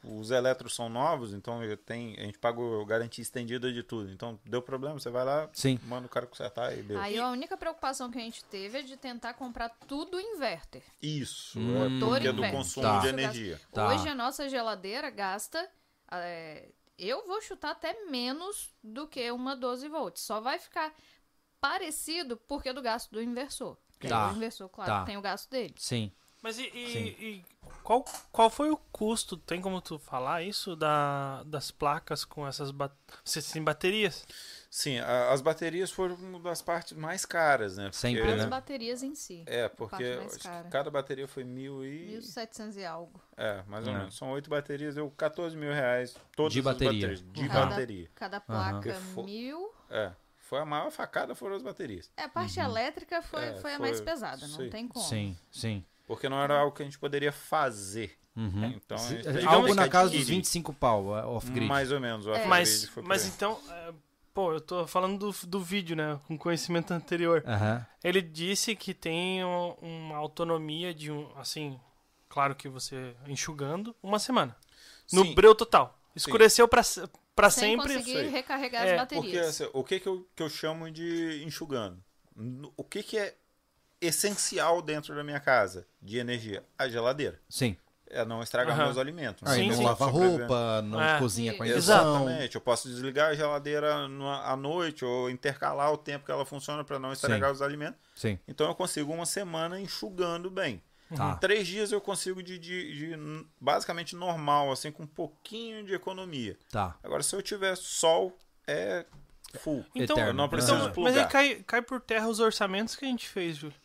os elétrons são novos, então eu tenho- a gente pagou garantia estendida de tudo. Então deu problema, você vai lá, Sim. manda o cara consertar e deu. Aí a única preocupação que a gente teve é de tentar comprar tudo inverter. Isso, Hum, é Motor porque é do inverter. consumo Tá. de energia. Tá. Hoje a nossa geladeira gasta. é, eu vou chutar até menos do que uma 12 volts. Só vai ficar parecido porque é do gasto do inversor. Porque Tá. O inversor, claro, Tá. tem o gasto dele. Sim. Mas e, e- Sim. e qual, qual foi o custo? Tem como tu falar isso da, das placas com essas ba- vocês têm baterias? Sim, a- as baterias foram uma das partes mais caras, né? Porque- Sempre, As né? baterias em si. É, porque Parte mais acho que cara. cada bateria foi mil e... 1.700 e algo. É, mais ou É. menos. São oito baterias, deu 14 mil reais. Todas De as bateria. baterias, de Cada- bateria. Cada Aham. placa, Que fo- mil. É, foi a maior facada foram as baterias. É, a parte elétrica foi, É, foi a mais foi- pesada, não sei. tem como. Uhum. Sim, sim. Porque não era algo que a gente poderia fazer. Uhum. Então, a gente Se- teve Algo que na casa dos adquirir. 25 pau, é, off-grid. Mais ou menos, o É. upgrade mas foi por mas aí. então, é, pô, eu tô falando do, do vídeo, né? Com conhecimento anterior. Aham. Ele disse que tem um- uma autonomia de um, assim, claro que você enxugando, uma semana. No Sim. breu total. Sim. Escureceu pra, se- pra Sem sempre. conseguir Sei. recarregar É, as Porque baterias. assim, o que, que, eu, que eu chamo de enxugando? No- O que, que é essencial dentro da minha casa de energia? A geladeira. Sim. É não estragar Aham. meus alimentos. Aí Sim, não sim. lava Sobreviver. roupa, não É. cozinha com a indução. Exatamente, eu posso desligar a geladeira no- à noite ou intercalar o tempo que ela funciona para não estragar os alimentos. Sim, Então eu consigo uma semana enxugando bem. tá. Em três dias eu consigo de, de- de n- basicamente normal, assim, com um pouquinho de economia. Tá. Agora, se eu tiver sol, é full. Então, Eterno. Eu não preciso então, mas plugar. aí cai, cai por terra os orçamentos que a gente fez, Júlio.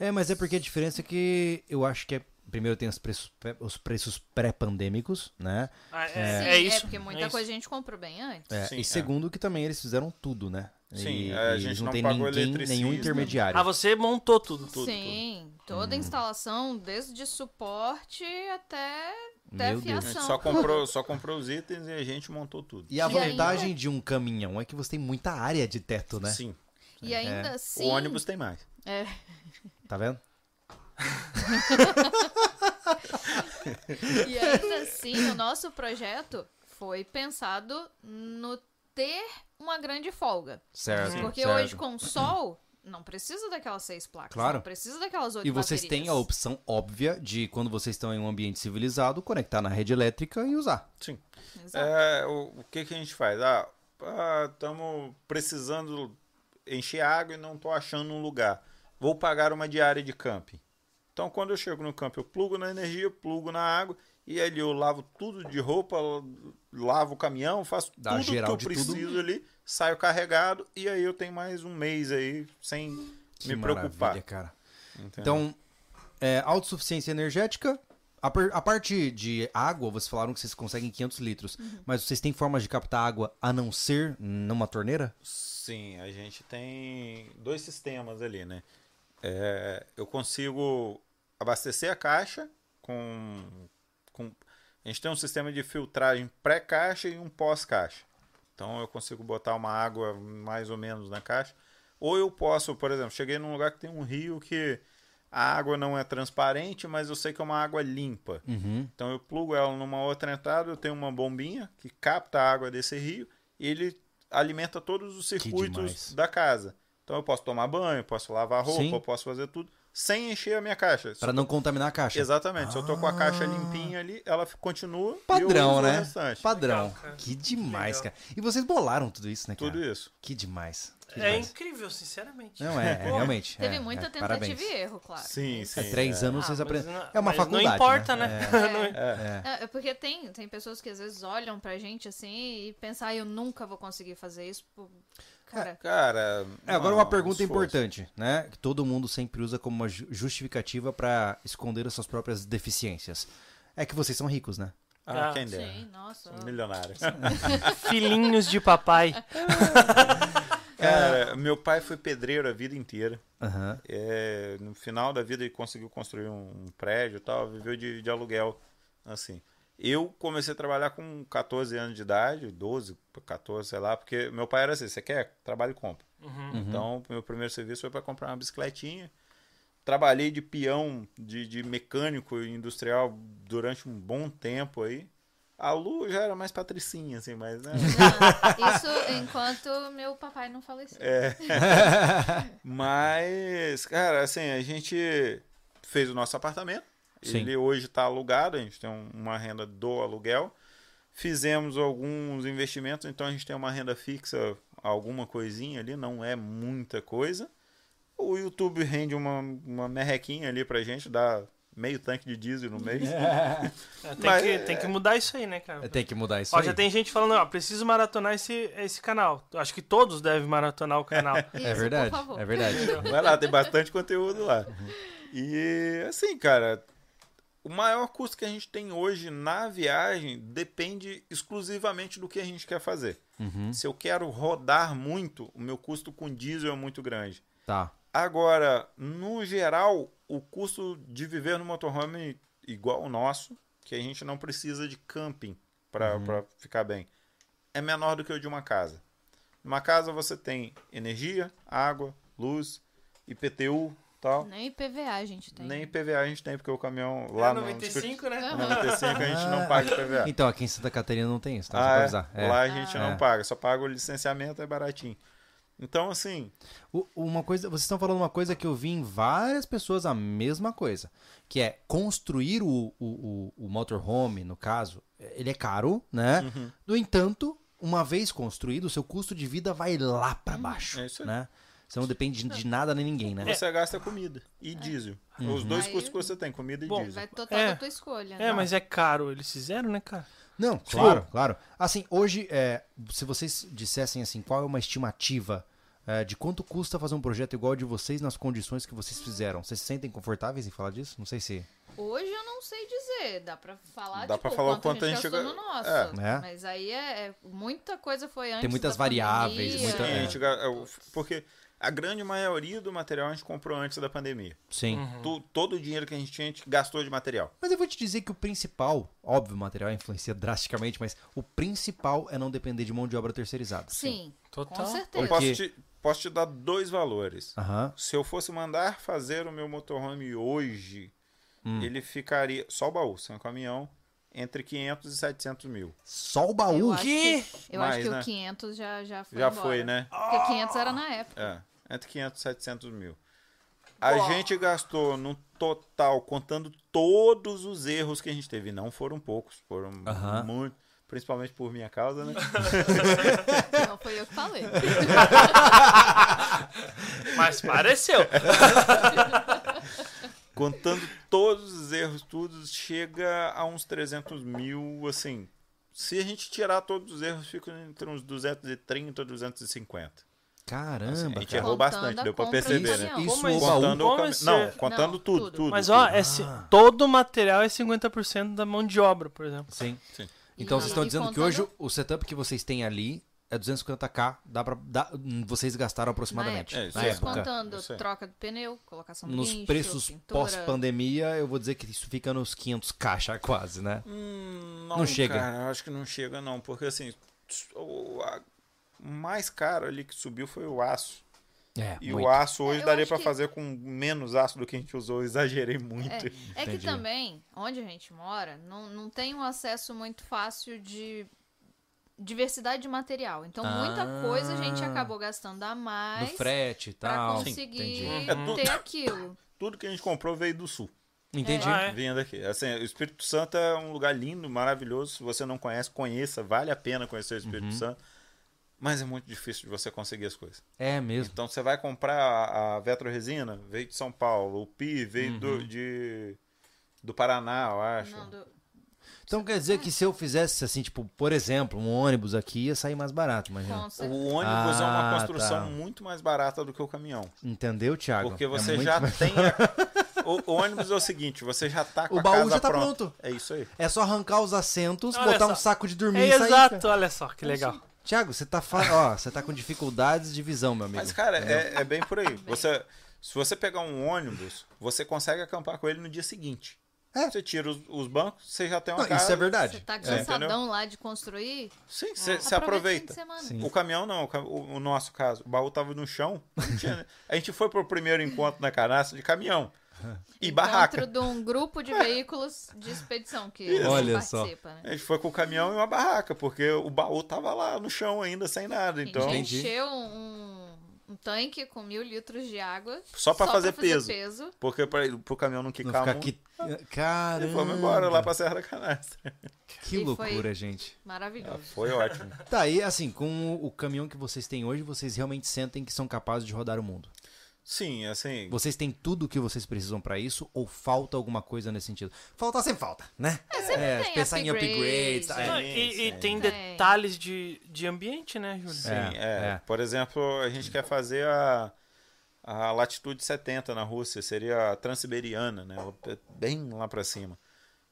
É, mas é porque a diferença é que eu acho que é. Primeiro tem os preços, pré- os preços pré-pandêmicos, né? Ah, é, Sim, é isso. porque muita é isso. coisa a gente comprou bem antes. É, Sim, e é. segundo que também eles fizeram tudo, né? Sim, é, E- a e gente eles não, não tem pagou ninguém, nenhum eletricista. intermediário. Ah, você montou tudo. Tudo, Sim, toda Uhum. a instalação, desde suporte até, até Meu A Deus. fiação. gente só comprou, só comprou os itens e a gente montou tudo. E a E ainda- vantagem de um caminhão é que você tem muita área de teto, né? Sim. E ainda assim. O ônibus tem mais. É. Tá vendo? E ainda assim, o nosso projeto foi pensado no ter uma grande folga. Certo. Porque certo. hoje, com o sol, não precisa daquelas seis placas. Claro. Não precisa daquelas oito E vocês têm a baterias. opção óbvia de, quando vocês estão em um ambiente civilizado, conectar na rede elétrica e usar. Sim. Exato. É, o, o que, que a gente faz? Ah, estamos precisando encher água e não estou achando um lugar. Vou pagar uma diária de camping. Então, quando eu chego no campo, eu plugo na energia, plugo na água e ali eu lavo tudo de roupa, lavo o caminhão, faço Dá tudo que geral eu de tudo. preciso ali, saio carregado e aí eu tenho mais um mês aí sem Que me maravilha, preocupar. cara. entendeu? Então, é, autossuficiência energética. A, per- a parte de água, vocês falaram que vocês conseguem 500 litros. Uhum. Mas vocês têm formas de captar água a não ser numa torneira? Sim, a gente tem dois sistemas ali, né? É, eu consigo abastecer a caixa com, com. A gente tem um sistema de filtragem pré-caixa e um pós-caixa. Então eu consigo botar uma água mais ou menos na caixa. Ou eu posso, por exemplo, cheguei num lugar que tem um rio que a água não é transparente, mas eu sei que é uma água limpa. Uhum. Então eu plugo ela numa outra entrada, eu tenho uma bombinha que capta a água desse rio e ele alimenta todos os circuitos demais. da casa. Então eu posso tomar banho, posso lavar roupa, Sim. eu posso fazer tudo sem encher a minha caixa. Pra não contaminar a caixa. Exatamente. Se eu tô com a caixa Ah. limpinha ali, ela f- continua e eu Padrão, uso o né? restante. Padrão. Legal, cara. que demais, Legal. cara. E vocês bolaram tudo isso, né, cara? Tudo isso. Que demais. Que É demais. incrível, sinceramente. Não, é, é, Pô, realmente. Teve é, muita é, tentativa parabéns. e erro, claro. Sim, sim. É, três é. anos Ah, vocês mas aprendem. não- É uma mas faculdade. Não importa, né? Não- É. É, é porque tem, tem pessoas que às vezes olham pra gente assim e pensam, ah, eu nunca vou conseguir fazer isso. pô, Cara, Cara. É, agora não, uma pergunta Ah, um esforço. importante, né? Que todo mundo sempre usa como uma ju- justificativa pra esconder as suas próprias deficiências. É que vocês são ricos, né? Ah, Ah, quem dera. um sim, nossa. Milionário. É. Filhinhos de papai. É, Cara, É. meu pai foi pedreiro a vida inteira. Aham. É, no final da vida ele conseguiu construir um, um prédio e tal, viveu de, de aluguel, assim. Eu comecei a trabalhar com 14 anos de idade, 12, 14, sei lá, porque meu pai era assim, você quer? Trabalho e compra. Então, meu primeiro serviço foi para comprar uma bicicletinha. Trabalhei de peão, de, de mecânico industrial durante um bom tempo aí. A Lu já era mais patricinha, assim, mas... Né? Não, Ah, isso enquanto meu papai não faleceu. É. Mas, cara, assim, a gente fez o nosso apartamento. Sim. Ele hoje está alugado, a gente tem um- uma renda do aluguel. Fizemos alguns investimentos, então a gente tem uma renda fixa, alguma coisinha ali, não é muita coisa. O YouTube rende uma, uma merrequinha ali pra gente, dá meio tanque de diesel no mês. É, tem, Mas- que, tem que mudar isso aí, né, cara? É, Tem que mudar isso Ó, aí. já tem gente falando, ó, preciso maratonar esse, esse canal. Acho que todos devem maratonar o canal. Isso, É verdade, Por favor. é verdade. Vai lá, tem bastante conteúdo lá. E assim, cara, o maior custo que a gente tem hoje na viagem depende exclusivamente do que a gente quer fazer. Se eu quero rodar muito, o meu custo com diesel é muito grande. Tá. Agora, no geral, o custo de viver no motorhome igual o nosso, que a gente não precisa de camping Uhum. para ficar bem, é menor do que o de uma casa. Numa casa você tem energia, água, luz, IPTU, tal. Nem PVA a gente tem. né? Nem IPVA a gente tem, porque o caminhão lá É no 95, né? no 95 a gente não paga IPVA. Então, aqui em Santa Catarina não tem isso, tá? Só pra É. Ah, avisar. é. É. Lá a gente Ah. É. não paga, só paga o licenciamento, é baratinho. Então, assim, O- Uma coisa, vocês estão falando uma coisa que eu vi em várias pessoas a mesma coisa, que é construir o, o, o, o motorhome, no caso, ele é caro, né? Uhum. No entanto, uma vez construído, o seu custo de vida vai lá pra baixo, É isso aí. É. né? Você não depende de nada nem ninguém, né? você gasta comida e diesel. Os dois É. Aí- custos que você tem, comida e Bom, diesel. Vai total É. da tua escolha. É, né? mas é caro. Eles fizeram, né, cara? Não, claro, claro. Assim, hoje, é, se vocês dissessem assim, qual é uma estimativa é, de quanto custa fazer um projeto igual ao de vocês nas condições que vocês fizeram, vocês se sentem confortáveis em falar disso? Não sei se... Hoje eu não sei dizer. Dá pra falar, Dá tipo, pra falar o o quanto a gente quanto a gastou gente no nosso. ga- É. Mas aí é, é- Muita coisa foi antes muitas da variáveis, pandemia. muita- Sim, é. a gente ga- é, o- porque a grande maioria do material a gente comprou antes da pandemia. Sim. Tu- todo o dinheiro que a gente tinha, a gente gastou de material. Mas eu vou te dizer que o principal, óbvio, o material influencia drasticamente, mas o principal é não depender de mão de obra terceirizada. assim. Sim, Total. com Eu certeza. posso te, Posso te dar dois valores. Aham. Se eu fosse mandar fazer o meu motorhome hoje, ele ficaria, só o baú, sem o caminhão, entre 500 e 700 mil. Só o baú. Eu acho quê? que, eu Mais, acho que né? o 500 já, já foi Já embora. foi, né? Porque 500 era na época. É, entre 500 e 700 mil. A gente gastou no total, contando todos os erros que a gente teve, não foram poucos, foram Aham. muito, principalmente por minha causa, né? Não foi eu que falei. Mas pareceu. contando todos os erros, tudo, chega a uns 300 mil, assim. Se a gente tirar todos os erros, fica entre uns 230 e 250. Assim, Caramba, a gente cara. errou Contando bastante, a deu pra compra perceber, do né? caminhão. Isso, Como o é baú. Contando o Como cami- esse- Não, contando Não, tudo, tudo. tudo. Mas tudo. ó, é ci- todo o material é 50% da mão de obra, por exemplo. Sim. Sim. Então E- vocês estão e dizendo que contando- hoje o setup que vocês têm ali é 250k, dá para vocês gastaram aproximadamente. Na É, isso Na aí. Mas época. contando Isso é. aí. troca do pneu, colocação do Nos guincho, preços pintura. pós-pandemia, eu vou dizer que isso fica nos 500 caixa quase, né? Hum, Não chega. Cara, eu acho que não chega, não. Porque assim, o a- mais caro ali que subiu foi o aço. É, E muito. o aço hoje É, eu daria acho pra que- fazer com menos aço do que a gente usou. eu Exagerei muito. É que Entendi. também, onde a gente mora, não, não tem um acesso muito fácil de diversidade de material. Então, Ah. muita coisa a gente acabou gastando a No mais frete e pra tal. conseguir Entendi. É tudo- ter aquilo. Tudo que a gente comprou veio do sul. Entendi. Ah, é? Vinha daqui. Assim, o Espírito Santo é um lugar lindo, maravilhoso. Se você não conhece, conheça. Vale a pena conhecer o Uhum. Espírito Santo. Mas é muito difícil de você conseguir as coisas. É mesmo. Então você vai comprar a, a Vetroresina, veio de São Paulo. O Pi veio Uhum. do, de, do Paraná, eu acho. Não, do- Então quer dizer que se eu fizesse assim, tipo, por exemplo, um ônibus aqui, ia sair mais barato, imagina. com certeza. O ônibus é Ah, uma construção tá. muito mais barata do que o caminhão. Entendeu, Thiago? Porque É você muito já mais- tem. a- O, o ônibus é o seguinte: você já tá com O a baú casa já tá pronta. pronto. É isso aí. É só arrancar os assentos, Olha botar só. um saco de dormir É e sair. cara. exato, olha só que legal. Tiago, você tá, fa- ó, você tá com dificuldades de visão, meu amigo. Mas, cara, é, é bem por aí. Você, se você pegar um ônibus, você consegue acampar com ele no dia seguinte. É. Você tira os, os bancos, você já tem uma Não, casa. isso é Você verdade. Ah, tá entendeu? cansadão lá de construir? ah, Sim, você, você aproveita o aproveita. fim de semana. Sim. O caminhão não, o ca- o, o nosso caso. O baú tava no chão. não tinha- né? a gente foi pro primeiro encontro na canastra de caminhão. E barraca. Dentro de um grupo de veículos de expedição que ele Olha só. participa, né? A gente foi com o caminhão e uma barraca, porque o baú tava lá no chão ainda, sem nada. A gente Então, Entendi. encheu um, um tanque com mil litros de água. Só pra fazer peso. peso. porque pra, pro caminhão não Não quicar ficar muito, aqui. e Caramba. fomos embora lá pra Serra da Canastra. Que E foi- loucura, gente. Maravilhoso. Foi ótimo. Tá, aí assim, com o caminhão que vocês têm hoje, vocês realmente sentem que são capazes de rodar o mundo. Sim, assim. Vocês têm tudo o que vocês precisam pra isso ou falta alguma coisa nesse sentido? Faltar sempre falta, né? É, sempre tem pensar em upgrades. upgrades, tá, É, Não, é. isso, e, e é. tem É. detalhes de, de ambiente, né, Júlio? Sim, é, é. Por exemplo, a gente quer fazer a, a latitude 70 na Rússia, seria a transiberiana, né? Bem lá pra cima.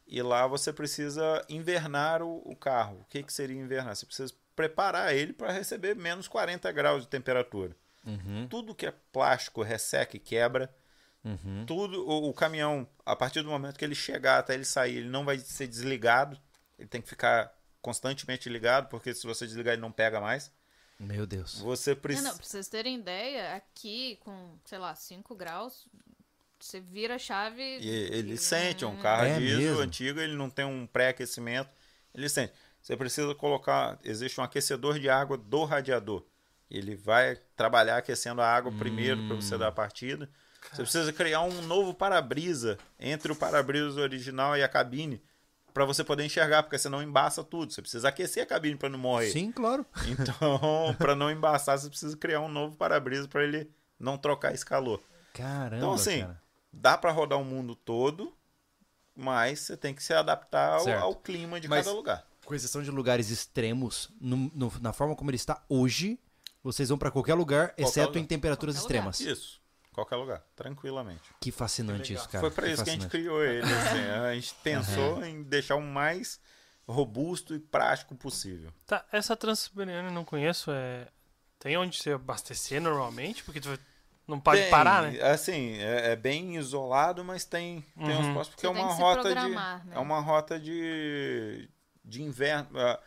E lá você precisa invernar o, o carro. O que, que seria invernar? Você precisa preparar ele para receber menos 40 graus de temperatura. Uhum, Tudo que é plástico resseca e quebra. uhum. Tudo, o, o caminhão, a partir do momento que ele chegar até ele sair, ele não vai ser desligado. Ele tem que ficar constantemente ligado, porque se você desligar ele não pega mais. Meu Deus. Você Não, precisa. não, pra vocês terem ideia, aqui com, sei lá, 5 graus, você vira a chave. E ele sente, é um carro É a diesel mesmo? antigo, ele não tem um pré-aquecimento, ele sente. Você precisa colocar, existe um aquecedor de água do radiador. Ele vai trabalhar aquecendo a água primeiro para você dar a Hum. partida. Você precisa criar um novo para-brisa entre o para-brisa original e a cabine para você poder enxergar, porque senão embaça tudo. Você precisa aquecer a cabine para não morrer. Sim, claro. Então, para não embaçar, você precisa criar um novo para-brisa para ele não trocar esse calor. Caramba, Então, assim, cara. dá pra rodar o mundo todo, mas você tem que se adaptar ao, Certo. ao clima de Mas- cada lugar. Com exceção de lugares extremos, no- no- na forma como ele está hoje, vocês vão pra qualquer lugar, exceto lugar. em temperaturas Qualquer lugar. extremas. Isso. Qualquer lugar, tranquilamente. Que fascinante Que legal. isso, cara. tipo né? Foi pra isso que a gente criou ele. assim. a gente pensou em deixar o mais robusto e prático possível. Tá, essa Transiberiana eu não conheço. É... Tem onde se abastecer normalmente? Porque tu não pode Tem, parar, né? Assim, é, é bem isolado, mas tem, tem Uhum. uns postos, porque Você é tem uma que se rota de. programar, né? É uma rota de. de inverno. ah,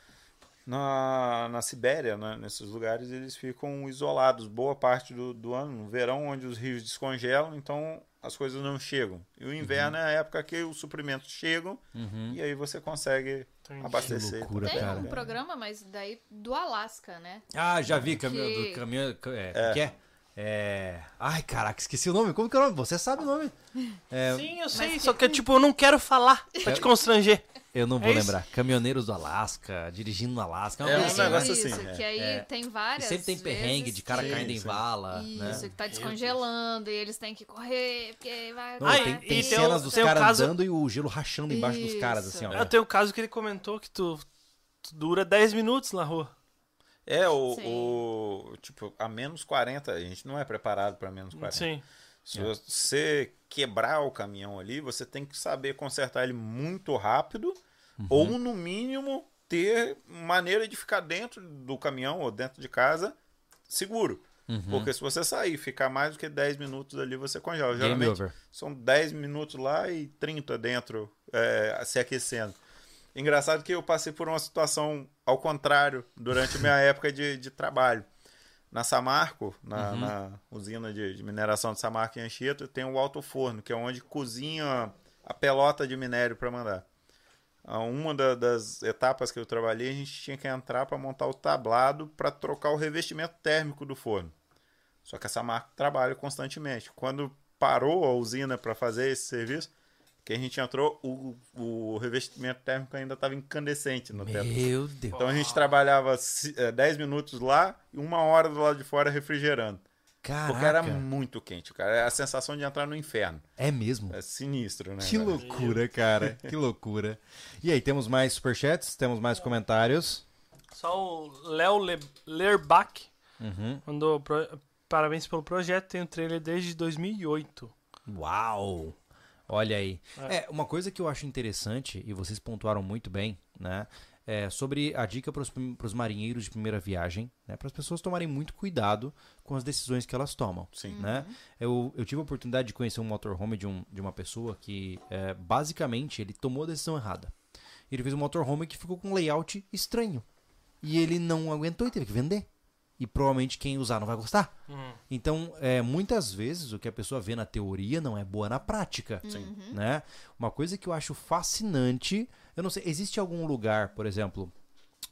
na, na Sibéria, né, nesses lugares, eles ficam isolados boa parte do, do ano, no verão, onde os rios descongelam, então as coisas não chegam. E o Uhum. inverno é a época que os suprimentos chegam e aí você consegue Entendi. Que abastecer. loucura, Tem cara. um programa, mas daí do Alasca, né? Ah, já vi caminhão Que- do caminhão. ca- É, como que é? É. Ai, caraca, esqueci o nome. Como que é o nome? Você sabe o nome? É. Sim, eu sei, só que eu, tipo, eu não quero falar pra te constranger. Eu não É vou isso? lembrar. Caminhoneiros do Alasca, dirigindo no Alasca. uma É um coisa assim, né? negócio isso, assim, é. que aí tem E várias. sempre tem perrengue vezes de cara que- caindo em Sim, sim. vala. né? Isso, que tá descongelando e eles têm que correr, porque vai. Não, Ah, tem, e tem tem cenas o- dos tem o caras caso- andando e o gelo rachando embaixo dos caras, Isso. assim, ó. é. Eu tenho um caso que ele comentou que tu, tu dura 10 minutos na rua. É, o, Sim. o- Tipo, a menos 40, a gente não é preparado para menos 40. Sim. Se você quebrar o caminhão ali, você tem que saber consertar ele muito rápido, ou no mínimo ter maneira de ficar dentro do caminhão ou dentro de casa seguro. Porque se você sair e ficar mais do que 10 minutos ali, você congela. um Game Geralmente over. são 10 minutos lá e 30 dentro é, se aquecendo. Engraçado que eu passei por uma situação ao contrário durante minha época de, de trabalho. Na Samarco, na, na usina de, de mineração de Samarco em Anchieta, tem o alto forno, que é onde cozinha a pelota de minério para mandar. Ah, Uma da- das etapas que eu trabalhei, a gente tinha que entrar para montar o tablado para trocar o revestimento térmico do forno. Só que essa marca trabalha constantemente. Quando parou a usina para fazer esse serviço, que a gente entrou, o, o revestimento térmico ainda estava incandescente um no teto. Meu Deus. Então a gente trabalhava ci- eh, 10 minutos lá e uma hora do lado de fora refrigerando. Caraca. Porque era muito quente, cara. É A sensação de entrar no inferno. É mesmo. É sinistro, né? Que cara? loucura, cara. Que loucura. E aí, temos mais superchats, temos mais comentários. Só o Léo Le- Lerbach mandou pro- parabéns pelo projeto, tem o trailer desde 2008. Uau! Olha aí. É. uma coisa que eu acho interessante, e vocês pontuaram muito bem, né? É sobre a dica para os marinheiros de primeira viagem, né? Para as pessoas tomarem muito cuidado com as decisões que elas tomam. Sim. Né? Eu, eu tive a oportunidade de conhecer um motorhome de, um, de uma pessoa que, é, basicamente, ele tomou a decisão errada. Ele fez um motorhome que ficou com um layout estranho. E ele não aguentou e teve que vender. E provavelmente quem usar não vai gostar. Então, é, muitas vezes o que a pessoa vê na teoria não é boa na prática. Né? Uma coisa que eu acho fascinante. Eu não sei, existe algum lugar, por exemplo,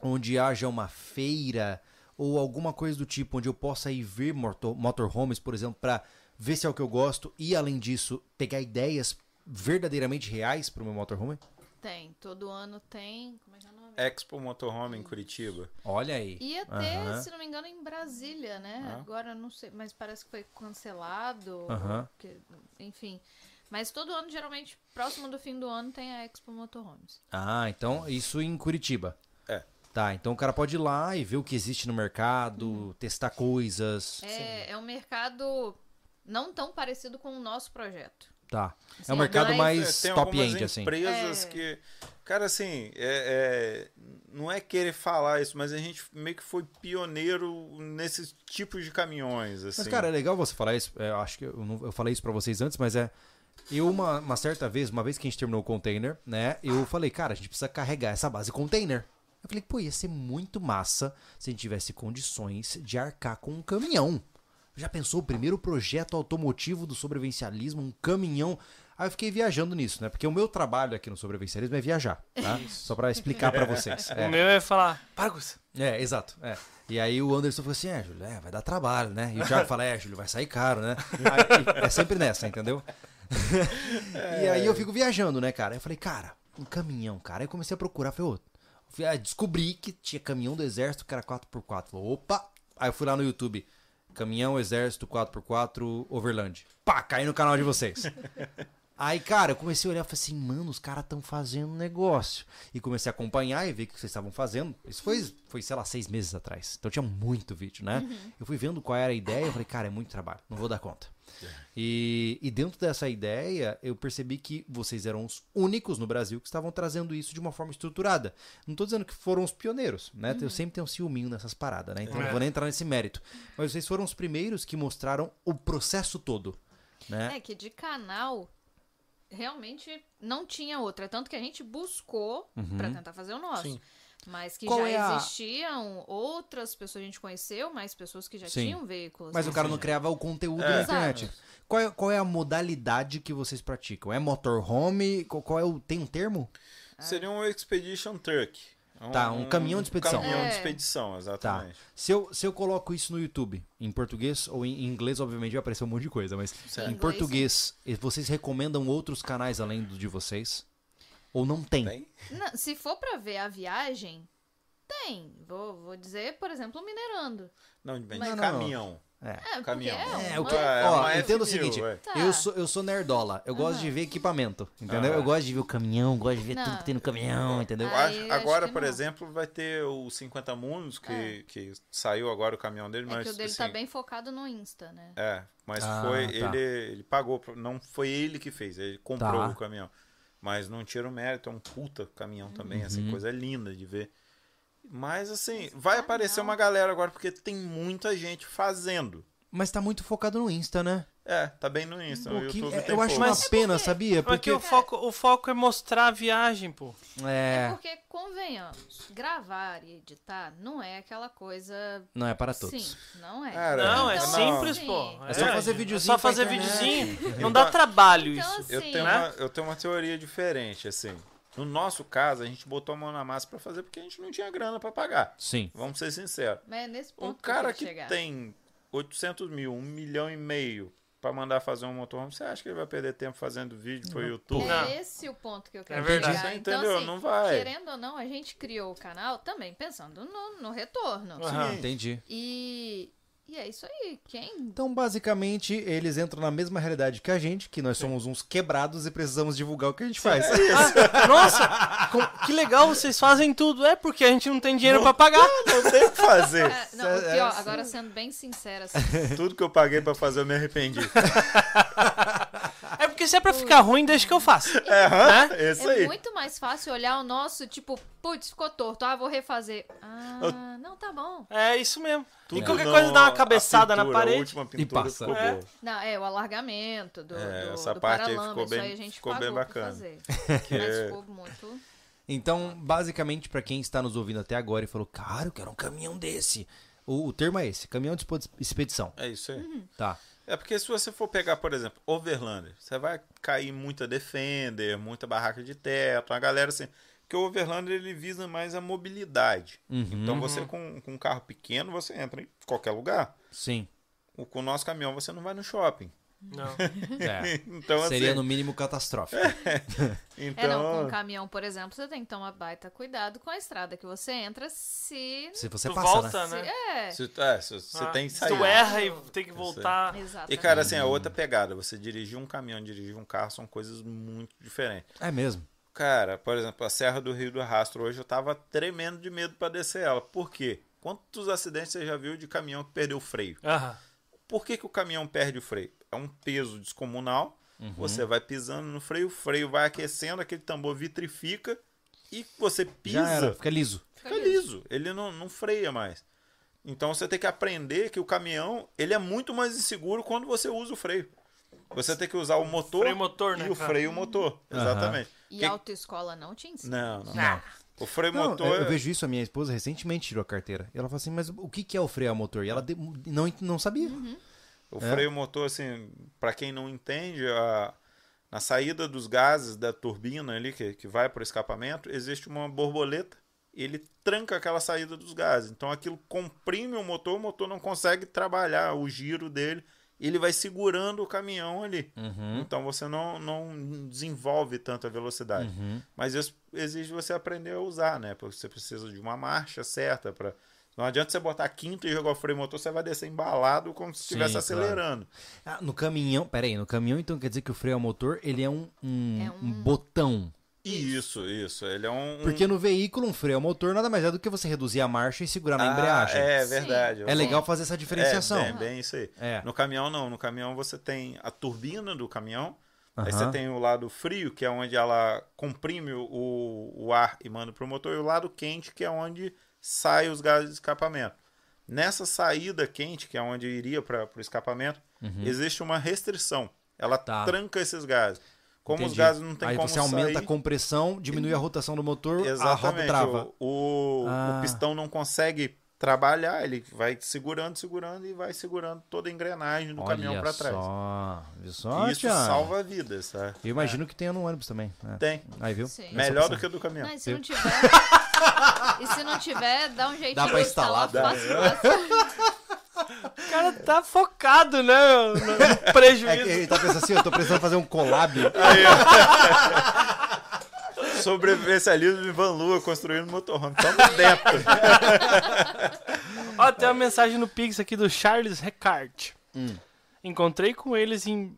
onde haja uma feira ou alguma coisa do tipo onde eu possa ir ver motor, motorhomes, por exemplo, pra ver se é o que eu gosto e, além disso, pegar ideias verdadeiramente reais pro meu motorhome? Tem, todo ano tem. Como é que é o nome? Expo Motorhome em Curitiba. Olha aí. Ia ter, Aham. se não me engano, em Brasília, né? Ah. Agora eu não sei, mas parece que foi cancelado. Aham. porque- enfim. Mas todo ano, geralmente, próximo do fim do ano, tem a Expo Motorhomes. Ah, então isso em Curitiba. É. Tá, então o cara pode ir lá e ver o que existe no mercado, testar coisas. É, é um mercado não tão parecido com o nosso projeto. Tá. é um Sim, mercado mas- mais Tem algumas top-end, assim. empresas É. que. Cara, assim, é- é, não é querer falar isso, mas a gente meio que foi pioneiro nesses tipos de caminhões. Assim. Mas, cara, é legal você falar isso. é, eu acho que eu, não- eu falei isso pra vocês antes, mas é. Eu, uma, uma certa vez, uma vez que a gente terminou o container, né? Eu falei, cara, a gente precisa carregar essa base container. Eu falei, pô, ia ser muito massa se a gente tivesse condições de arcar com um caminhão. Já pensou o primeiro projeto automotivo do sobrevivencialismo, um caminhão? Aí eu fiquei viajando nisso, né? Porque o meu trabalho aqui no sobrevivencialismo é viajar, tá? Só pra explicar pra vocês. É. O meu é falar, Pargus, É, exato. é. E aí o Anderson falou assim, é, Júlio, é, vai dar trabalho, né? E o Thiago fala, é, Júlio, vai sair caro, né? Aí, é sempre nessa, entendeu? e aí eu fico viajando, né, cara? Eu falei, cara, um caminhão, cara. Aí eu comecei a procurar, falei, ô, fui- aí descobri que tinha caminhão do exército que era 4x4. Falei, opa! Aí eu fui lá no YouTube, caminhão, exército, 4x4, Overland. Pá, caí no canal de vocês. Aí, cara, eu comecei a olhar e falei assim, mano, os caras estão fazendo negócio. E comecei a acompanhar e ver o que vocês estavam fazendo. Isso foi, foi, sei lá, seis meses atrás. Então tinha muito vídeo, né? Eu fui vendo qual era a ideia, eu falei, cara, é muito trabalho, não vou dar conta. E, e dentro dessa ideia, eu percebi que vocês eram os únicos no Brasil que estavam trazendo isso de uma forma estruturada. Não tô dizendo que foram os pioneiros, né? Eu sempre tenho um ciúminho nessas paradas, né? Então não vou nem entrar nesse mérito. Mas vocês foram os primeiros que mostraram o processo todo, né? É, que de canal realmente não tinha outra. Tanto que a gente buscou pra tentar fazer o nosso. Mas que Uhum. Qual já é a- existiam outras pessoas, a gente conheceu, mais pessoas que já Sim. tinham veículos. Mas né? o cara não criava o conteúdo na internet. Qual é, qual é a modalidade que vocês praticam? É motorhome? Qual, qual é o. Tem um termo? É. Seria um expedition truck. Tá, um caminhão de expedição. Tá, caminhão de É. expedição, exatamente. Se eu, se eu coloco isso no YouTube, em português ou em inglês, obviamente vai aparecer um monte de coisa, mas Certo. em Inglês. português, e vocês recomendam outros canais além do de vocês? Ou não tem? Tem? Não, se for pra ver a viagem, tem. Vou, vou dizer, por exemplo, o Minerando. Não, de bem, Mas- de Não, não, não. caminhão. É. É, porque Caminhão. é, É, o uma- que- É ó, uma entenda o F1000, seguinte, ué. Tá. eu sou eu sou nerdola, eu gosto de ver equipamento, entendeu? Aham. Eu gosto de ver o caminhão, gosto de ver Não. tudo que tem no caminhão, entendeu? Ah, Aí, Ag- acho agora, que por não. exemplo, vai ter o 50 Mundos, que, É. que saiu agora o caminhão dele, É mas. que o dele assim, tá bem focado no Insta, né? É, mas Ah, foi. tá. Ele, ele pagou, pro- não foi ele que fez, ele comprou Tá. o caminhão. Mas não tira o mérito, é um puta caminhão Uhum. também, Uhum. assim, coisa linda de ver. Mas assim, tá vai aparecer uma galera agora, porque tem muita gente fazendo. Mas tá muito focado no Insta, né? É, tá bem no Insta, no O que- YouTube é, tem eu acho pouco. uma Mas- pena, sabia? Porque Porque o foco, o foco é mostrar a viagem, pô. É. é, porque, convenhamos, gravar e editar não é aquela coisa. não é para todos. Sim, não é. Cara, Não, é Não. simples, assim, pô. É só fazer gente, é videozinho Só pra fazer internet. videozinho. Não dá trabalho Então, isso. Eu Sim. tenho, Né? uma, eu tenho uma teoria diferente, assim. No nosso caso, a gente botou a mão na massa pra fazer porque a gente não tinha grana pra pagar. Sim. Vamos ser sinceros. Mas é nesse Um ponto cara que, que eu queria chegar. tem 800 mil, 1 milhão e meio pra mandar fazer um motorhome, você acha que ele vai perder tempo fazendo vídeo pro YouTube? Não. É esse o ponto que eu quero É verdade. chegar. Você Então, entendeu? assim, Não vai. Querendo ou não, a gente criou o canal também pensando no, no retorno. Aham. Ah, entendi. E, e é isso aí. Quem Então, basicamente, eles entram na mesma realidade que a gente, que nós somos uns quebrados e precisamos divulgar o que a gente faz. Ah, nossa, com- que legal, vocês fazem tudo. É porque a gente não tem dinheiro pra pagar. Não tem o que fazer. Ah, não, o é pior, assim. agora sendo bem sincera, assim, Tudo que eu paguei pra fazer, eu me arrependi. É porque se é pra ficar ruim, deixa que eu faço. É, hã? Né? É isso é aí. muito mais fácil olhar o nosso, tipo, putz, ficou torto, ah, vou refazer. Ah, não, tá bom. É isso mesmo. Tudo e qualquer não, coisa dá a uma cabeçada pintura, na a parede. última pintura passa. ficou É. boa. Não, é, o alargamento do, É, do, essa do parte aí paralama, ficou isso bem- aí a gente ficou bem pagou pra bacana. fazer. Mas ficou muito... Então, basicamente, pra quem está nos ouvindo até agora e falou, cara, eu quero um caminhão desse. O, o termo é esse, caminhão de expo- expedição. É isso Uhum. aí. Tá. É porque se você for pegar, por exemplo, Overlander, você vai cair muita Defender, muita barraca de teto, a galera assim. Porque o Overlander ele visa mais a mobilidade. Uhum. Então você com, com um carro pequeno, você entra em qualquer lugar. Sim. O, com o nosso caminhão você não vai no shopping. Não. É. Então assim, Seria no mínimo catastrófico. então É, não, com um caminhão, por exemplo, você tem que tomar baita cuidado com a estrada que você entra, se... Se você Tu passa, né? volta, se né? é, se, é, se- você Ah, tem que se sair. Tu erra e tem que voltar. E exatamente. cara, assim, Uhum. a outra pegada, você dirigir um caminhão, dirigir um carro são coisas muito diferentes. É mesmo. Cara, por exemplo, a Serra do Rio do Rastro hoje eu tava tremendo de medo pra descer ela. Por quê? Quantos acidentes você já viu de caminhão que perdeu o freio? Aham. Por que, que o caminhão perde o freio? É um peso descomunal. Uhum. Você vai pisando no freio, o freio vai aquecendo, aquele tambor vitrifica e você Já era, pisa, fica liso. fica liso. Ele não, não freia mais. Então você tem que aprender que o caminhão ele é muito mais inseguro quando você usa o freio. Você tem que usar o motor, Freio motor, né, e o cara? freio motor. Exatamente. E Que- autoescola não te ensina. Não, não. Não. O freio Não, é motor. eu, eu vejo isso, a minha esposa recentemente tirou a carteira. E ela falou assim, mas o que, que é o freio a motor? E ela de- não, não sabia. O freio motor, assim, para quem não entende, a, na saída dos gases da turbina ali, que, que vai para o escapamento, existe uma borboleta e ele tranca aquela saída dos gases. Então aquilo comprime o motor, o motor não consegue trabalhar o giro dele, ele vai segurando o caminhão ali. Uhum. Então você não, não desenvolve tanta velocidade. Uhum. Mas isso exige você aprender a usar, né? Porque você precisa de uma marcha certa para. Não adianta você botar quinta e jogar o freio motor, você vai descer embalado como se Sim, estivesse claro. acelerando. Ah, no caminhão, peraí, no caminhão então quer dizer que o freio a motor, ele é um, um- É um- um botão. Isso, isso. Ele é um. um- Porque no veículo, um freio a motor nada mais é do que você reduzir a marcha e segurar na Ah, embreagem. É Sim. verdade. É legal fazer essa diferenciação. É, bem, bem isso aí. É. No caminhão, não. No caminhão você tem a turbina do caminhão. Aí Aham. você tem o lado frio, que é onde ela comprime o, o ar e manda pro motor, e o lado quente, que é onde sai os gases de escapamento. Nessa saída quente, que é onde iria para o escapamento, existe uma restrição. Ela Uhum. Tá. tranca esses gases. Como os Entendi. gases não tem Aí como você aumenta sair, a compressão, diminui a rotação do motor, a roda Exatamente. trava. O, o- Ah. o pistão não consegue trabalhar, ele vai segurando, segurando e vai segurando toda a engrenagem do caminhão para trás. só. Viu só, E isso Thiago? salva vidas, tá? Eu imagino que tenha no ônibus também. né? Tem. Aí, viu? Sim. Essa Melhor opção. do que o do caminhão. Não, e se não tiver. e se não tiver, dá um jeitinho Dá pra de instalar, dá. fácil, fácil. O cara tá focado, né? No, no É que prejuízo. ele tá pensando assim, eu tô precisando fazer um collab. Sobrevivencialismo e Van Lua construindo motorhome. Tamo dentro. Ó, tem uma mensagem no Pix aqui do Charles Recart. Hum. Encontrei com eles em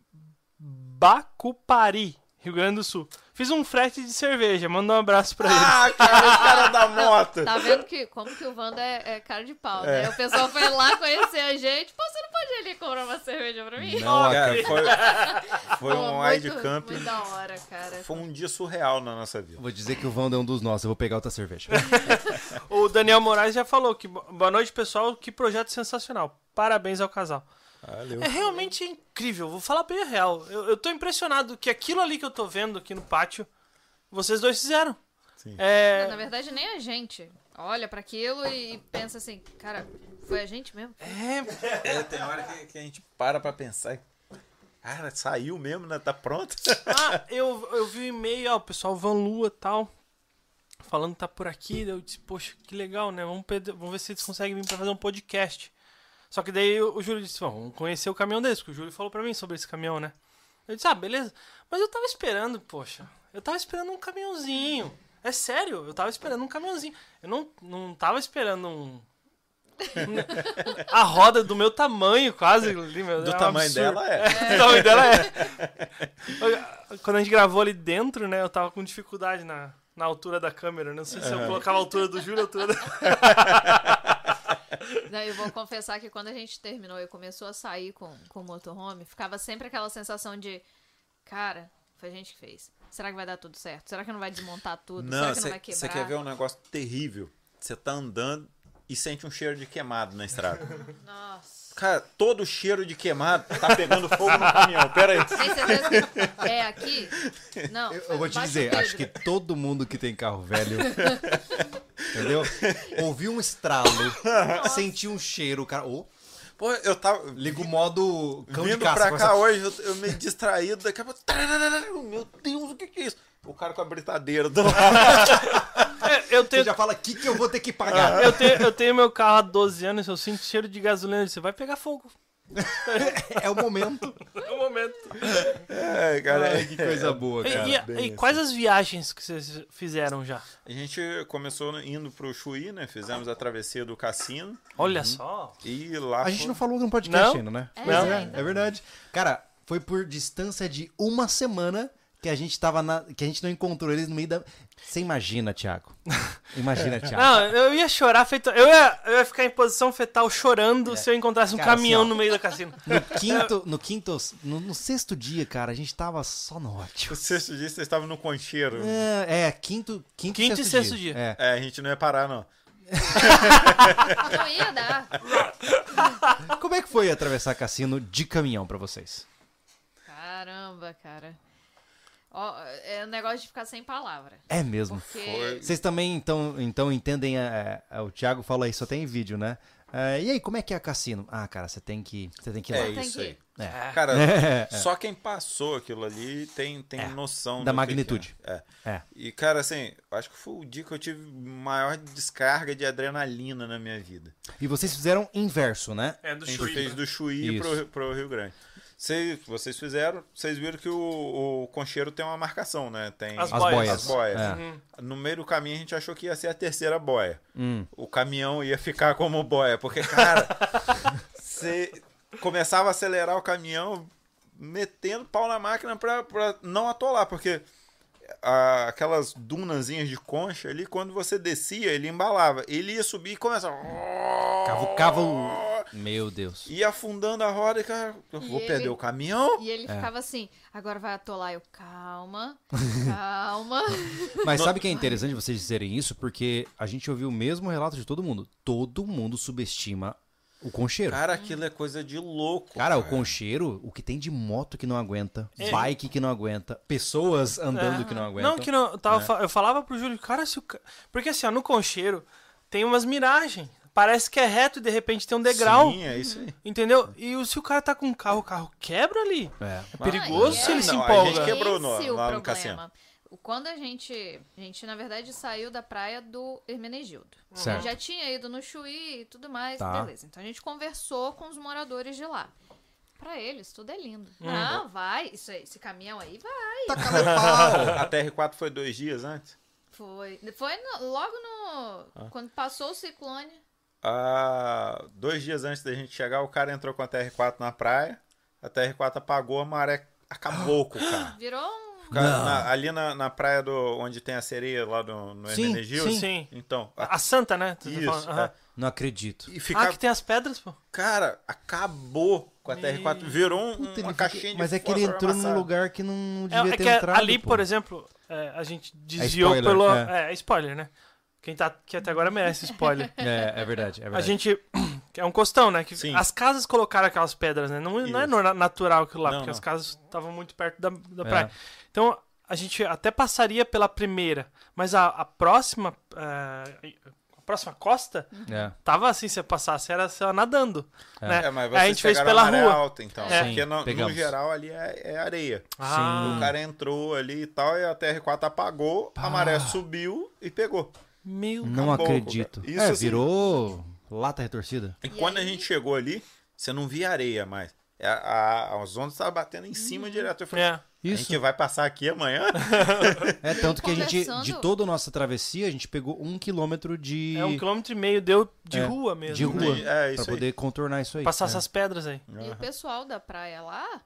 Bacupari, Rio Grande do Sul. Fiz um frete de cerveja, manda um abraço pra eles. ah, cara, o cara da moto. Tá vendo que, como que o Wanda é, é cara de pau, né? O pessoal foi lá conhecer a gente. Pô, você não pode ir ali comprar uma cerveja pra mim? Não, Cara, foi, foi Pô, um muito- wide camp. Muito da hora, cara. Foi um dia surreal na nossa vida. Vou dizer que o Wanda é um dos nossos, eu vou pegar outra cerveja. O Daniel Moraes já falou que bo- boa noite, pessoal, que projeto sensacional. Parabéns ao casal. Valeu. É realmente incrível, vou falar bem a real. Eu, eu tô impressionado que aquilo ali que eu tô vendo aqui no pátio, vocês dois fizeram. Sim. É, Na verdade, nem a gente olha pra aquilo e e pensa assim, cara, foi a gente mesmo? é, É, tem hora que, que a gente para pra pensar. e, Cara, saiu mesmo, né? Tá pronto? ah, eu, eu vi o e-mail, ó, o pessoal Van Lua tal, falando que tá por aqui. daí Eu disse, poxa, que legal, né? Vamos, pede- vamos ver se eles conseguem vir pra fazer um podcast. Só que daí o, o Júlio disse, vamos conhecer o caminhão desse, que o Júlio falou pra mim sobre esse caminhão, né? Eu disse, ah, beleza. Mas eu tava esperando, poxa. Eu tava esperando um caminhãozinho. É sério, eu tava esperando um caminhãozinho. Eu não, não tava esperando um. A roda do meu tamanho, quase. ali, meu, Do é um tamanho absurdo. dela é. O nome dela é. Quando a gente gravou ali dentro, né, eu tava com dificuldade na, na altura da câmera. Não sei se eu colocava a altura do Júlio, a altura da... Não, eu vou confessar que quando a gente terminou e começou a sair com, com o motorhome, ficava sempre aquela sensação de, cara, foi a gente que fez. Será que vai dar tudo certo? Será que não vai desmontar tudo? Será que não vai quebrar? você quer ver um negócio terrível? Você tá andando e sente um cheiro de queimado na estrada. Nossa. Cara, todo cheiro de queimado tá pegando fogo no caminhão. Pera aí. Tem certeza que é aqui? Não. Eu, eu vou te baixa o dizer, vidro. acho que todo mundo que tem carro velho. entendeu? Ouviu um estralo, sentiu um cheiro, o cara. Ô, Pô, eu tava. liga o modo um cão Vindo de caça. pra começa- cá hoje, eu, eu meio distraído, daqui a pouco. tararara, Meu Deus, o que, que é isso? O cara com a britadeira do lado. É, eu Você tenho, já fala, o que, que eu vou ter que pagar? eu, tenho, eu tenho meu carro há 12 anos, eu sinto cheiro de gasolina. Você vai pegar fogo. É o momento. É o momento. É, cara. Ai, que coisa boa, E- cara. e- bem e isso. quais as viagens que vocês fizeram já? A gente começou no- indo pro Chuí, né? Fizemos a travessia do cassino. Olha só. E lá. A gente foi- não falou no podcast Não? ainda, né? É, Pois não. é, é verdade. Cara, foi por distância de uma semana que a gente tava na. que a gente não encontrou eles no meio da. Você imagina, Thiago. Imagina, Thiago. Não, eu ia chorar feito. Eu ia, eu ia ficar em posição fetal chorando se eu encontrasse um Cara, assim, caminhão ó. no meio da cassino. No quinto, no quinto, no, no sexto dia, cara, a gente tava só no ódio. O sexto dia vocês estavam no concheiro. É, é, quinto, quinto, Quinto e sexto dia. É. É, a gente não ia parar, não. tá. Não ia dar. Como é que foi atravessar cassino de caminhão pra vocês? Caramba, cara. Ó, é um negócio de ficar sem palavra. É mesmo. Porque. Vocês também então, então entendem é, é, o Thiago fala aí, só tem vídeo, né? É, e aí, como é que é cassino? Ah, cara, você tem que, você tem que ir lá. É Tem isso que- aí. É. Cara, É. só quem passou aquilo ali tem, tem noção Da do que magnitude. que é. É. É. E, cara, assim, eu acho que foi o dia que eu tive maior descarga de adrenalina na minha vida. E vocês fizeram inverso, né? É do A gente fez do Chuí Isso. pro, pro Rio Grande. Cês- vocês fizeram, vocês viram que o, o concheiro tem uma marcação, né? Tem As As boias. Uhum. boias. As boias. É. No meio do caminho a gente achou que ia ser a terceira boia. Hum. O caminhão ia ficar como boia, porque, cara, você começava a acelerar o caminhão metendo pau na máquina pra, pra não atolar, porque a- aquelas dunazinhas de concha ali, quando você descia, ele embalava. Ele ia subir e começava. Cavucava o. Meu Deus. Ia afundando a roda e, cara, eu E vou ele- perder o caminhão? E ele É. ficava assim, agora vai atolar. Eu, calma, calma. Mas sabe que é interessante vocês dizerem isso? Porque a gente ouviu o mesmo relato de todo mundo. Todo mundo subestima O concheiro. Cara, aquilo é coisa de louco. Cara, o concheiro, o que tem de moto que não aguenta, É. bike que não aguenta, pessoas andando É. que não aguentam. Não, que não. Eu, tava fa- eu falava pro Júlio, cara, se o. ca- Porque assim, ó, no concheiro tem umas miragens. Parece que é reto e de repente tem um degrau. Sim, é isso aí. Entendeu? E o- se o cara tá com um carro, o carro quebra ali. É. É Mas- perigoso se ele Não, se a empolga. gente quebrou no- Esse é o lá no problema. O- Quando a gente. A gente, na verdade, saiu da praia do Hermenegildo. Uhum. Certo. Já tinha ido no Chuí e tudo mais, Tá. beleza. Então a gente conversou com os moradores de lá. Pra eles, tudo é lindo. Uhum. Não, vai. Isso aí, esse caminhão aí vai. A TR4 foi dois dias antes? Foi. Foi no- logo no. Ah. Quando passou o ciclone. Ah, dois dias antes da gente chegar, o cara entrou com a TR4 na praia. A TR4 apagou, a maré acabou com o carro. Virou um. O cara, Não. na- ali na, na praia do, onde tem a sereia lá no, no Sim, Hermenegildo. sim. Sim. Então, a- A santa, né? Tu tá isso. falando, aham. é. Não acredito. E Ah, ficar, que tem as pedras, pô. cara, acabou com a TR4. Virou um- Puta, uma ele- caixinha de mas é que ele fósforo entrou num amassado. lugar que não É, devia é ter que a- entrado. ali, pô. por exemplo, é, a gente desviou spoiler, pelo. é. É. spoiler, né? Quem tá aqui até agora merece spoiler. É, é verdade, é a verdade. gente. É um costão, né? Que Sim. As casas colocaram aquelas pedras, né? Não, não é nor- natural aquilo lá, Não, porque não. as casas estavam muito perto da, da É. praia. Então, a gente até passaria pela primeira, mas a, a próxima. eh, a próxima costa É. tava assim, se eu passasse, era só nadando. É. Né? É, mas Aí vocês a gente fez pegaram pela a maré rua. alta, então. É. Porque Sim, no, no pegamos. geral ali é, é areia. Ah. O cara entrou ali e tal, e a TR4 apagou, a maré subiu. e pegou. Meu Não Acabou, acredito. cara. Isso é, assim- virou lata retorcida. E, E quando a aí? gente chegou ali, você não via areia mais. A, a- as ondas estavam batendo em cima direto. Hum. Eu falei, É. a Isso. gente vai passar aqui amanhã? É tanto que a gente, Conversando- de toda a nossa travessia, a gente pegou um quilômetro de, é um quilômetro e meio, deu de É, rua mesmo. de né? rua É, isso pra aí. poder contornar isso aí. Passar É. essas pedras aí. E o pessoal da praia lá.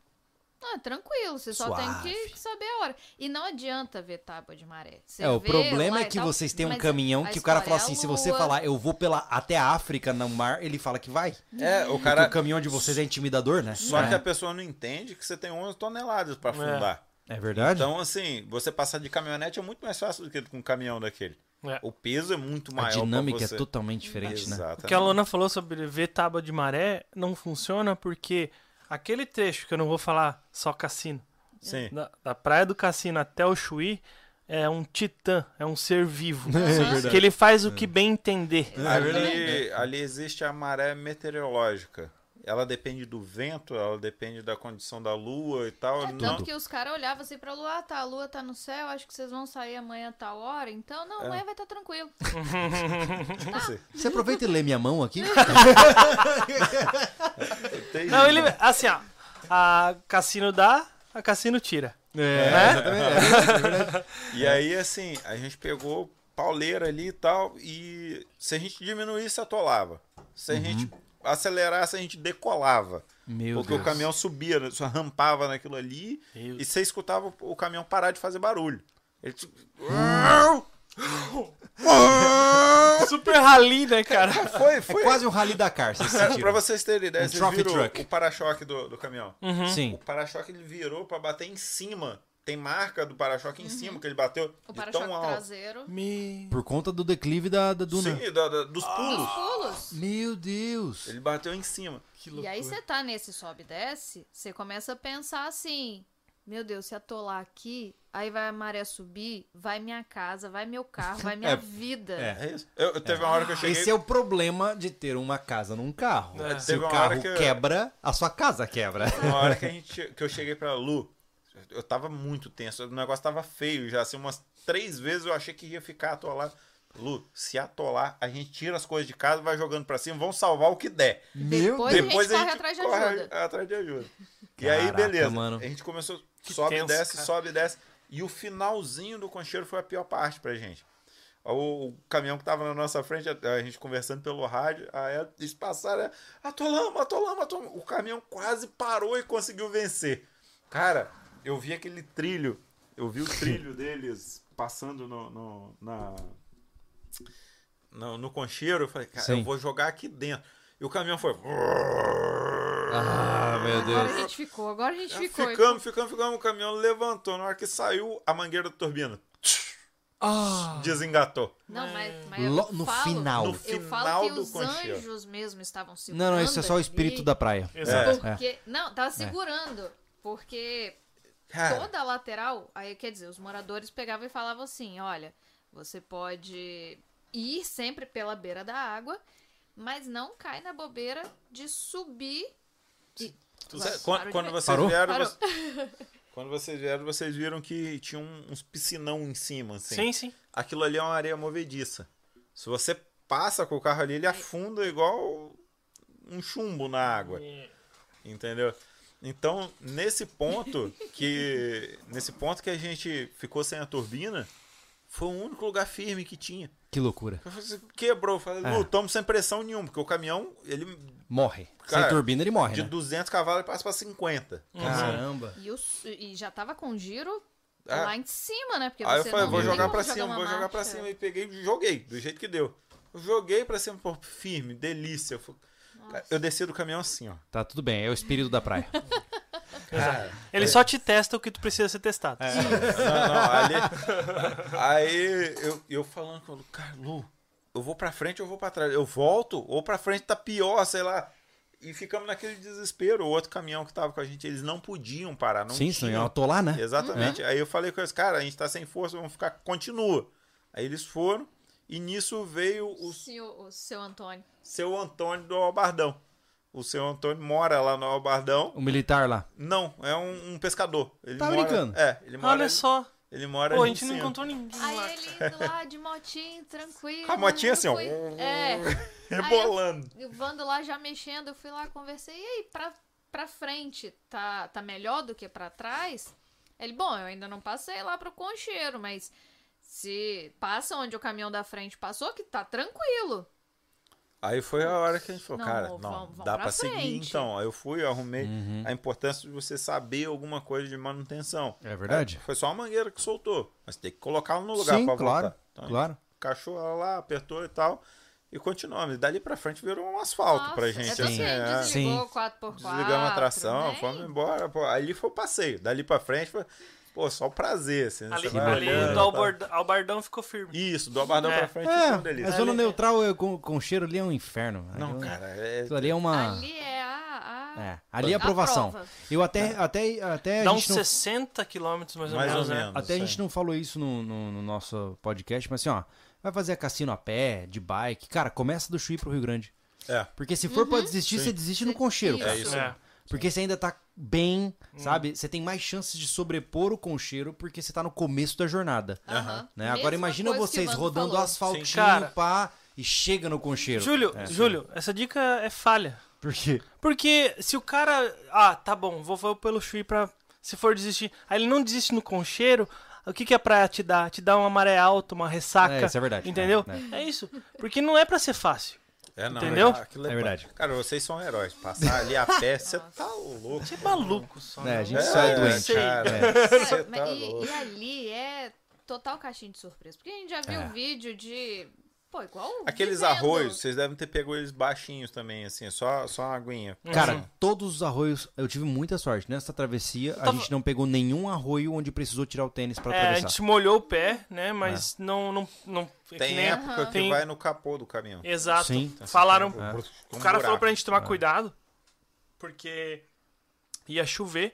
Ah, tranquilo, você só Suave. tem que saber a hora. E não adianta ver tábua de maré. Você É, o vê problema lá é e que tal, vocês têm um mas caminhão a que o cara fala história é a assim, se você lua. falar, eu vou pela até a África no mar, ele fala que vai. É, o Porque cara. o caminhão de vocês é intimidador, né? Só é. que a pessoa não entende que você tem 11 toneladas pra afundar. É verdade? Então, assim, você passar de caminhonete é muito mais fácil do que com um caminhão daquele. É. O peso é muito a maior. pra dinâmica é você. totalmente diferente, né? Exatamente. O que a Lona falou sobre ver tábua de maré não funciona porque aquele trecho que eu não vou falar só cassino, Sim. da, da praia do cassino até o Chuí, é um titã, é um ser vivo. verdade. que ele faz É. o que bem entender. Ali, ali existe a maré meteorológica. Ela depende do vento, ela depende da condição da lua e Ah, tal. É não, tanto que os caras olhavam assim pra lua, ah, tá, a lua tá no céu, acho que vocês vão sair amanhã a tal hora, então É. não, amanhã vai estar tranquilo. tá. não sei. Você aproveita e lê minha mão aqui. Tem- Não, ele. Assim, ó. A cassino dá, a cassino tira. É. É. E aí, assim, a gente pegou pauleira ali e tal. E se a gente diminuísse, atolava. Se a gente acelerasse, a gente decolava. Uhum. Meu porque Deus. o caminhão subia, né, só rampava naquilo ali. Meu E você escutava o caminhão parar de fazer barulho. Ele tipo, Super rali, né, cara? Foi, É foi. quase um rally da car, vocês Cara, pra sentiram. vocês terem ideia, Um vocês trophy viram truck. o para-choque do, do caminhão. O Uhum. Sim. para-choque ele virou pra bater em cima. Tem marca do para-choque em cima que ele bateu Uhum. O de para-choque tão alto. traseiro. Me. Por conta do declive da, da duna. Sim, da- da- dos pulos. Dos pulos. Meu Deus. Ele bateu em cima. E aí você tá nesse sobe e desce, você começa a pensar assim, meu Deus, se atolar aqui, aí vai a maré subir, vai minha casa, vai meu carro, vai minha É, vida. é. É isso. Eu, eu teve uma hora que eu cheguei. Esse é o problema de ter uma casa num carro. É, Se teve o uma carro hora que- quebra, a sua casa quebra. Uma hora que, a gente, que eu cheguei pra Lu, eu tava muito tenso. O negócio tava feio já. Assim, umas três vezes eu achei que ia ficar atolado. Lu, se atolar, a gente tira as coisas de casa, vai jogando pra cima, vamos salvar o que der. Meu Depois- Deus. Depois a gente, corre atrás de corre ajuda. atrás de ajuda. e Caraca, aí, beleza. mano. A gente começou, sobe tenso, e desce, cara. sobe e desce. E o finalzinho do concheiro foi a pior parte pra gente. O, o caminhão que tava na nossa frente, a, a gente conversando pelo rádio, aí eles passaram, é, atolamos, atolamos, atolamos. O caminhão quase parou e conseguiu vencer. Cara, eu vi aquele trilho, eu vi o trilho deles passando no, no- na, no, no concheiro, eu falei, cara, Sim. eu vou jogar aqui dentro. E o caminhão foi... Ah, meu Agora Deus. a gente ficou, agora a gente ficou. Ficamos, ficamos, ficamos. O caminhão levantou. Na hora que saiu, a mangueira da turbina. Ah, Desengatou. Não, mas, mas Lo- eu no falo, final. No Eu final falo que do os conchego. anjos mesmo estavam segurando. Não, não, isso é só o espírito ali, da é. praia. É. exato. Porque, Não, tava segurando. Porque Cara, toda a lateral, aí quer dizer, os moradores pegavam e falavam assim: olha, você pode ir sempre pela beira da água, mas não cai na bobeira de subir. E... tu Nossa, sabe, quando, parou quando de- vocês Parou? vieram, Parou. você- quando vocês vieram, vocês viram que tinha um- uns piscinão em cima, assim. Sim, sim. Aquilo ali é uma areia movediça. Se você passa com o carro ali, ele É. afunda igual um chumbo na água. É. Entendeu? Então, nesse ponto que nesse ponto que a gente ficou sem a turbina, foi o único lugar firme que tinha. Que loucura. Eu falei assim, Quebrou, eu falei, Lu, É. tamo sem pressão nenhuma, porque o caminhão, ele Morre. Cara, Sem turbina ele morre, de né? né? 200 cavalos ele passa pra Ah, 50. Uhum. Caramba. E, os- e já tava com giro É. lá em cima, né? Porque Aí eu você falei, não vou tem jogar como pra cima, uma vou jogar pra marcha. cima. E peguei e joguei, do jeito que deu. Eu joguei pra cima, pô, firme, delícia. Eu, fui- Cara, eu desci do caminhão assim, ó. Tá tudo bem, é o espírito da praia. É. Cara, Ele só te testa o que tu precisa ser testado. É, Ah, não, não, ali. Aí eu, eu falando com o Lu, cara, Lu, eu vou pra frente ou eu vou pra trás? Eu volto ou pra frente tá pior, sei lá. E ficamos naquele desespero. O outro caminhão que tava com a gente, eles não podiam parar, não Sim, senão tinham eu atolar, né? Exatamente. Aí eu falei com eles, cara, a gente tá sem força, vamos ficar, continua. Aí eles foram, e nisso veio o O senhor- o seu Antônio. seu Antônio do Albardão. O seu Antônio mora lá no Albardão. O militar lá. Não, é um, um pescador. Ele Tá mora- brincando? É, ele mora. Olha só. Ele mora Pô, a ali em gente não cima. encontrou ninguém. lá. Aí ele indo lá de motinho, tranquilo. Com a motinha eu assim, ó. fui- É. Rebolando. E o Vando lá já mexendo, eu fui lá, conversei. E aí, pra, pra frente, tá, tá melhor do que pra trás? Ele, bom, eu ainda não passei lá pro concheiro, mas se passa onde o caminhão da frente passou, que tá tranquilo. Aí foi a hora que a gente falou, Não, cara, vamos- não, vamos dá pra pra seguir frente. então. Aí eu fui, eu arrumei Uhum. a importância de você saber alguma coisa de manutenção. É verdade. Aí Foi só a mangueira que soltou, mas tem que colocá-lo no um lugar Sim, pra claro, voltar. Então, claro. Cachou ela lá, apertou e tal, e continuamos. E dali pra frente virou um asfalto Nossa, pra gente. É assim, porque é. desligou Sim. 4x4. Desligamos a atração, né? fomos embora. Pô. Ali foi o passeio. Dali pra frente foi, pô, só o prazer. Assim, né? Ali, Você vai ali olhando, do tá? Albardão, Albardão ficou firme. Isso, do Albardão É. pra frente foi uma É, delícia. a zona Ali- neutral é, com, com cheiro ali é um inferno. Não, Aquilo- cara, é, Aquilo ali é uma. Ali é a. a... É, ali é A aprovação. prova. Eu É. até, até, até, a um Dá uns gente não, 60 quilômetros mais ou mais ou menos, né? menos. até a é. gente não falou isso no, no- no nosso podcast, mas assim, ó, vai fazer a cassino a pé, de bike. Cara, começa do Chuí pro Rio Grande. É. Porque se for pra desistir, você desiste no concheiro. Uhum. Isso. cara. É isso. É. Porque você ainda tá bem, Hum. sabe? Você tem mais chances de sobrepor o concheiro porque você tá no começo da jornada. Aham. né? Agora Mesma imagina coisa que vocês o Vando rodando falou. asfaltinho, Sim, cara. pá, e chega no É. concheiro. É. Júlio, Júlio, essa dica é falha. Por quê? Porque se o cara. Ah, tá bom, vou, vou pelo Chui pra. Se for desistir. Aí ele não desiste no concheiro. O que, que a praia te dá? Te dá uma maré alta, uma ressaca. É, isso é verdade. Entendeu? É, É, isso. Porque não é pra ser fácil. É, não, Entendeu? é- aquilo É verdade. Cara, vocês são heróis. Passar ali a pé, você tá louco. Você é maluco só. É, né? a gente sai doente. sei. Cara, É, você mas tá e, louco. e ali é total caixinha de surpresa. Porque a gente já viu É. vídeo de. Pô, igual. Aqueles vivendo. arroios, vocês devem ter pego eles baixinhos também, assim, só, só uma aguinha. Hum. É, Cara, todos os arroios, eu tive muita sorte. Nessa travessia, a tava- gente não pegou nenhum arroio onde precisou tirar o tênis pra É, a atravessar. gente molhou o pé, né? Mas não. não, não é que Tem nem- época que Tem- vai no capô do caminhão. Exato. Sim. Falaram. É. O cara falou pra mim. gente tomar cuidado, porque ia chover.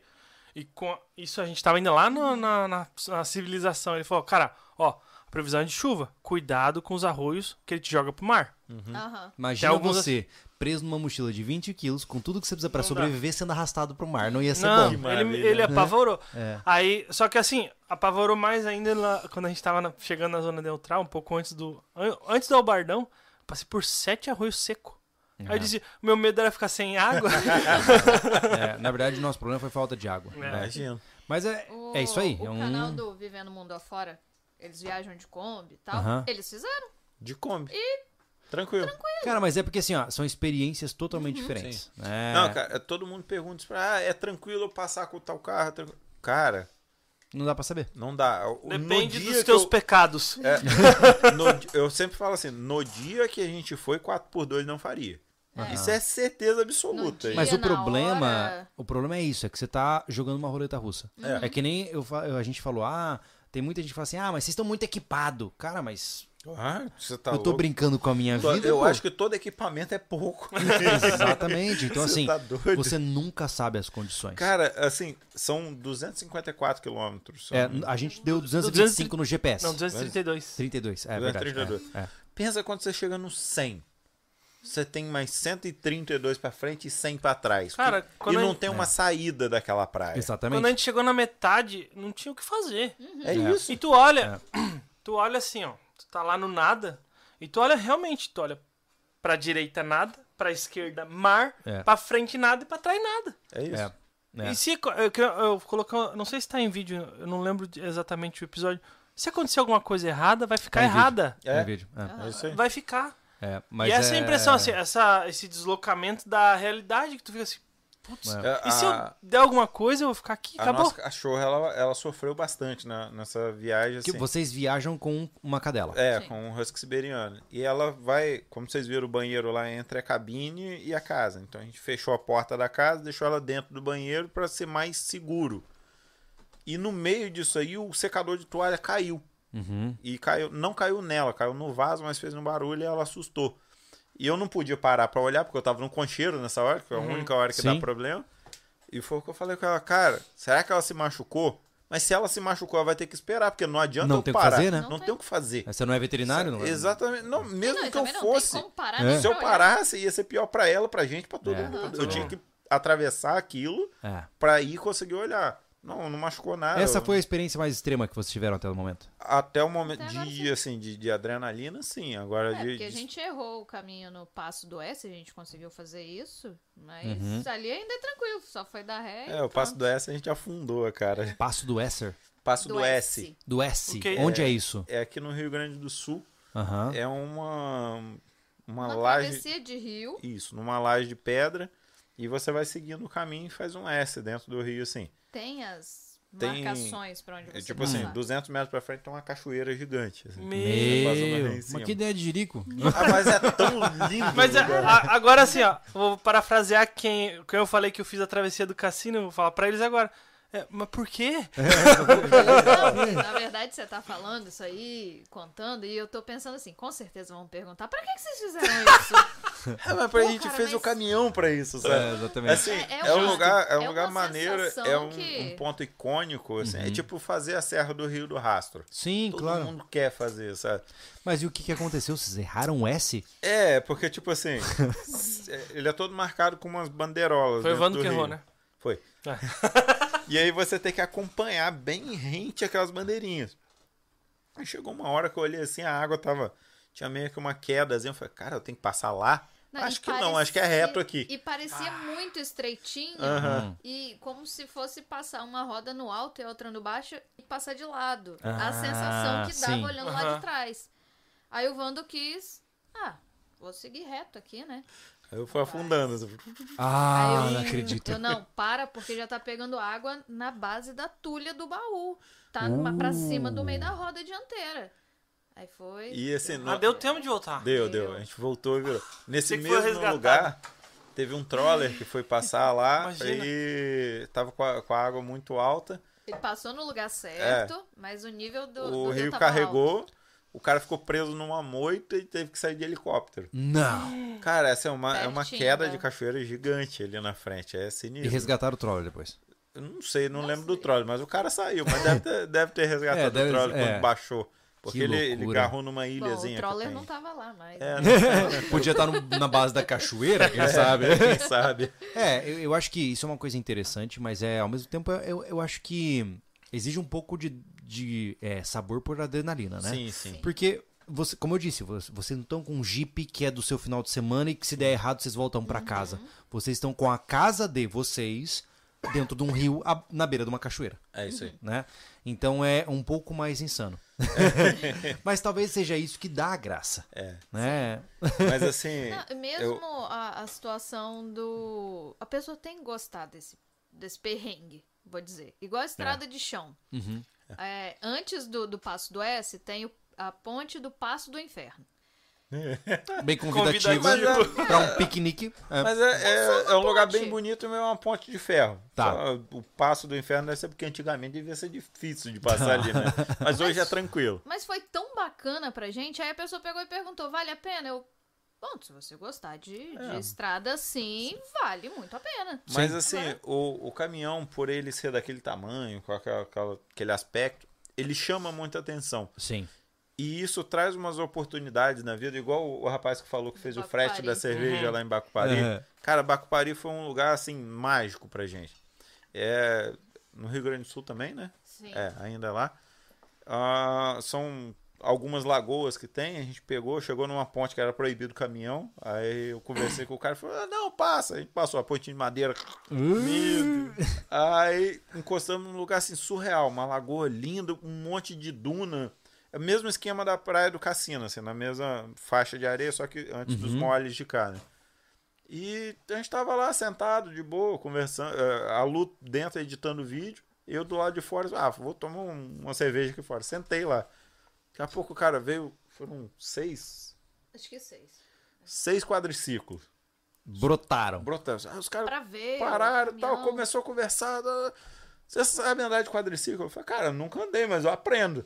E com a- isso a gente tava ainda lá na, na- na- na civilização. Ele falou, cara, ó, a previsão é de chuva. Cuidado com os arroios que ele te joga pro mar. Aham. Imagina Tem alguns você preso numa mochila de 20 quilos, com tudo que você precisa pra Não dá. sobreviver, sendo arrastado pro mar. Não ia ser Não, bom. ele, maravilha. né? ele apavorou. É. Aí, só que assim, apavorou mais ainda lá- quando a gente tava na- chegando na zona neutral, um pouco antes do. an- Antes do albardão, passei por sete arroios seco. Aí eu disse, meu medo era ficar sem água. É, na verdade, o nosso problema foi falta de água. É. né? Imagina. Mas é, Uhum. O- é isso aí. O é um... canal do Vivendo Mundo Afora, eles viajam de Kombi e tal. Aham. Eles fizeram. De Kombi. Tranquilo. Cara, mas é porque assim, ó, são experiências totalmente Uhum. diferentes. né? Não, cara, todo mundo pergunta, isso pra- ah, é tranquilo eu passar com tal carro? É tranquilo. Cara, Não dá pra saber. não dá. O- Depende no dia dos que teus eu... pecados. É, no di- eu sempre falo assim, no dia que a gente foi, 4x2 não faria. Isso é certeza absoluta. No hein? Mas o na problema, hora- Uhum. o problema é isso, é que você tá jogando uma roleta russa. É, que nem eu, fa- eu- a gente falou, ah, Tem muita gente que fala assim, ah, mas vocês estão muito equipado. Cara, mas Ah, você tá eu tô louco. brincando com a minha Tô- vida, Eu pô. acho que todo equipamento é pouco. Exatamente. Então, Você assim, tá doido? você nunca sabe as condições. Cara, assim, são 254 quilômetros. Uhum. são- É, a gente deu 225 no GPS. Não, 232. 32, é verdade. 232. É, é. Pensa quando você chega no 100. Você tem mais 132 pra frente e 100 pra trás. Cara, Que- e quando não eu- tem uma É. saída daquela praia. Exatamente. Quando a gente chegou na metade, não tinha o que fazer. É, É. isso. E tu olha, tu olha assim, ó, tu tá lá no nada, e tu olha realmente, tu olha pra direita nada, pra esquerda mar, É. pra frente nada e pra trás nada. É isso. É, é. E se, eu, queria- eu colocar, não sei se tá em vídeo, eu não lembro de- exatamente o episódio, se acontecer alguma coisa errada, vai ficar Tá em vídeo. errada. Tem É. vídeo, é. É isso aí. Vai ficar. É, mas e essa é é- a impressão, assim, essa, esse deslocamento da realidade que tu fica assim, putz, É. É, e se eu a- der alguma coisa, eu vou ficar aqui, A acabou. nossa cachorra, ela, ela sofreu bastante na- nessa viagem. que Assim. vocês viajam com uma cadela. É, Sim. com um husky siberiano. E ela vai, como vocês viram, o banheiro lá entre a cabine e a casa. Então a gente fechou a porta da casa, deixou ela dentro do banheiro para ser mais seguro. E no meio disso aí, o secador de toalha caiu. Uhum. E caiu, não caiu nela, caiu no vaso, mas fez um barulho e ela assustou. E eu não podia parar pra olhar, porque eu tava num concheiro nessa hora, que é a única hora que Sim. dá problema. E foi o que eu falei com ela, cara, será que ela se machucou? Mas se ela se machucou, ela vai ter que esperar, porque não adianta Não eu tem o que parar. fazer, né? Não, Não tem tem. o que fazer. Você não é veterinário? Não é? Exatamente. Não, mesmo não, que eu também fosse, Não tem como parar, É. nem como se eu pra olhar. parasse, ia ser pior pra ela, pra gente, pra todo É, mundo. todo Eu tinha que atravessar aquilo É. pra ir conseguir olhar. Não, não machucou nada. Essa Ah, Eu- foi a experiência mais extrema que vocês tiveram até o momento. Até o momento Até agora de, sim. assim, de, de adrenalina, sim. Agora É, de, porque a de- gente errou o caminho no passo do S, a gente conseguiu fazer isso, mas Uhum. ali ainda é tranquilo, só foi dar ré. e É, o passo pronto. É. do S a gente afundou, cara. Passo do Esser. Passo do, S. Do S. O que- Onde é, isso? É aqui no Rio Grande do Sul. Aham. É uma. Uma, Uma laje. travessia de rio. Isso, numa laje de pedra. E você vai seguindo o caminho e faz um S dentro do rio, assim. Tem as Tem- marcações pra onde você É tipo passar. assim, 200 metros pra frente tem uma cachoeira gigante. assim. Meu. Você passa uma Meu, lá em cima. mas que ideia de jirico. Ah, mas é tão lindo. Mas é a- cara. a- agora assim, ó, vou parafrasear quem, quem eu falei que eu fiz a travessia do cassino, eu vou falar pra eles agora. É, mas por quê? Não, na né? verdade, você tá falando isso aí, contando, e eu tô pensando assim, com certeza vão perguntar, pra que, que vocês fizeram isso? É, mas pra Pô, gente cara, fez mas- o caminhão pra isso, É, sabe? exatamente. Assim, É- é, é um um jeito. lugar, é um É lugar uma maneiro, é sensação um, que- um ponto icônico, assim. Uhum. É tipo fazer a Serra do Rio do Rastro. Sim, Todo claro. mundo quer fazer, sabe? Mas e o que, que aconteceu? Vocês erraram o S? É, porque, tipo assim, s- é, ele é todo marcado com umas bandeirolas. Foi o dentro Evandro do que errou, rio. né? Foi. E aí você tem que acompanhar bem rente aquelas bandeirinhas. Aí chegou uma hora que eu olhei assim, a água tava. Tinha meio que uma quedazinha. Eu falei, cara, eu tenho que passar lá? Não, acho e que não, acho que é parecia- reto aqui. E parecia muito estreitinho. Aham. E como se fosse passar uma roda no alto e outra no baixo e passar de lado. Ah, a sensação que dava sim. olhando lá Aham. de trás. Aí o Vando quis. Ah, vou seguir reto aqui, né? Aí eu fui afundando. assim. Ah, Aí eu, não acredito. Eu não, para, porque já tá pegando água na base da tulha do baú. Tá Uh. numa, pra cima do meio da roda dianteira. Aí foi. E assim, Ah, não, deu tempo de voltar. Deu, Deu. deu. A gente voltou e virou. Nesse Você que foi mesmo resgatado. lugar, teve um troller que foi passar lá Imagina. e tava com a, com a água muito alta. Ele passou no lugar certo, mas o nível do. É. o do rio rio tava alto. carregou, o cara ficou preso numa moita e teve que sair de helicóptero. Não. Cara, essa é uma, é uma Pertinho, queda né? de cachoeira gigante ali na frente. É E sinistro. resgataram o troller depois. Eu não sei, não, Não lembro do sei. troller, mas o cara saiu. Mas deve ter, deve ter É, resgatado deve- o troller é. quando baixou. Porque Que ele, ele loucura. agarrou numa Bom, o ilhazinha. que troller tem. não tá tava lá mais. É, não Podia estar no- na base da cachoeira, quem sabe? quem sabe. É, eu, eu acho que isso é uma coisa interessante, mas é ao mesmo tempo eu, eu acho que exige um pouco de, de é, sabor por adrenalina, né? Sim, sim. Porque, você, como eu disse, vo- vocês não estão com um jeep que é do seu final de semana e que se der errado vocês voltam pra casa. Vocês estão com a casa de vocês dentro de um rio a- na beira de uma cachoeira, É isso aí. né? Então é um pouco mais insano. mas talvez seja isso que dá a graça, É. né? Mas assim. Não, mesmo a, a situação do. A pessoa tem que gostar desse, desse perrengue, vou dizer. Igual a estrada de chão. Uhum. É, antes do, do Passo do S, tem o- a ponte do Passo do Inferno. Bem um convidativo Convidativo. pra um piquenique. É. Mas é, é- é um lugar bem bonito e é uma ponte de ferro. Tá. Só O passo do inferno deve ser porque antigamente devia ser difícil de passar ali, né? Mas hoje é tranquilo. Mas foi tão bacana pra gente, aí a pessoa pegou e perguntou, vale a pena? Eu, bom, se você gostar de, de É. estrada, sim, vale muito a pena. Mas assim, o, o caminhão, por ele ser daquele tamanho, com aquela- aquela- aquele aspecto, ele chama muita atenção. Sim. E isso traz umas oportunidades na vida, igual o o rapaz que falou que fez o Bacupari. frete da cerveja lá em Bacupari. Uhum. Cara, Bacupari foi um lugar, assim, mágico pra gente. É, no Rio Grande do Sul também, né? Sim. É, ainda lá. Ah, são algumas lagoas que tem, a gente pegou, chegou numa ponte que era proibido o caminhão, aí eu conversei com o cara e falou, ah, não, passa. A gente passou a ponte de madeira, Medo. Aí encostamos num lugar assim surreal, uma lagoa linda, um monte de duna. É o mesmo esquema da praia do Cassino, assim, na mesma faixa de areia, só que antes dos moles de cá, né? E a gente tava lá sentado, de boa, conversando, eh, a Lu dentro editando o vídeo, eu do lado de fora, ah, vou tomar um- uma cerveja aqui fora. Sentei lá. Daqui a pouco o cara veio, foram seis, Acho que seis. seis quadriciclos. Brotaram. Brotaram. Ah, os caras Pra ver. pararam tá e tal, caminhão. começou a conversar. tá, Você sabe andar de quadriciclo? Eu falei, cara, eu nunca andei, mas eu aprendo.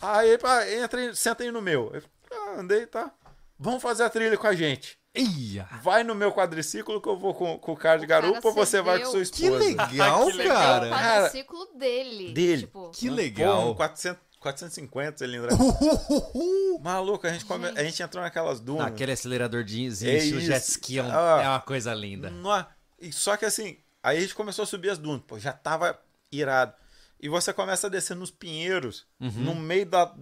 Aí ele, ah, entra aí, senta aí no meu. Eu falei, ah, andei, tá. Vamos fazer a trilha com a gente. Ia. Vai no meu quadriciclo que eu vou com, com o cara de O cara garupa ou você vai com cedeu. sua Que esposa? legal, Que legal. O cara. quadriciclo tá dele. Dele. Tipo, Que Pô, legal. um 400, 450 cilindros. Uhuhuhu. Maluco, a gente, come- a gente entrou naquelas dunas. Aquele aceleradorzinho, É estilo isso. jet ski é um- Ah. é uma coisa linda. Nó. E só que assim, aí a gente começou a subir as dunas, pô, já tava irado. E você começa a descer nos pinheiros, Uhum. no meio da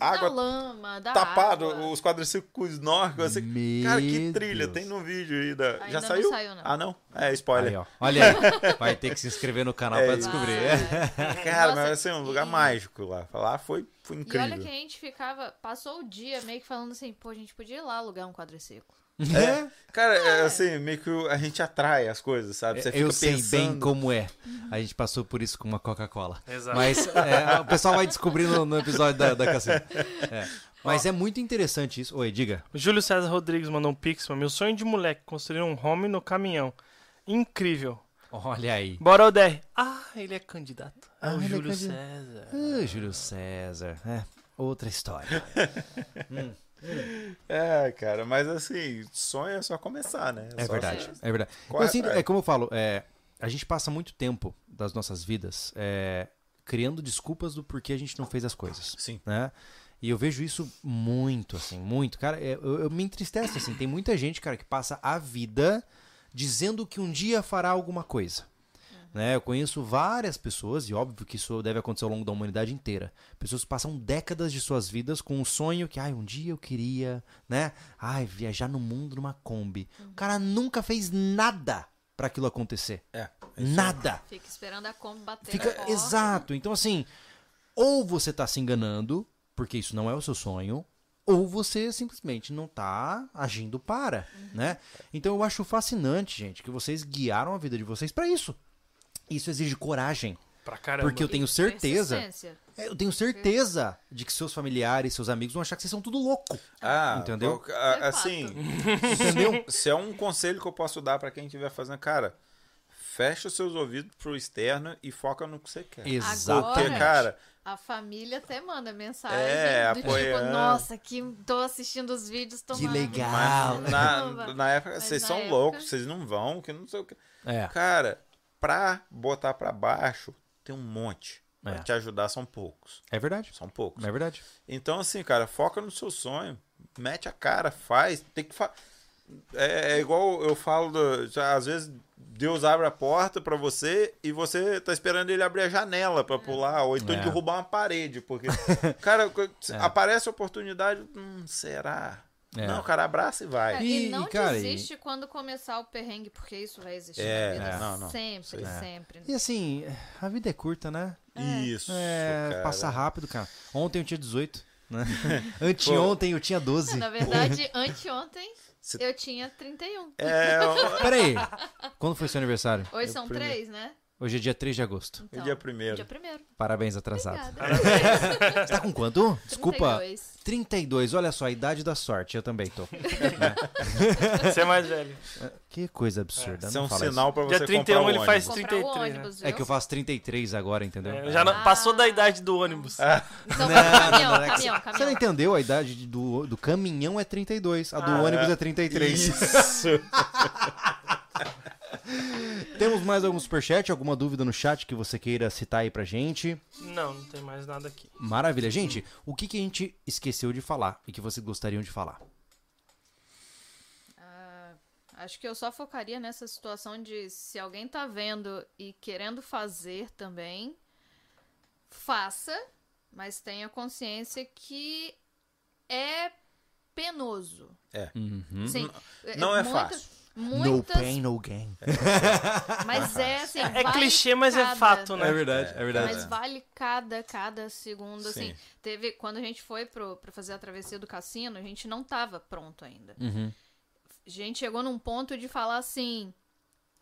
água da lama, da tapado, água. os quadriciclos com snorkel, assim. Meu Cara, que trilha, Deus. tem no vídeo aí da... Ainda já não saiu? saiu, não. Ah, não? É, Aí, spoiler. ó. Olha aí. Vai ter que se inscrever no canal É pra isso. descobrir. é. Vai. Cara, mas Nossa, assim, um lugar e- mágico lá. Lá foi, foi E incrível. olha que a gente ficava, passou o dia meio que falando assim, pô, a gente podia ir lá alugar um quadriciclo. É. Cara, é assim, meio que a gente atrai as coisas, sabe? Você fica É, Eu sei bem pensando. como é. A gente passou por isso com uma Coca-Cola. Exato. Mas é, o pessoal vai descobrir no, no episódio da, da caceta. É. Mas é muito interessante isso. Oi, diga. O Júlio César Rodrigues mandou um pix, mas meu sonho de moleque, construir um home no caminhão. Incrível. Olha aí. Bora, Odair. Ah, ele é candidato. É Ah, o ele é Júlio candidato. César. Ah, Júlio César. É, outra história. É, cara, mas assim, sonho é só começar, né? É só verdade, é verdade. Qual Eu é- sinto- é. é como eu falo, é, a gente passa muito tempo das nossas vidas é, criando desculpas do porquê a gente não fez as coisas. Sim. né? E eu vejo isso muito, assim, muito. Cara, é, eu, eu me entristece, assim. Tem muita gente, cara, que passa a vida dizendo que um dia fará alguma coisa. Né? Eu conheço várias pessoas, e óbvio que isso deve acontecer ao longo da humanidade inteira. Pessoas que passam décadas de suas vidas com um sonho que, ai, um dia eu queria, né? Ai, viajar no mundo numa Kombi. O cara nunca fez nada pra aquilo acontecer. É, Nada. Fica esperando a Kombi bater Fica na porta. exato. Então assim, ou você tá se enganando, porque isso não é o seu sonho, ou você simplesmente não tá agindo para, né? Então eu acho fascinante, gente, que vocês guiaram a vida de vocês pra isso. Isso exige coragem, Pra caramba. porque eu tenho certeza, É, Persistência. eu tenho certeza de que seus familiares, seus amigos vão achar que vocês são tudo louco, Ah, Entendeu? qual- a- É fato. assim, entendeu? se é um conselho que eu posso dar pra quem estiver fazendo, cara, fecha os seus ouvidos pro externo e foca no que você quer. Porque, Exatamente. cara, A família até manda mensagem É, do apoiando. tipo, nossa, que tô assistindo os vídeos tomando. legal. Ah, mas na, na época, Mas vocês na são época- loucos, vocês não vão, que não sei o que. É. Cara, pra botar pra baixo, tem um monte. Pra É. te ajudar, são poucos. É verdade. São poucos. É verdade. Então, assim, cara, foca no seu sonho, mete a cara, faz, tem que fa... é, é igual eu falo, do- já, às vezes Deus abre a porta pra você e você tá esperando ele abrir a janela pra pular, ou então É. derrubar uma parede, porque, cara, co- aparece a oportunidade, hum, será? É. Não, cara, abraça e É, vai. E, e não cara, e- desiste quando começar o perrengue, porque isso vai existir É, na vida é, não, não. sempre, Isso sempre. E assim, a vida é curta, né? Isso, É, cara. passa rápido, cara. Ontem eu tinha 18, né? Anteontem eu tinha 12. Na verdade, anteontem Cê- eu tinha 31. É, Peraí, quando foi seu aniversário? Hoje são primeiro. três, né? Hoje é dia 3 de agosto. Então, dia primeiro. Dia primeiro. Parabéns, atrasado. Obrigada. Você tá com quanto? Desculpa. 32. 32, olha só, a idade da sorte. Eu também tô. Você é mais velho. Que coisa absurda. Isso é não um fala sinal pra Dia você 31 comprar um ele faz- ônibus. Comprar 33, o ônibus, isso. É viu? que eu faço 33 agora, entendeu? É, já não- Ah. passou da idade do ônibus. Então, Não, caminhão, não, não, é que caminhão, Você não caminhão. entendeu? A idade de- do, do caminhão é 32, a do Ah, ônibus é, é. 33. Isso. Temos mais algum superchat, alguma dúvida no chat que você queira citar aí pra gente? Não, não tem mais nada aqui. Maravilha. Gente, o que, que a gente esqueceu de falar e que vocês gostariam de falar? Acho que eu só focaria nessa situação de se alguém tá vendo e querendo fazer também, faça, mas tenha consciência que é penoso. É. Uhum. Sim, não é fácil. No Muitas, pain, no gain. mas é assim, É vale clichê, mas é cada- fato, né? verdade, é Mas vale cada, cada segundo, assim. Sim. Teve, quando a gente foi pro, pra fazer a travessia do cassino, a gente não tava pronto ainda. A gente chegou num ponto de falar assim,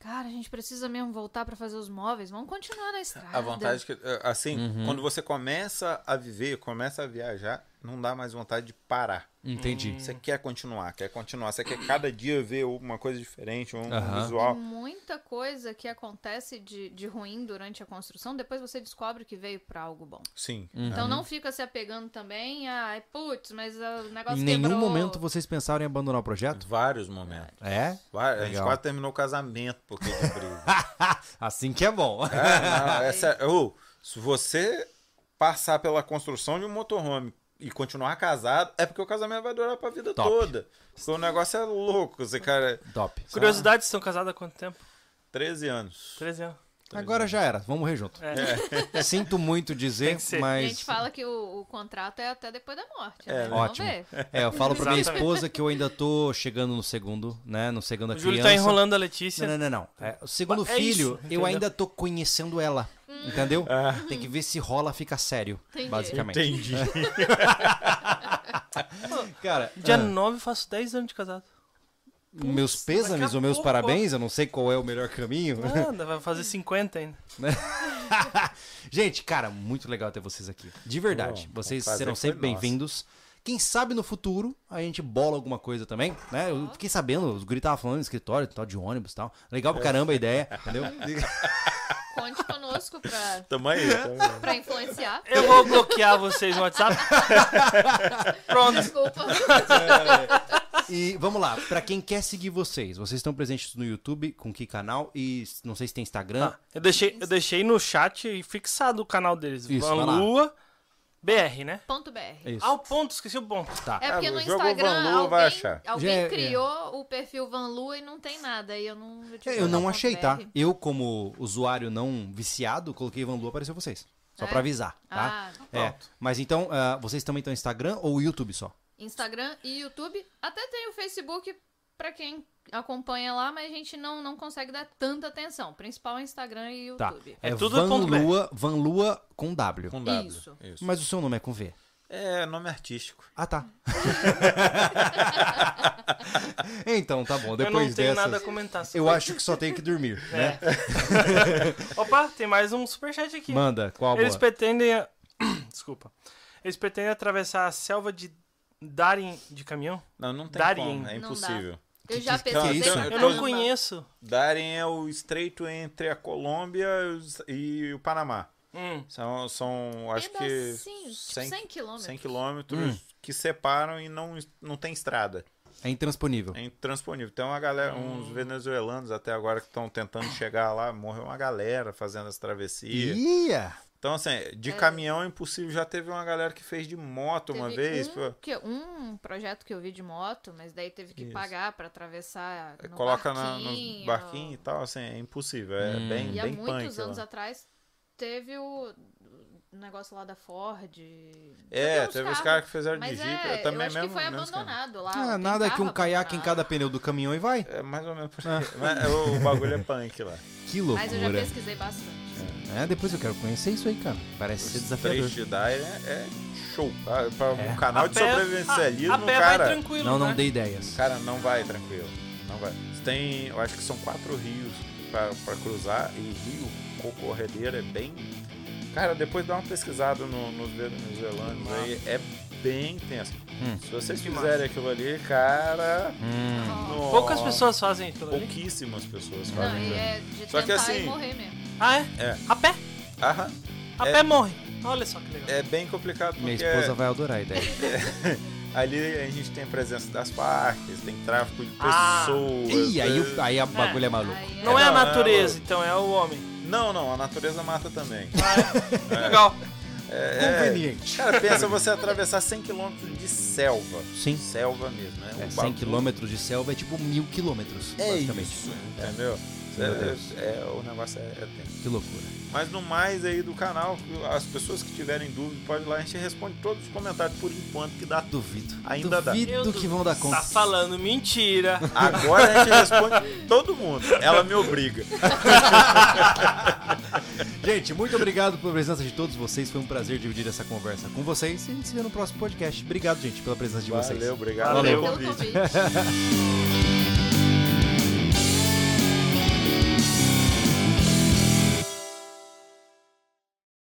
cara, a gente precisa mesmo voltar pra fazer os móveis, vamos continuar na estrada. A vontade que. eh, Assim, Uhum. quando você começa a viver, começa a viajar, não dá mais vontade de parar. Entendi. Você quer continuar, quer continuar. Você quer cada dia ver uma coisa diferente, um Aham. Tem visual. muita coisa que acontece de, de ruim durante a construção, depois você descobre que veio pra algo bom. Sim. Então não fica se apegando também a, putz, mas ah, o negócio Em nenhum quebrou." momento vocês pensaram em abandonar o projeto? Vários momentos. É? Vários. A gente Legal. quase terminou o casamento por causa de briga. assim que é bom. É, não, essa, ô, se você passar pela construção de um motorhome e continuar casado, é porque o casamento vai durar pra vida Top. toda. Porque o negócio é louco. Você, cara, é Top. Curiosidade, vocês estão casados há quanto tempo? 13 anos. 13 anos. É. Agora já era, vamos morrer junto. Sinto muito dizer, Tem que ser. A mas. gente fala que o, o contrato é até depois da morte. É, né? Vamos ótimo. ver. É, eu falo pra minha Exatamente. esposa que eu ainda tô chegando no segundo, né? No segundo O da Júlio criança. tá enrolando a Não, Letícia. não, não, não. É, o segundo É isso, filho, eu entendeu? ainda tô conhecendo ela. Entendeu? Tem que ver se rola, fica sério. Entendi. Basicamente. Entendi. Cara, Dia ah, 9 eu faço 10 anos de casado. meus pêsames daqui a ou meus pouco, parabéns, eu não sei qual é o melhor caminho. Nada, vai fazer 50 ainda. Gente, cara, muito legal ter vocês aqui. De verdade. Bom, vocês o um prazer serão foi sempre nosso. bem-vindos. Quem sabe no futuro a gente bola alguma coisa também, né? Eu fiquei sabendo, os guri estavam falando no escritório, tal de ônibus e tal. Legal É. pra caramba a ideia, entendeu? Conte conosco pra, Tamo aí. tamo aí. pra influenciar. Eu vou bloquear vocês no WhatsApp. Pronto. Desculpa. E vamos lá, pra quem quer seguir vocês, vocês estão presentes no YouTube, com que canal? E não sei se tem Instagram. Ah, Eu deixei, eu deixei no chat fixado o canal deles. Isso, vai lá. Lua BR, né? Ponto BR. Isso. Ah, o ponto, esqueci o ponto. Tá. É porque Ah, no jogou Van Instagram Lua, vai alguém, achar. Já alguém é- criou o perfil Van Lua e não tem nada. E eu não. Eu, tipo, Eu não achei, tá? Eu, como usuário não viciado, coloquei Van Lu, apareceu vocês. Só É? pra avisar, tá? Ah, é. Mas então, ah, vocês também estão no Instagram ou YouTube só? Instagram e YouTube. Até tem o Facebook pra quem acompanha lá, mas a gente não, não consegue dar tanta atenção. O principal é Instagram e Tá. YouTube. É, um É tudo Van ponto BR. Lua, Van Lua com W. Com W. Isso. Isso. Mas o seu nome é com V. É nome artístico. Ah, tá. então, tá bom. Depois eu não tenho dessas, nada a comentar. sobre eu acho que só tenho que dormir, É. né? isso. Opa, tem mais um superchat aqui. Manda, qual Eles boa? pretendem. a- Desculpa. Eles pretendem atravessar a selva de Darien de caminhão? Não, não tem Darien. como. É dá. impossível. Eu já que- que pesquisei. isso? pra Eu não caramba. conheço. Darien é o estreito entre a Colômbia e os- e o Panamá. Hum, São, são acho que Pedacinhos, tipo 100 100 quilômetros. 100 quilômetros Hum. que separam e não, não tem estrada. É intransponível. É intransponível. Tem uma galera, Hum. uns venezuelanos até agora que estão tentando chegar lá, morreu uma galera fazendo essa travessia. Ah, Ia! Então, assim, de caminhão é impossível. Já teve uma galera que fez de moto uma Teve vez. Um, pô, que, um projeto que eu vi de moto, mas daí teve que Isso. É, pagar pra atravessar. No coloca na, barquinho. no barquinho e tal, assim, é impossível. É bem, E há bem muitos punk. anos lá. atrás teve o o negócio lá da Ford. É, uns teve os carros, caras que fizeram de Mas jeep. é, eu também acho mesmo. que foi mesmo esquema. abandonado lá. Ah, tem nada que um carro caiaque em cada abandonado. pneu do caminhão e vai. É mais ou menos por aí. Mas o bagulho é punk lá. Que loucura. Mas eu já pesquisei bastante. É, depois eu quero conhecer isso aí, cara. Parece ser É desafiador. Três de Dai é, é show. Pra, pra um canal de a pé- sobrevivencialismo, a, é a pé cara. vai tranquilo. Não, não né? dei ideias. Cara, não vai tranquilo. Não vai. Tem, eu acho que são quatro rios pra, pra cruzar e Rio Corredeiro é bem. Cara, depois dá uma pesquisada no- nos venezuelanos aí, é bem tenso. Hum. Se vocês Que fizerem aquilo ali, cara. Hum. nossa, Poucas pessoas fazem aquilo ali. Pouquíssimas pessoas Não, fazem e isso. é de Só que tentar assim- e morrer mesmo. Ah, é? É. A pé. Aham. A É. pé morre. Olha só que legal. É bem complicado porque Minha esposa vai adorar a ideia. ali a gente tem a presença das partes, tem tráfico de pessoas. Ah. Ih, aí, o- aí a bagulho é maluco. Aí é- Não é a Não, é, natureza, mano. então, é o homem. Não, não, a natureza mata também. Ah, é. Legal. É, Conveniente. Cara, pensa você atravessar 100 km de selva. Sim. Selva mesmo, né? É, O 100 bagulho- quilômetros de selva é tipo mil quilômetros, É basicamente. isso, entendeu? Meu Deus. É, é, o negócio é, é tenso. Que loucura. Mas no mais aí do canal, as pessoas que tiverem dúvida, pode ir lá, a gente responde todos os comentários por enquanto que dá Duvido. Ainda dá. Duvido que vão dar conta. Tá falando mentira. Agora a gente responde todo mundo. Ela me obriga. Gente, muito obrigado pela presença de todos vocês. Foi um prazer dividir essa conversa com vocês. E a gente se vê no próximo podcast. Obrigado, gente, pela presença de vocês. Valeu, obrigado Valeu. é pelo Pelo convite. convite.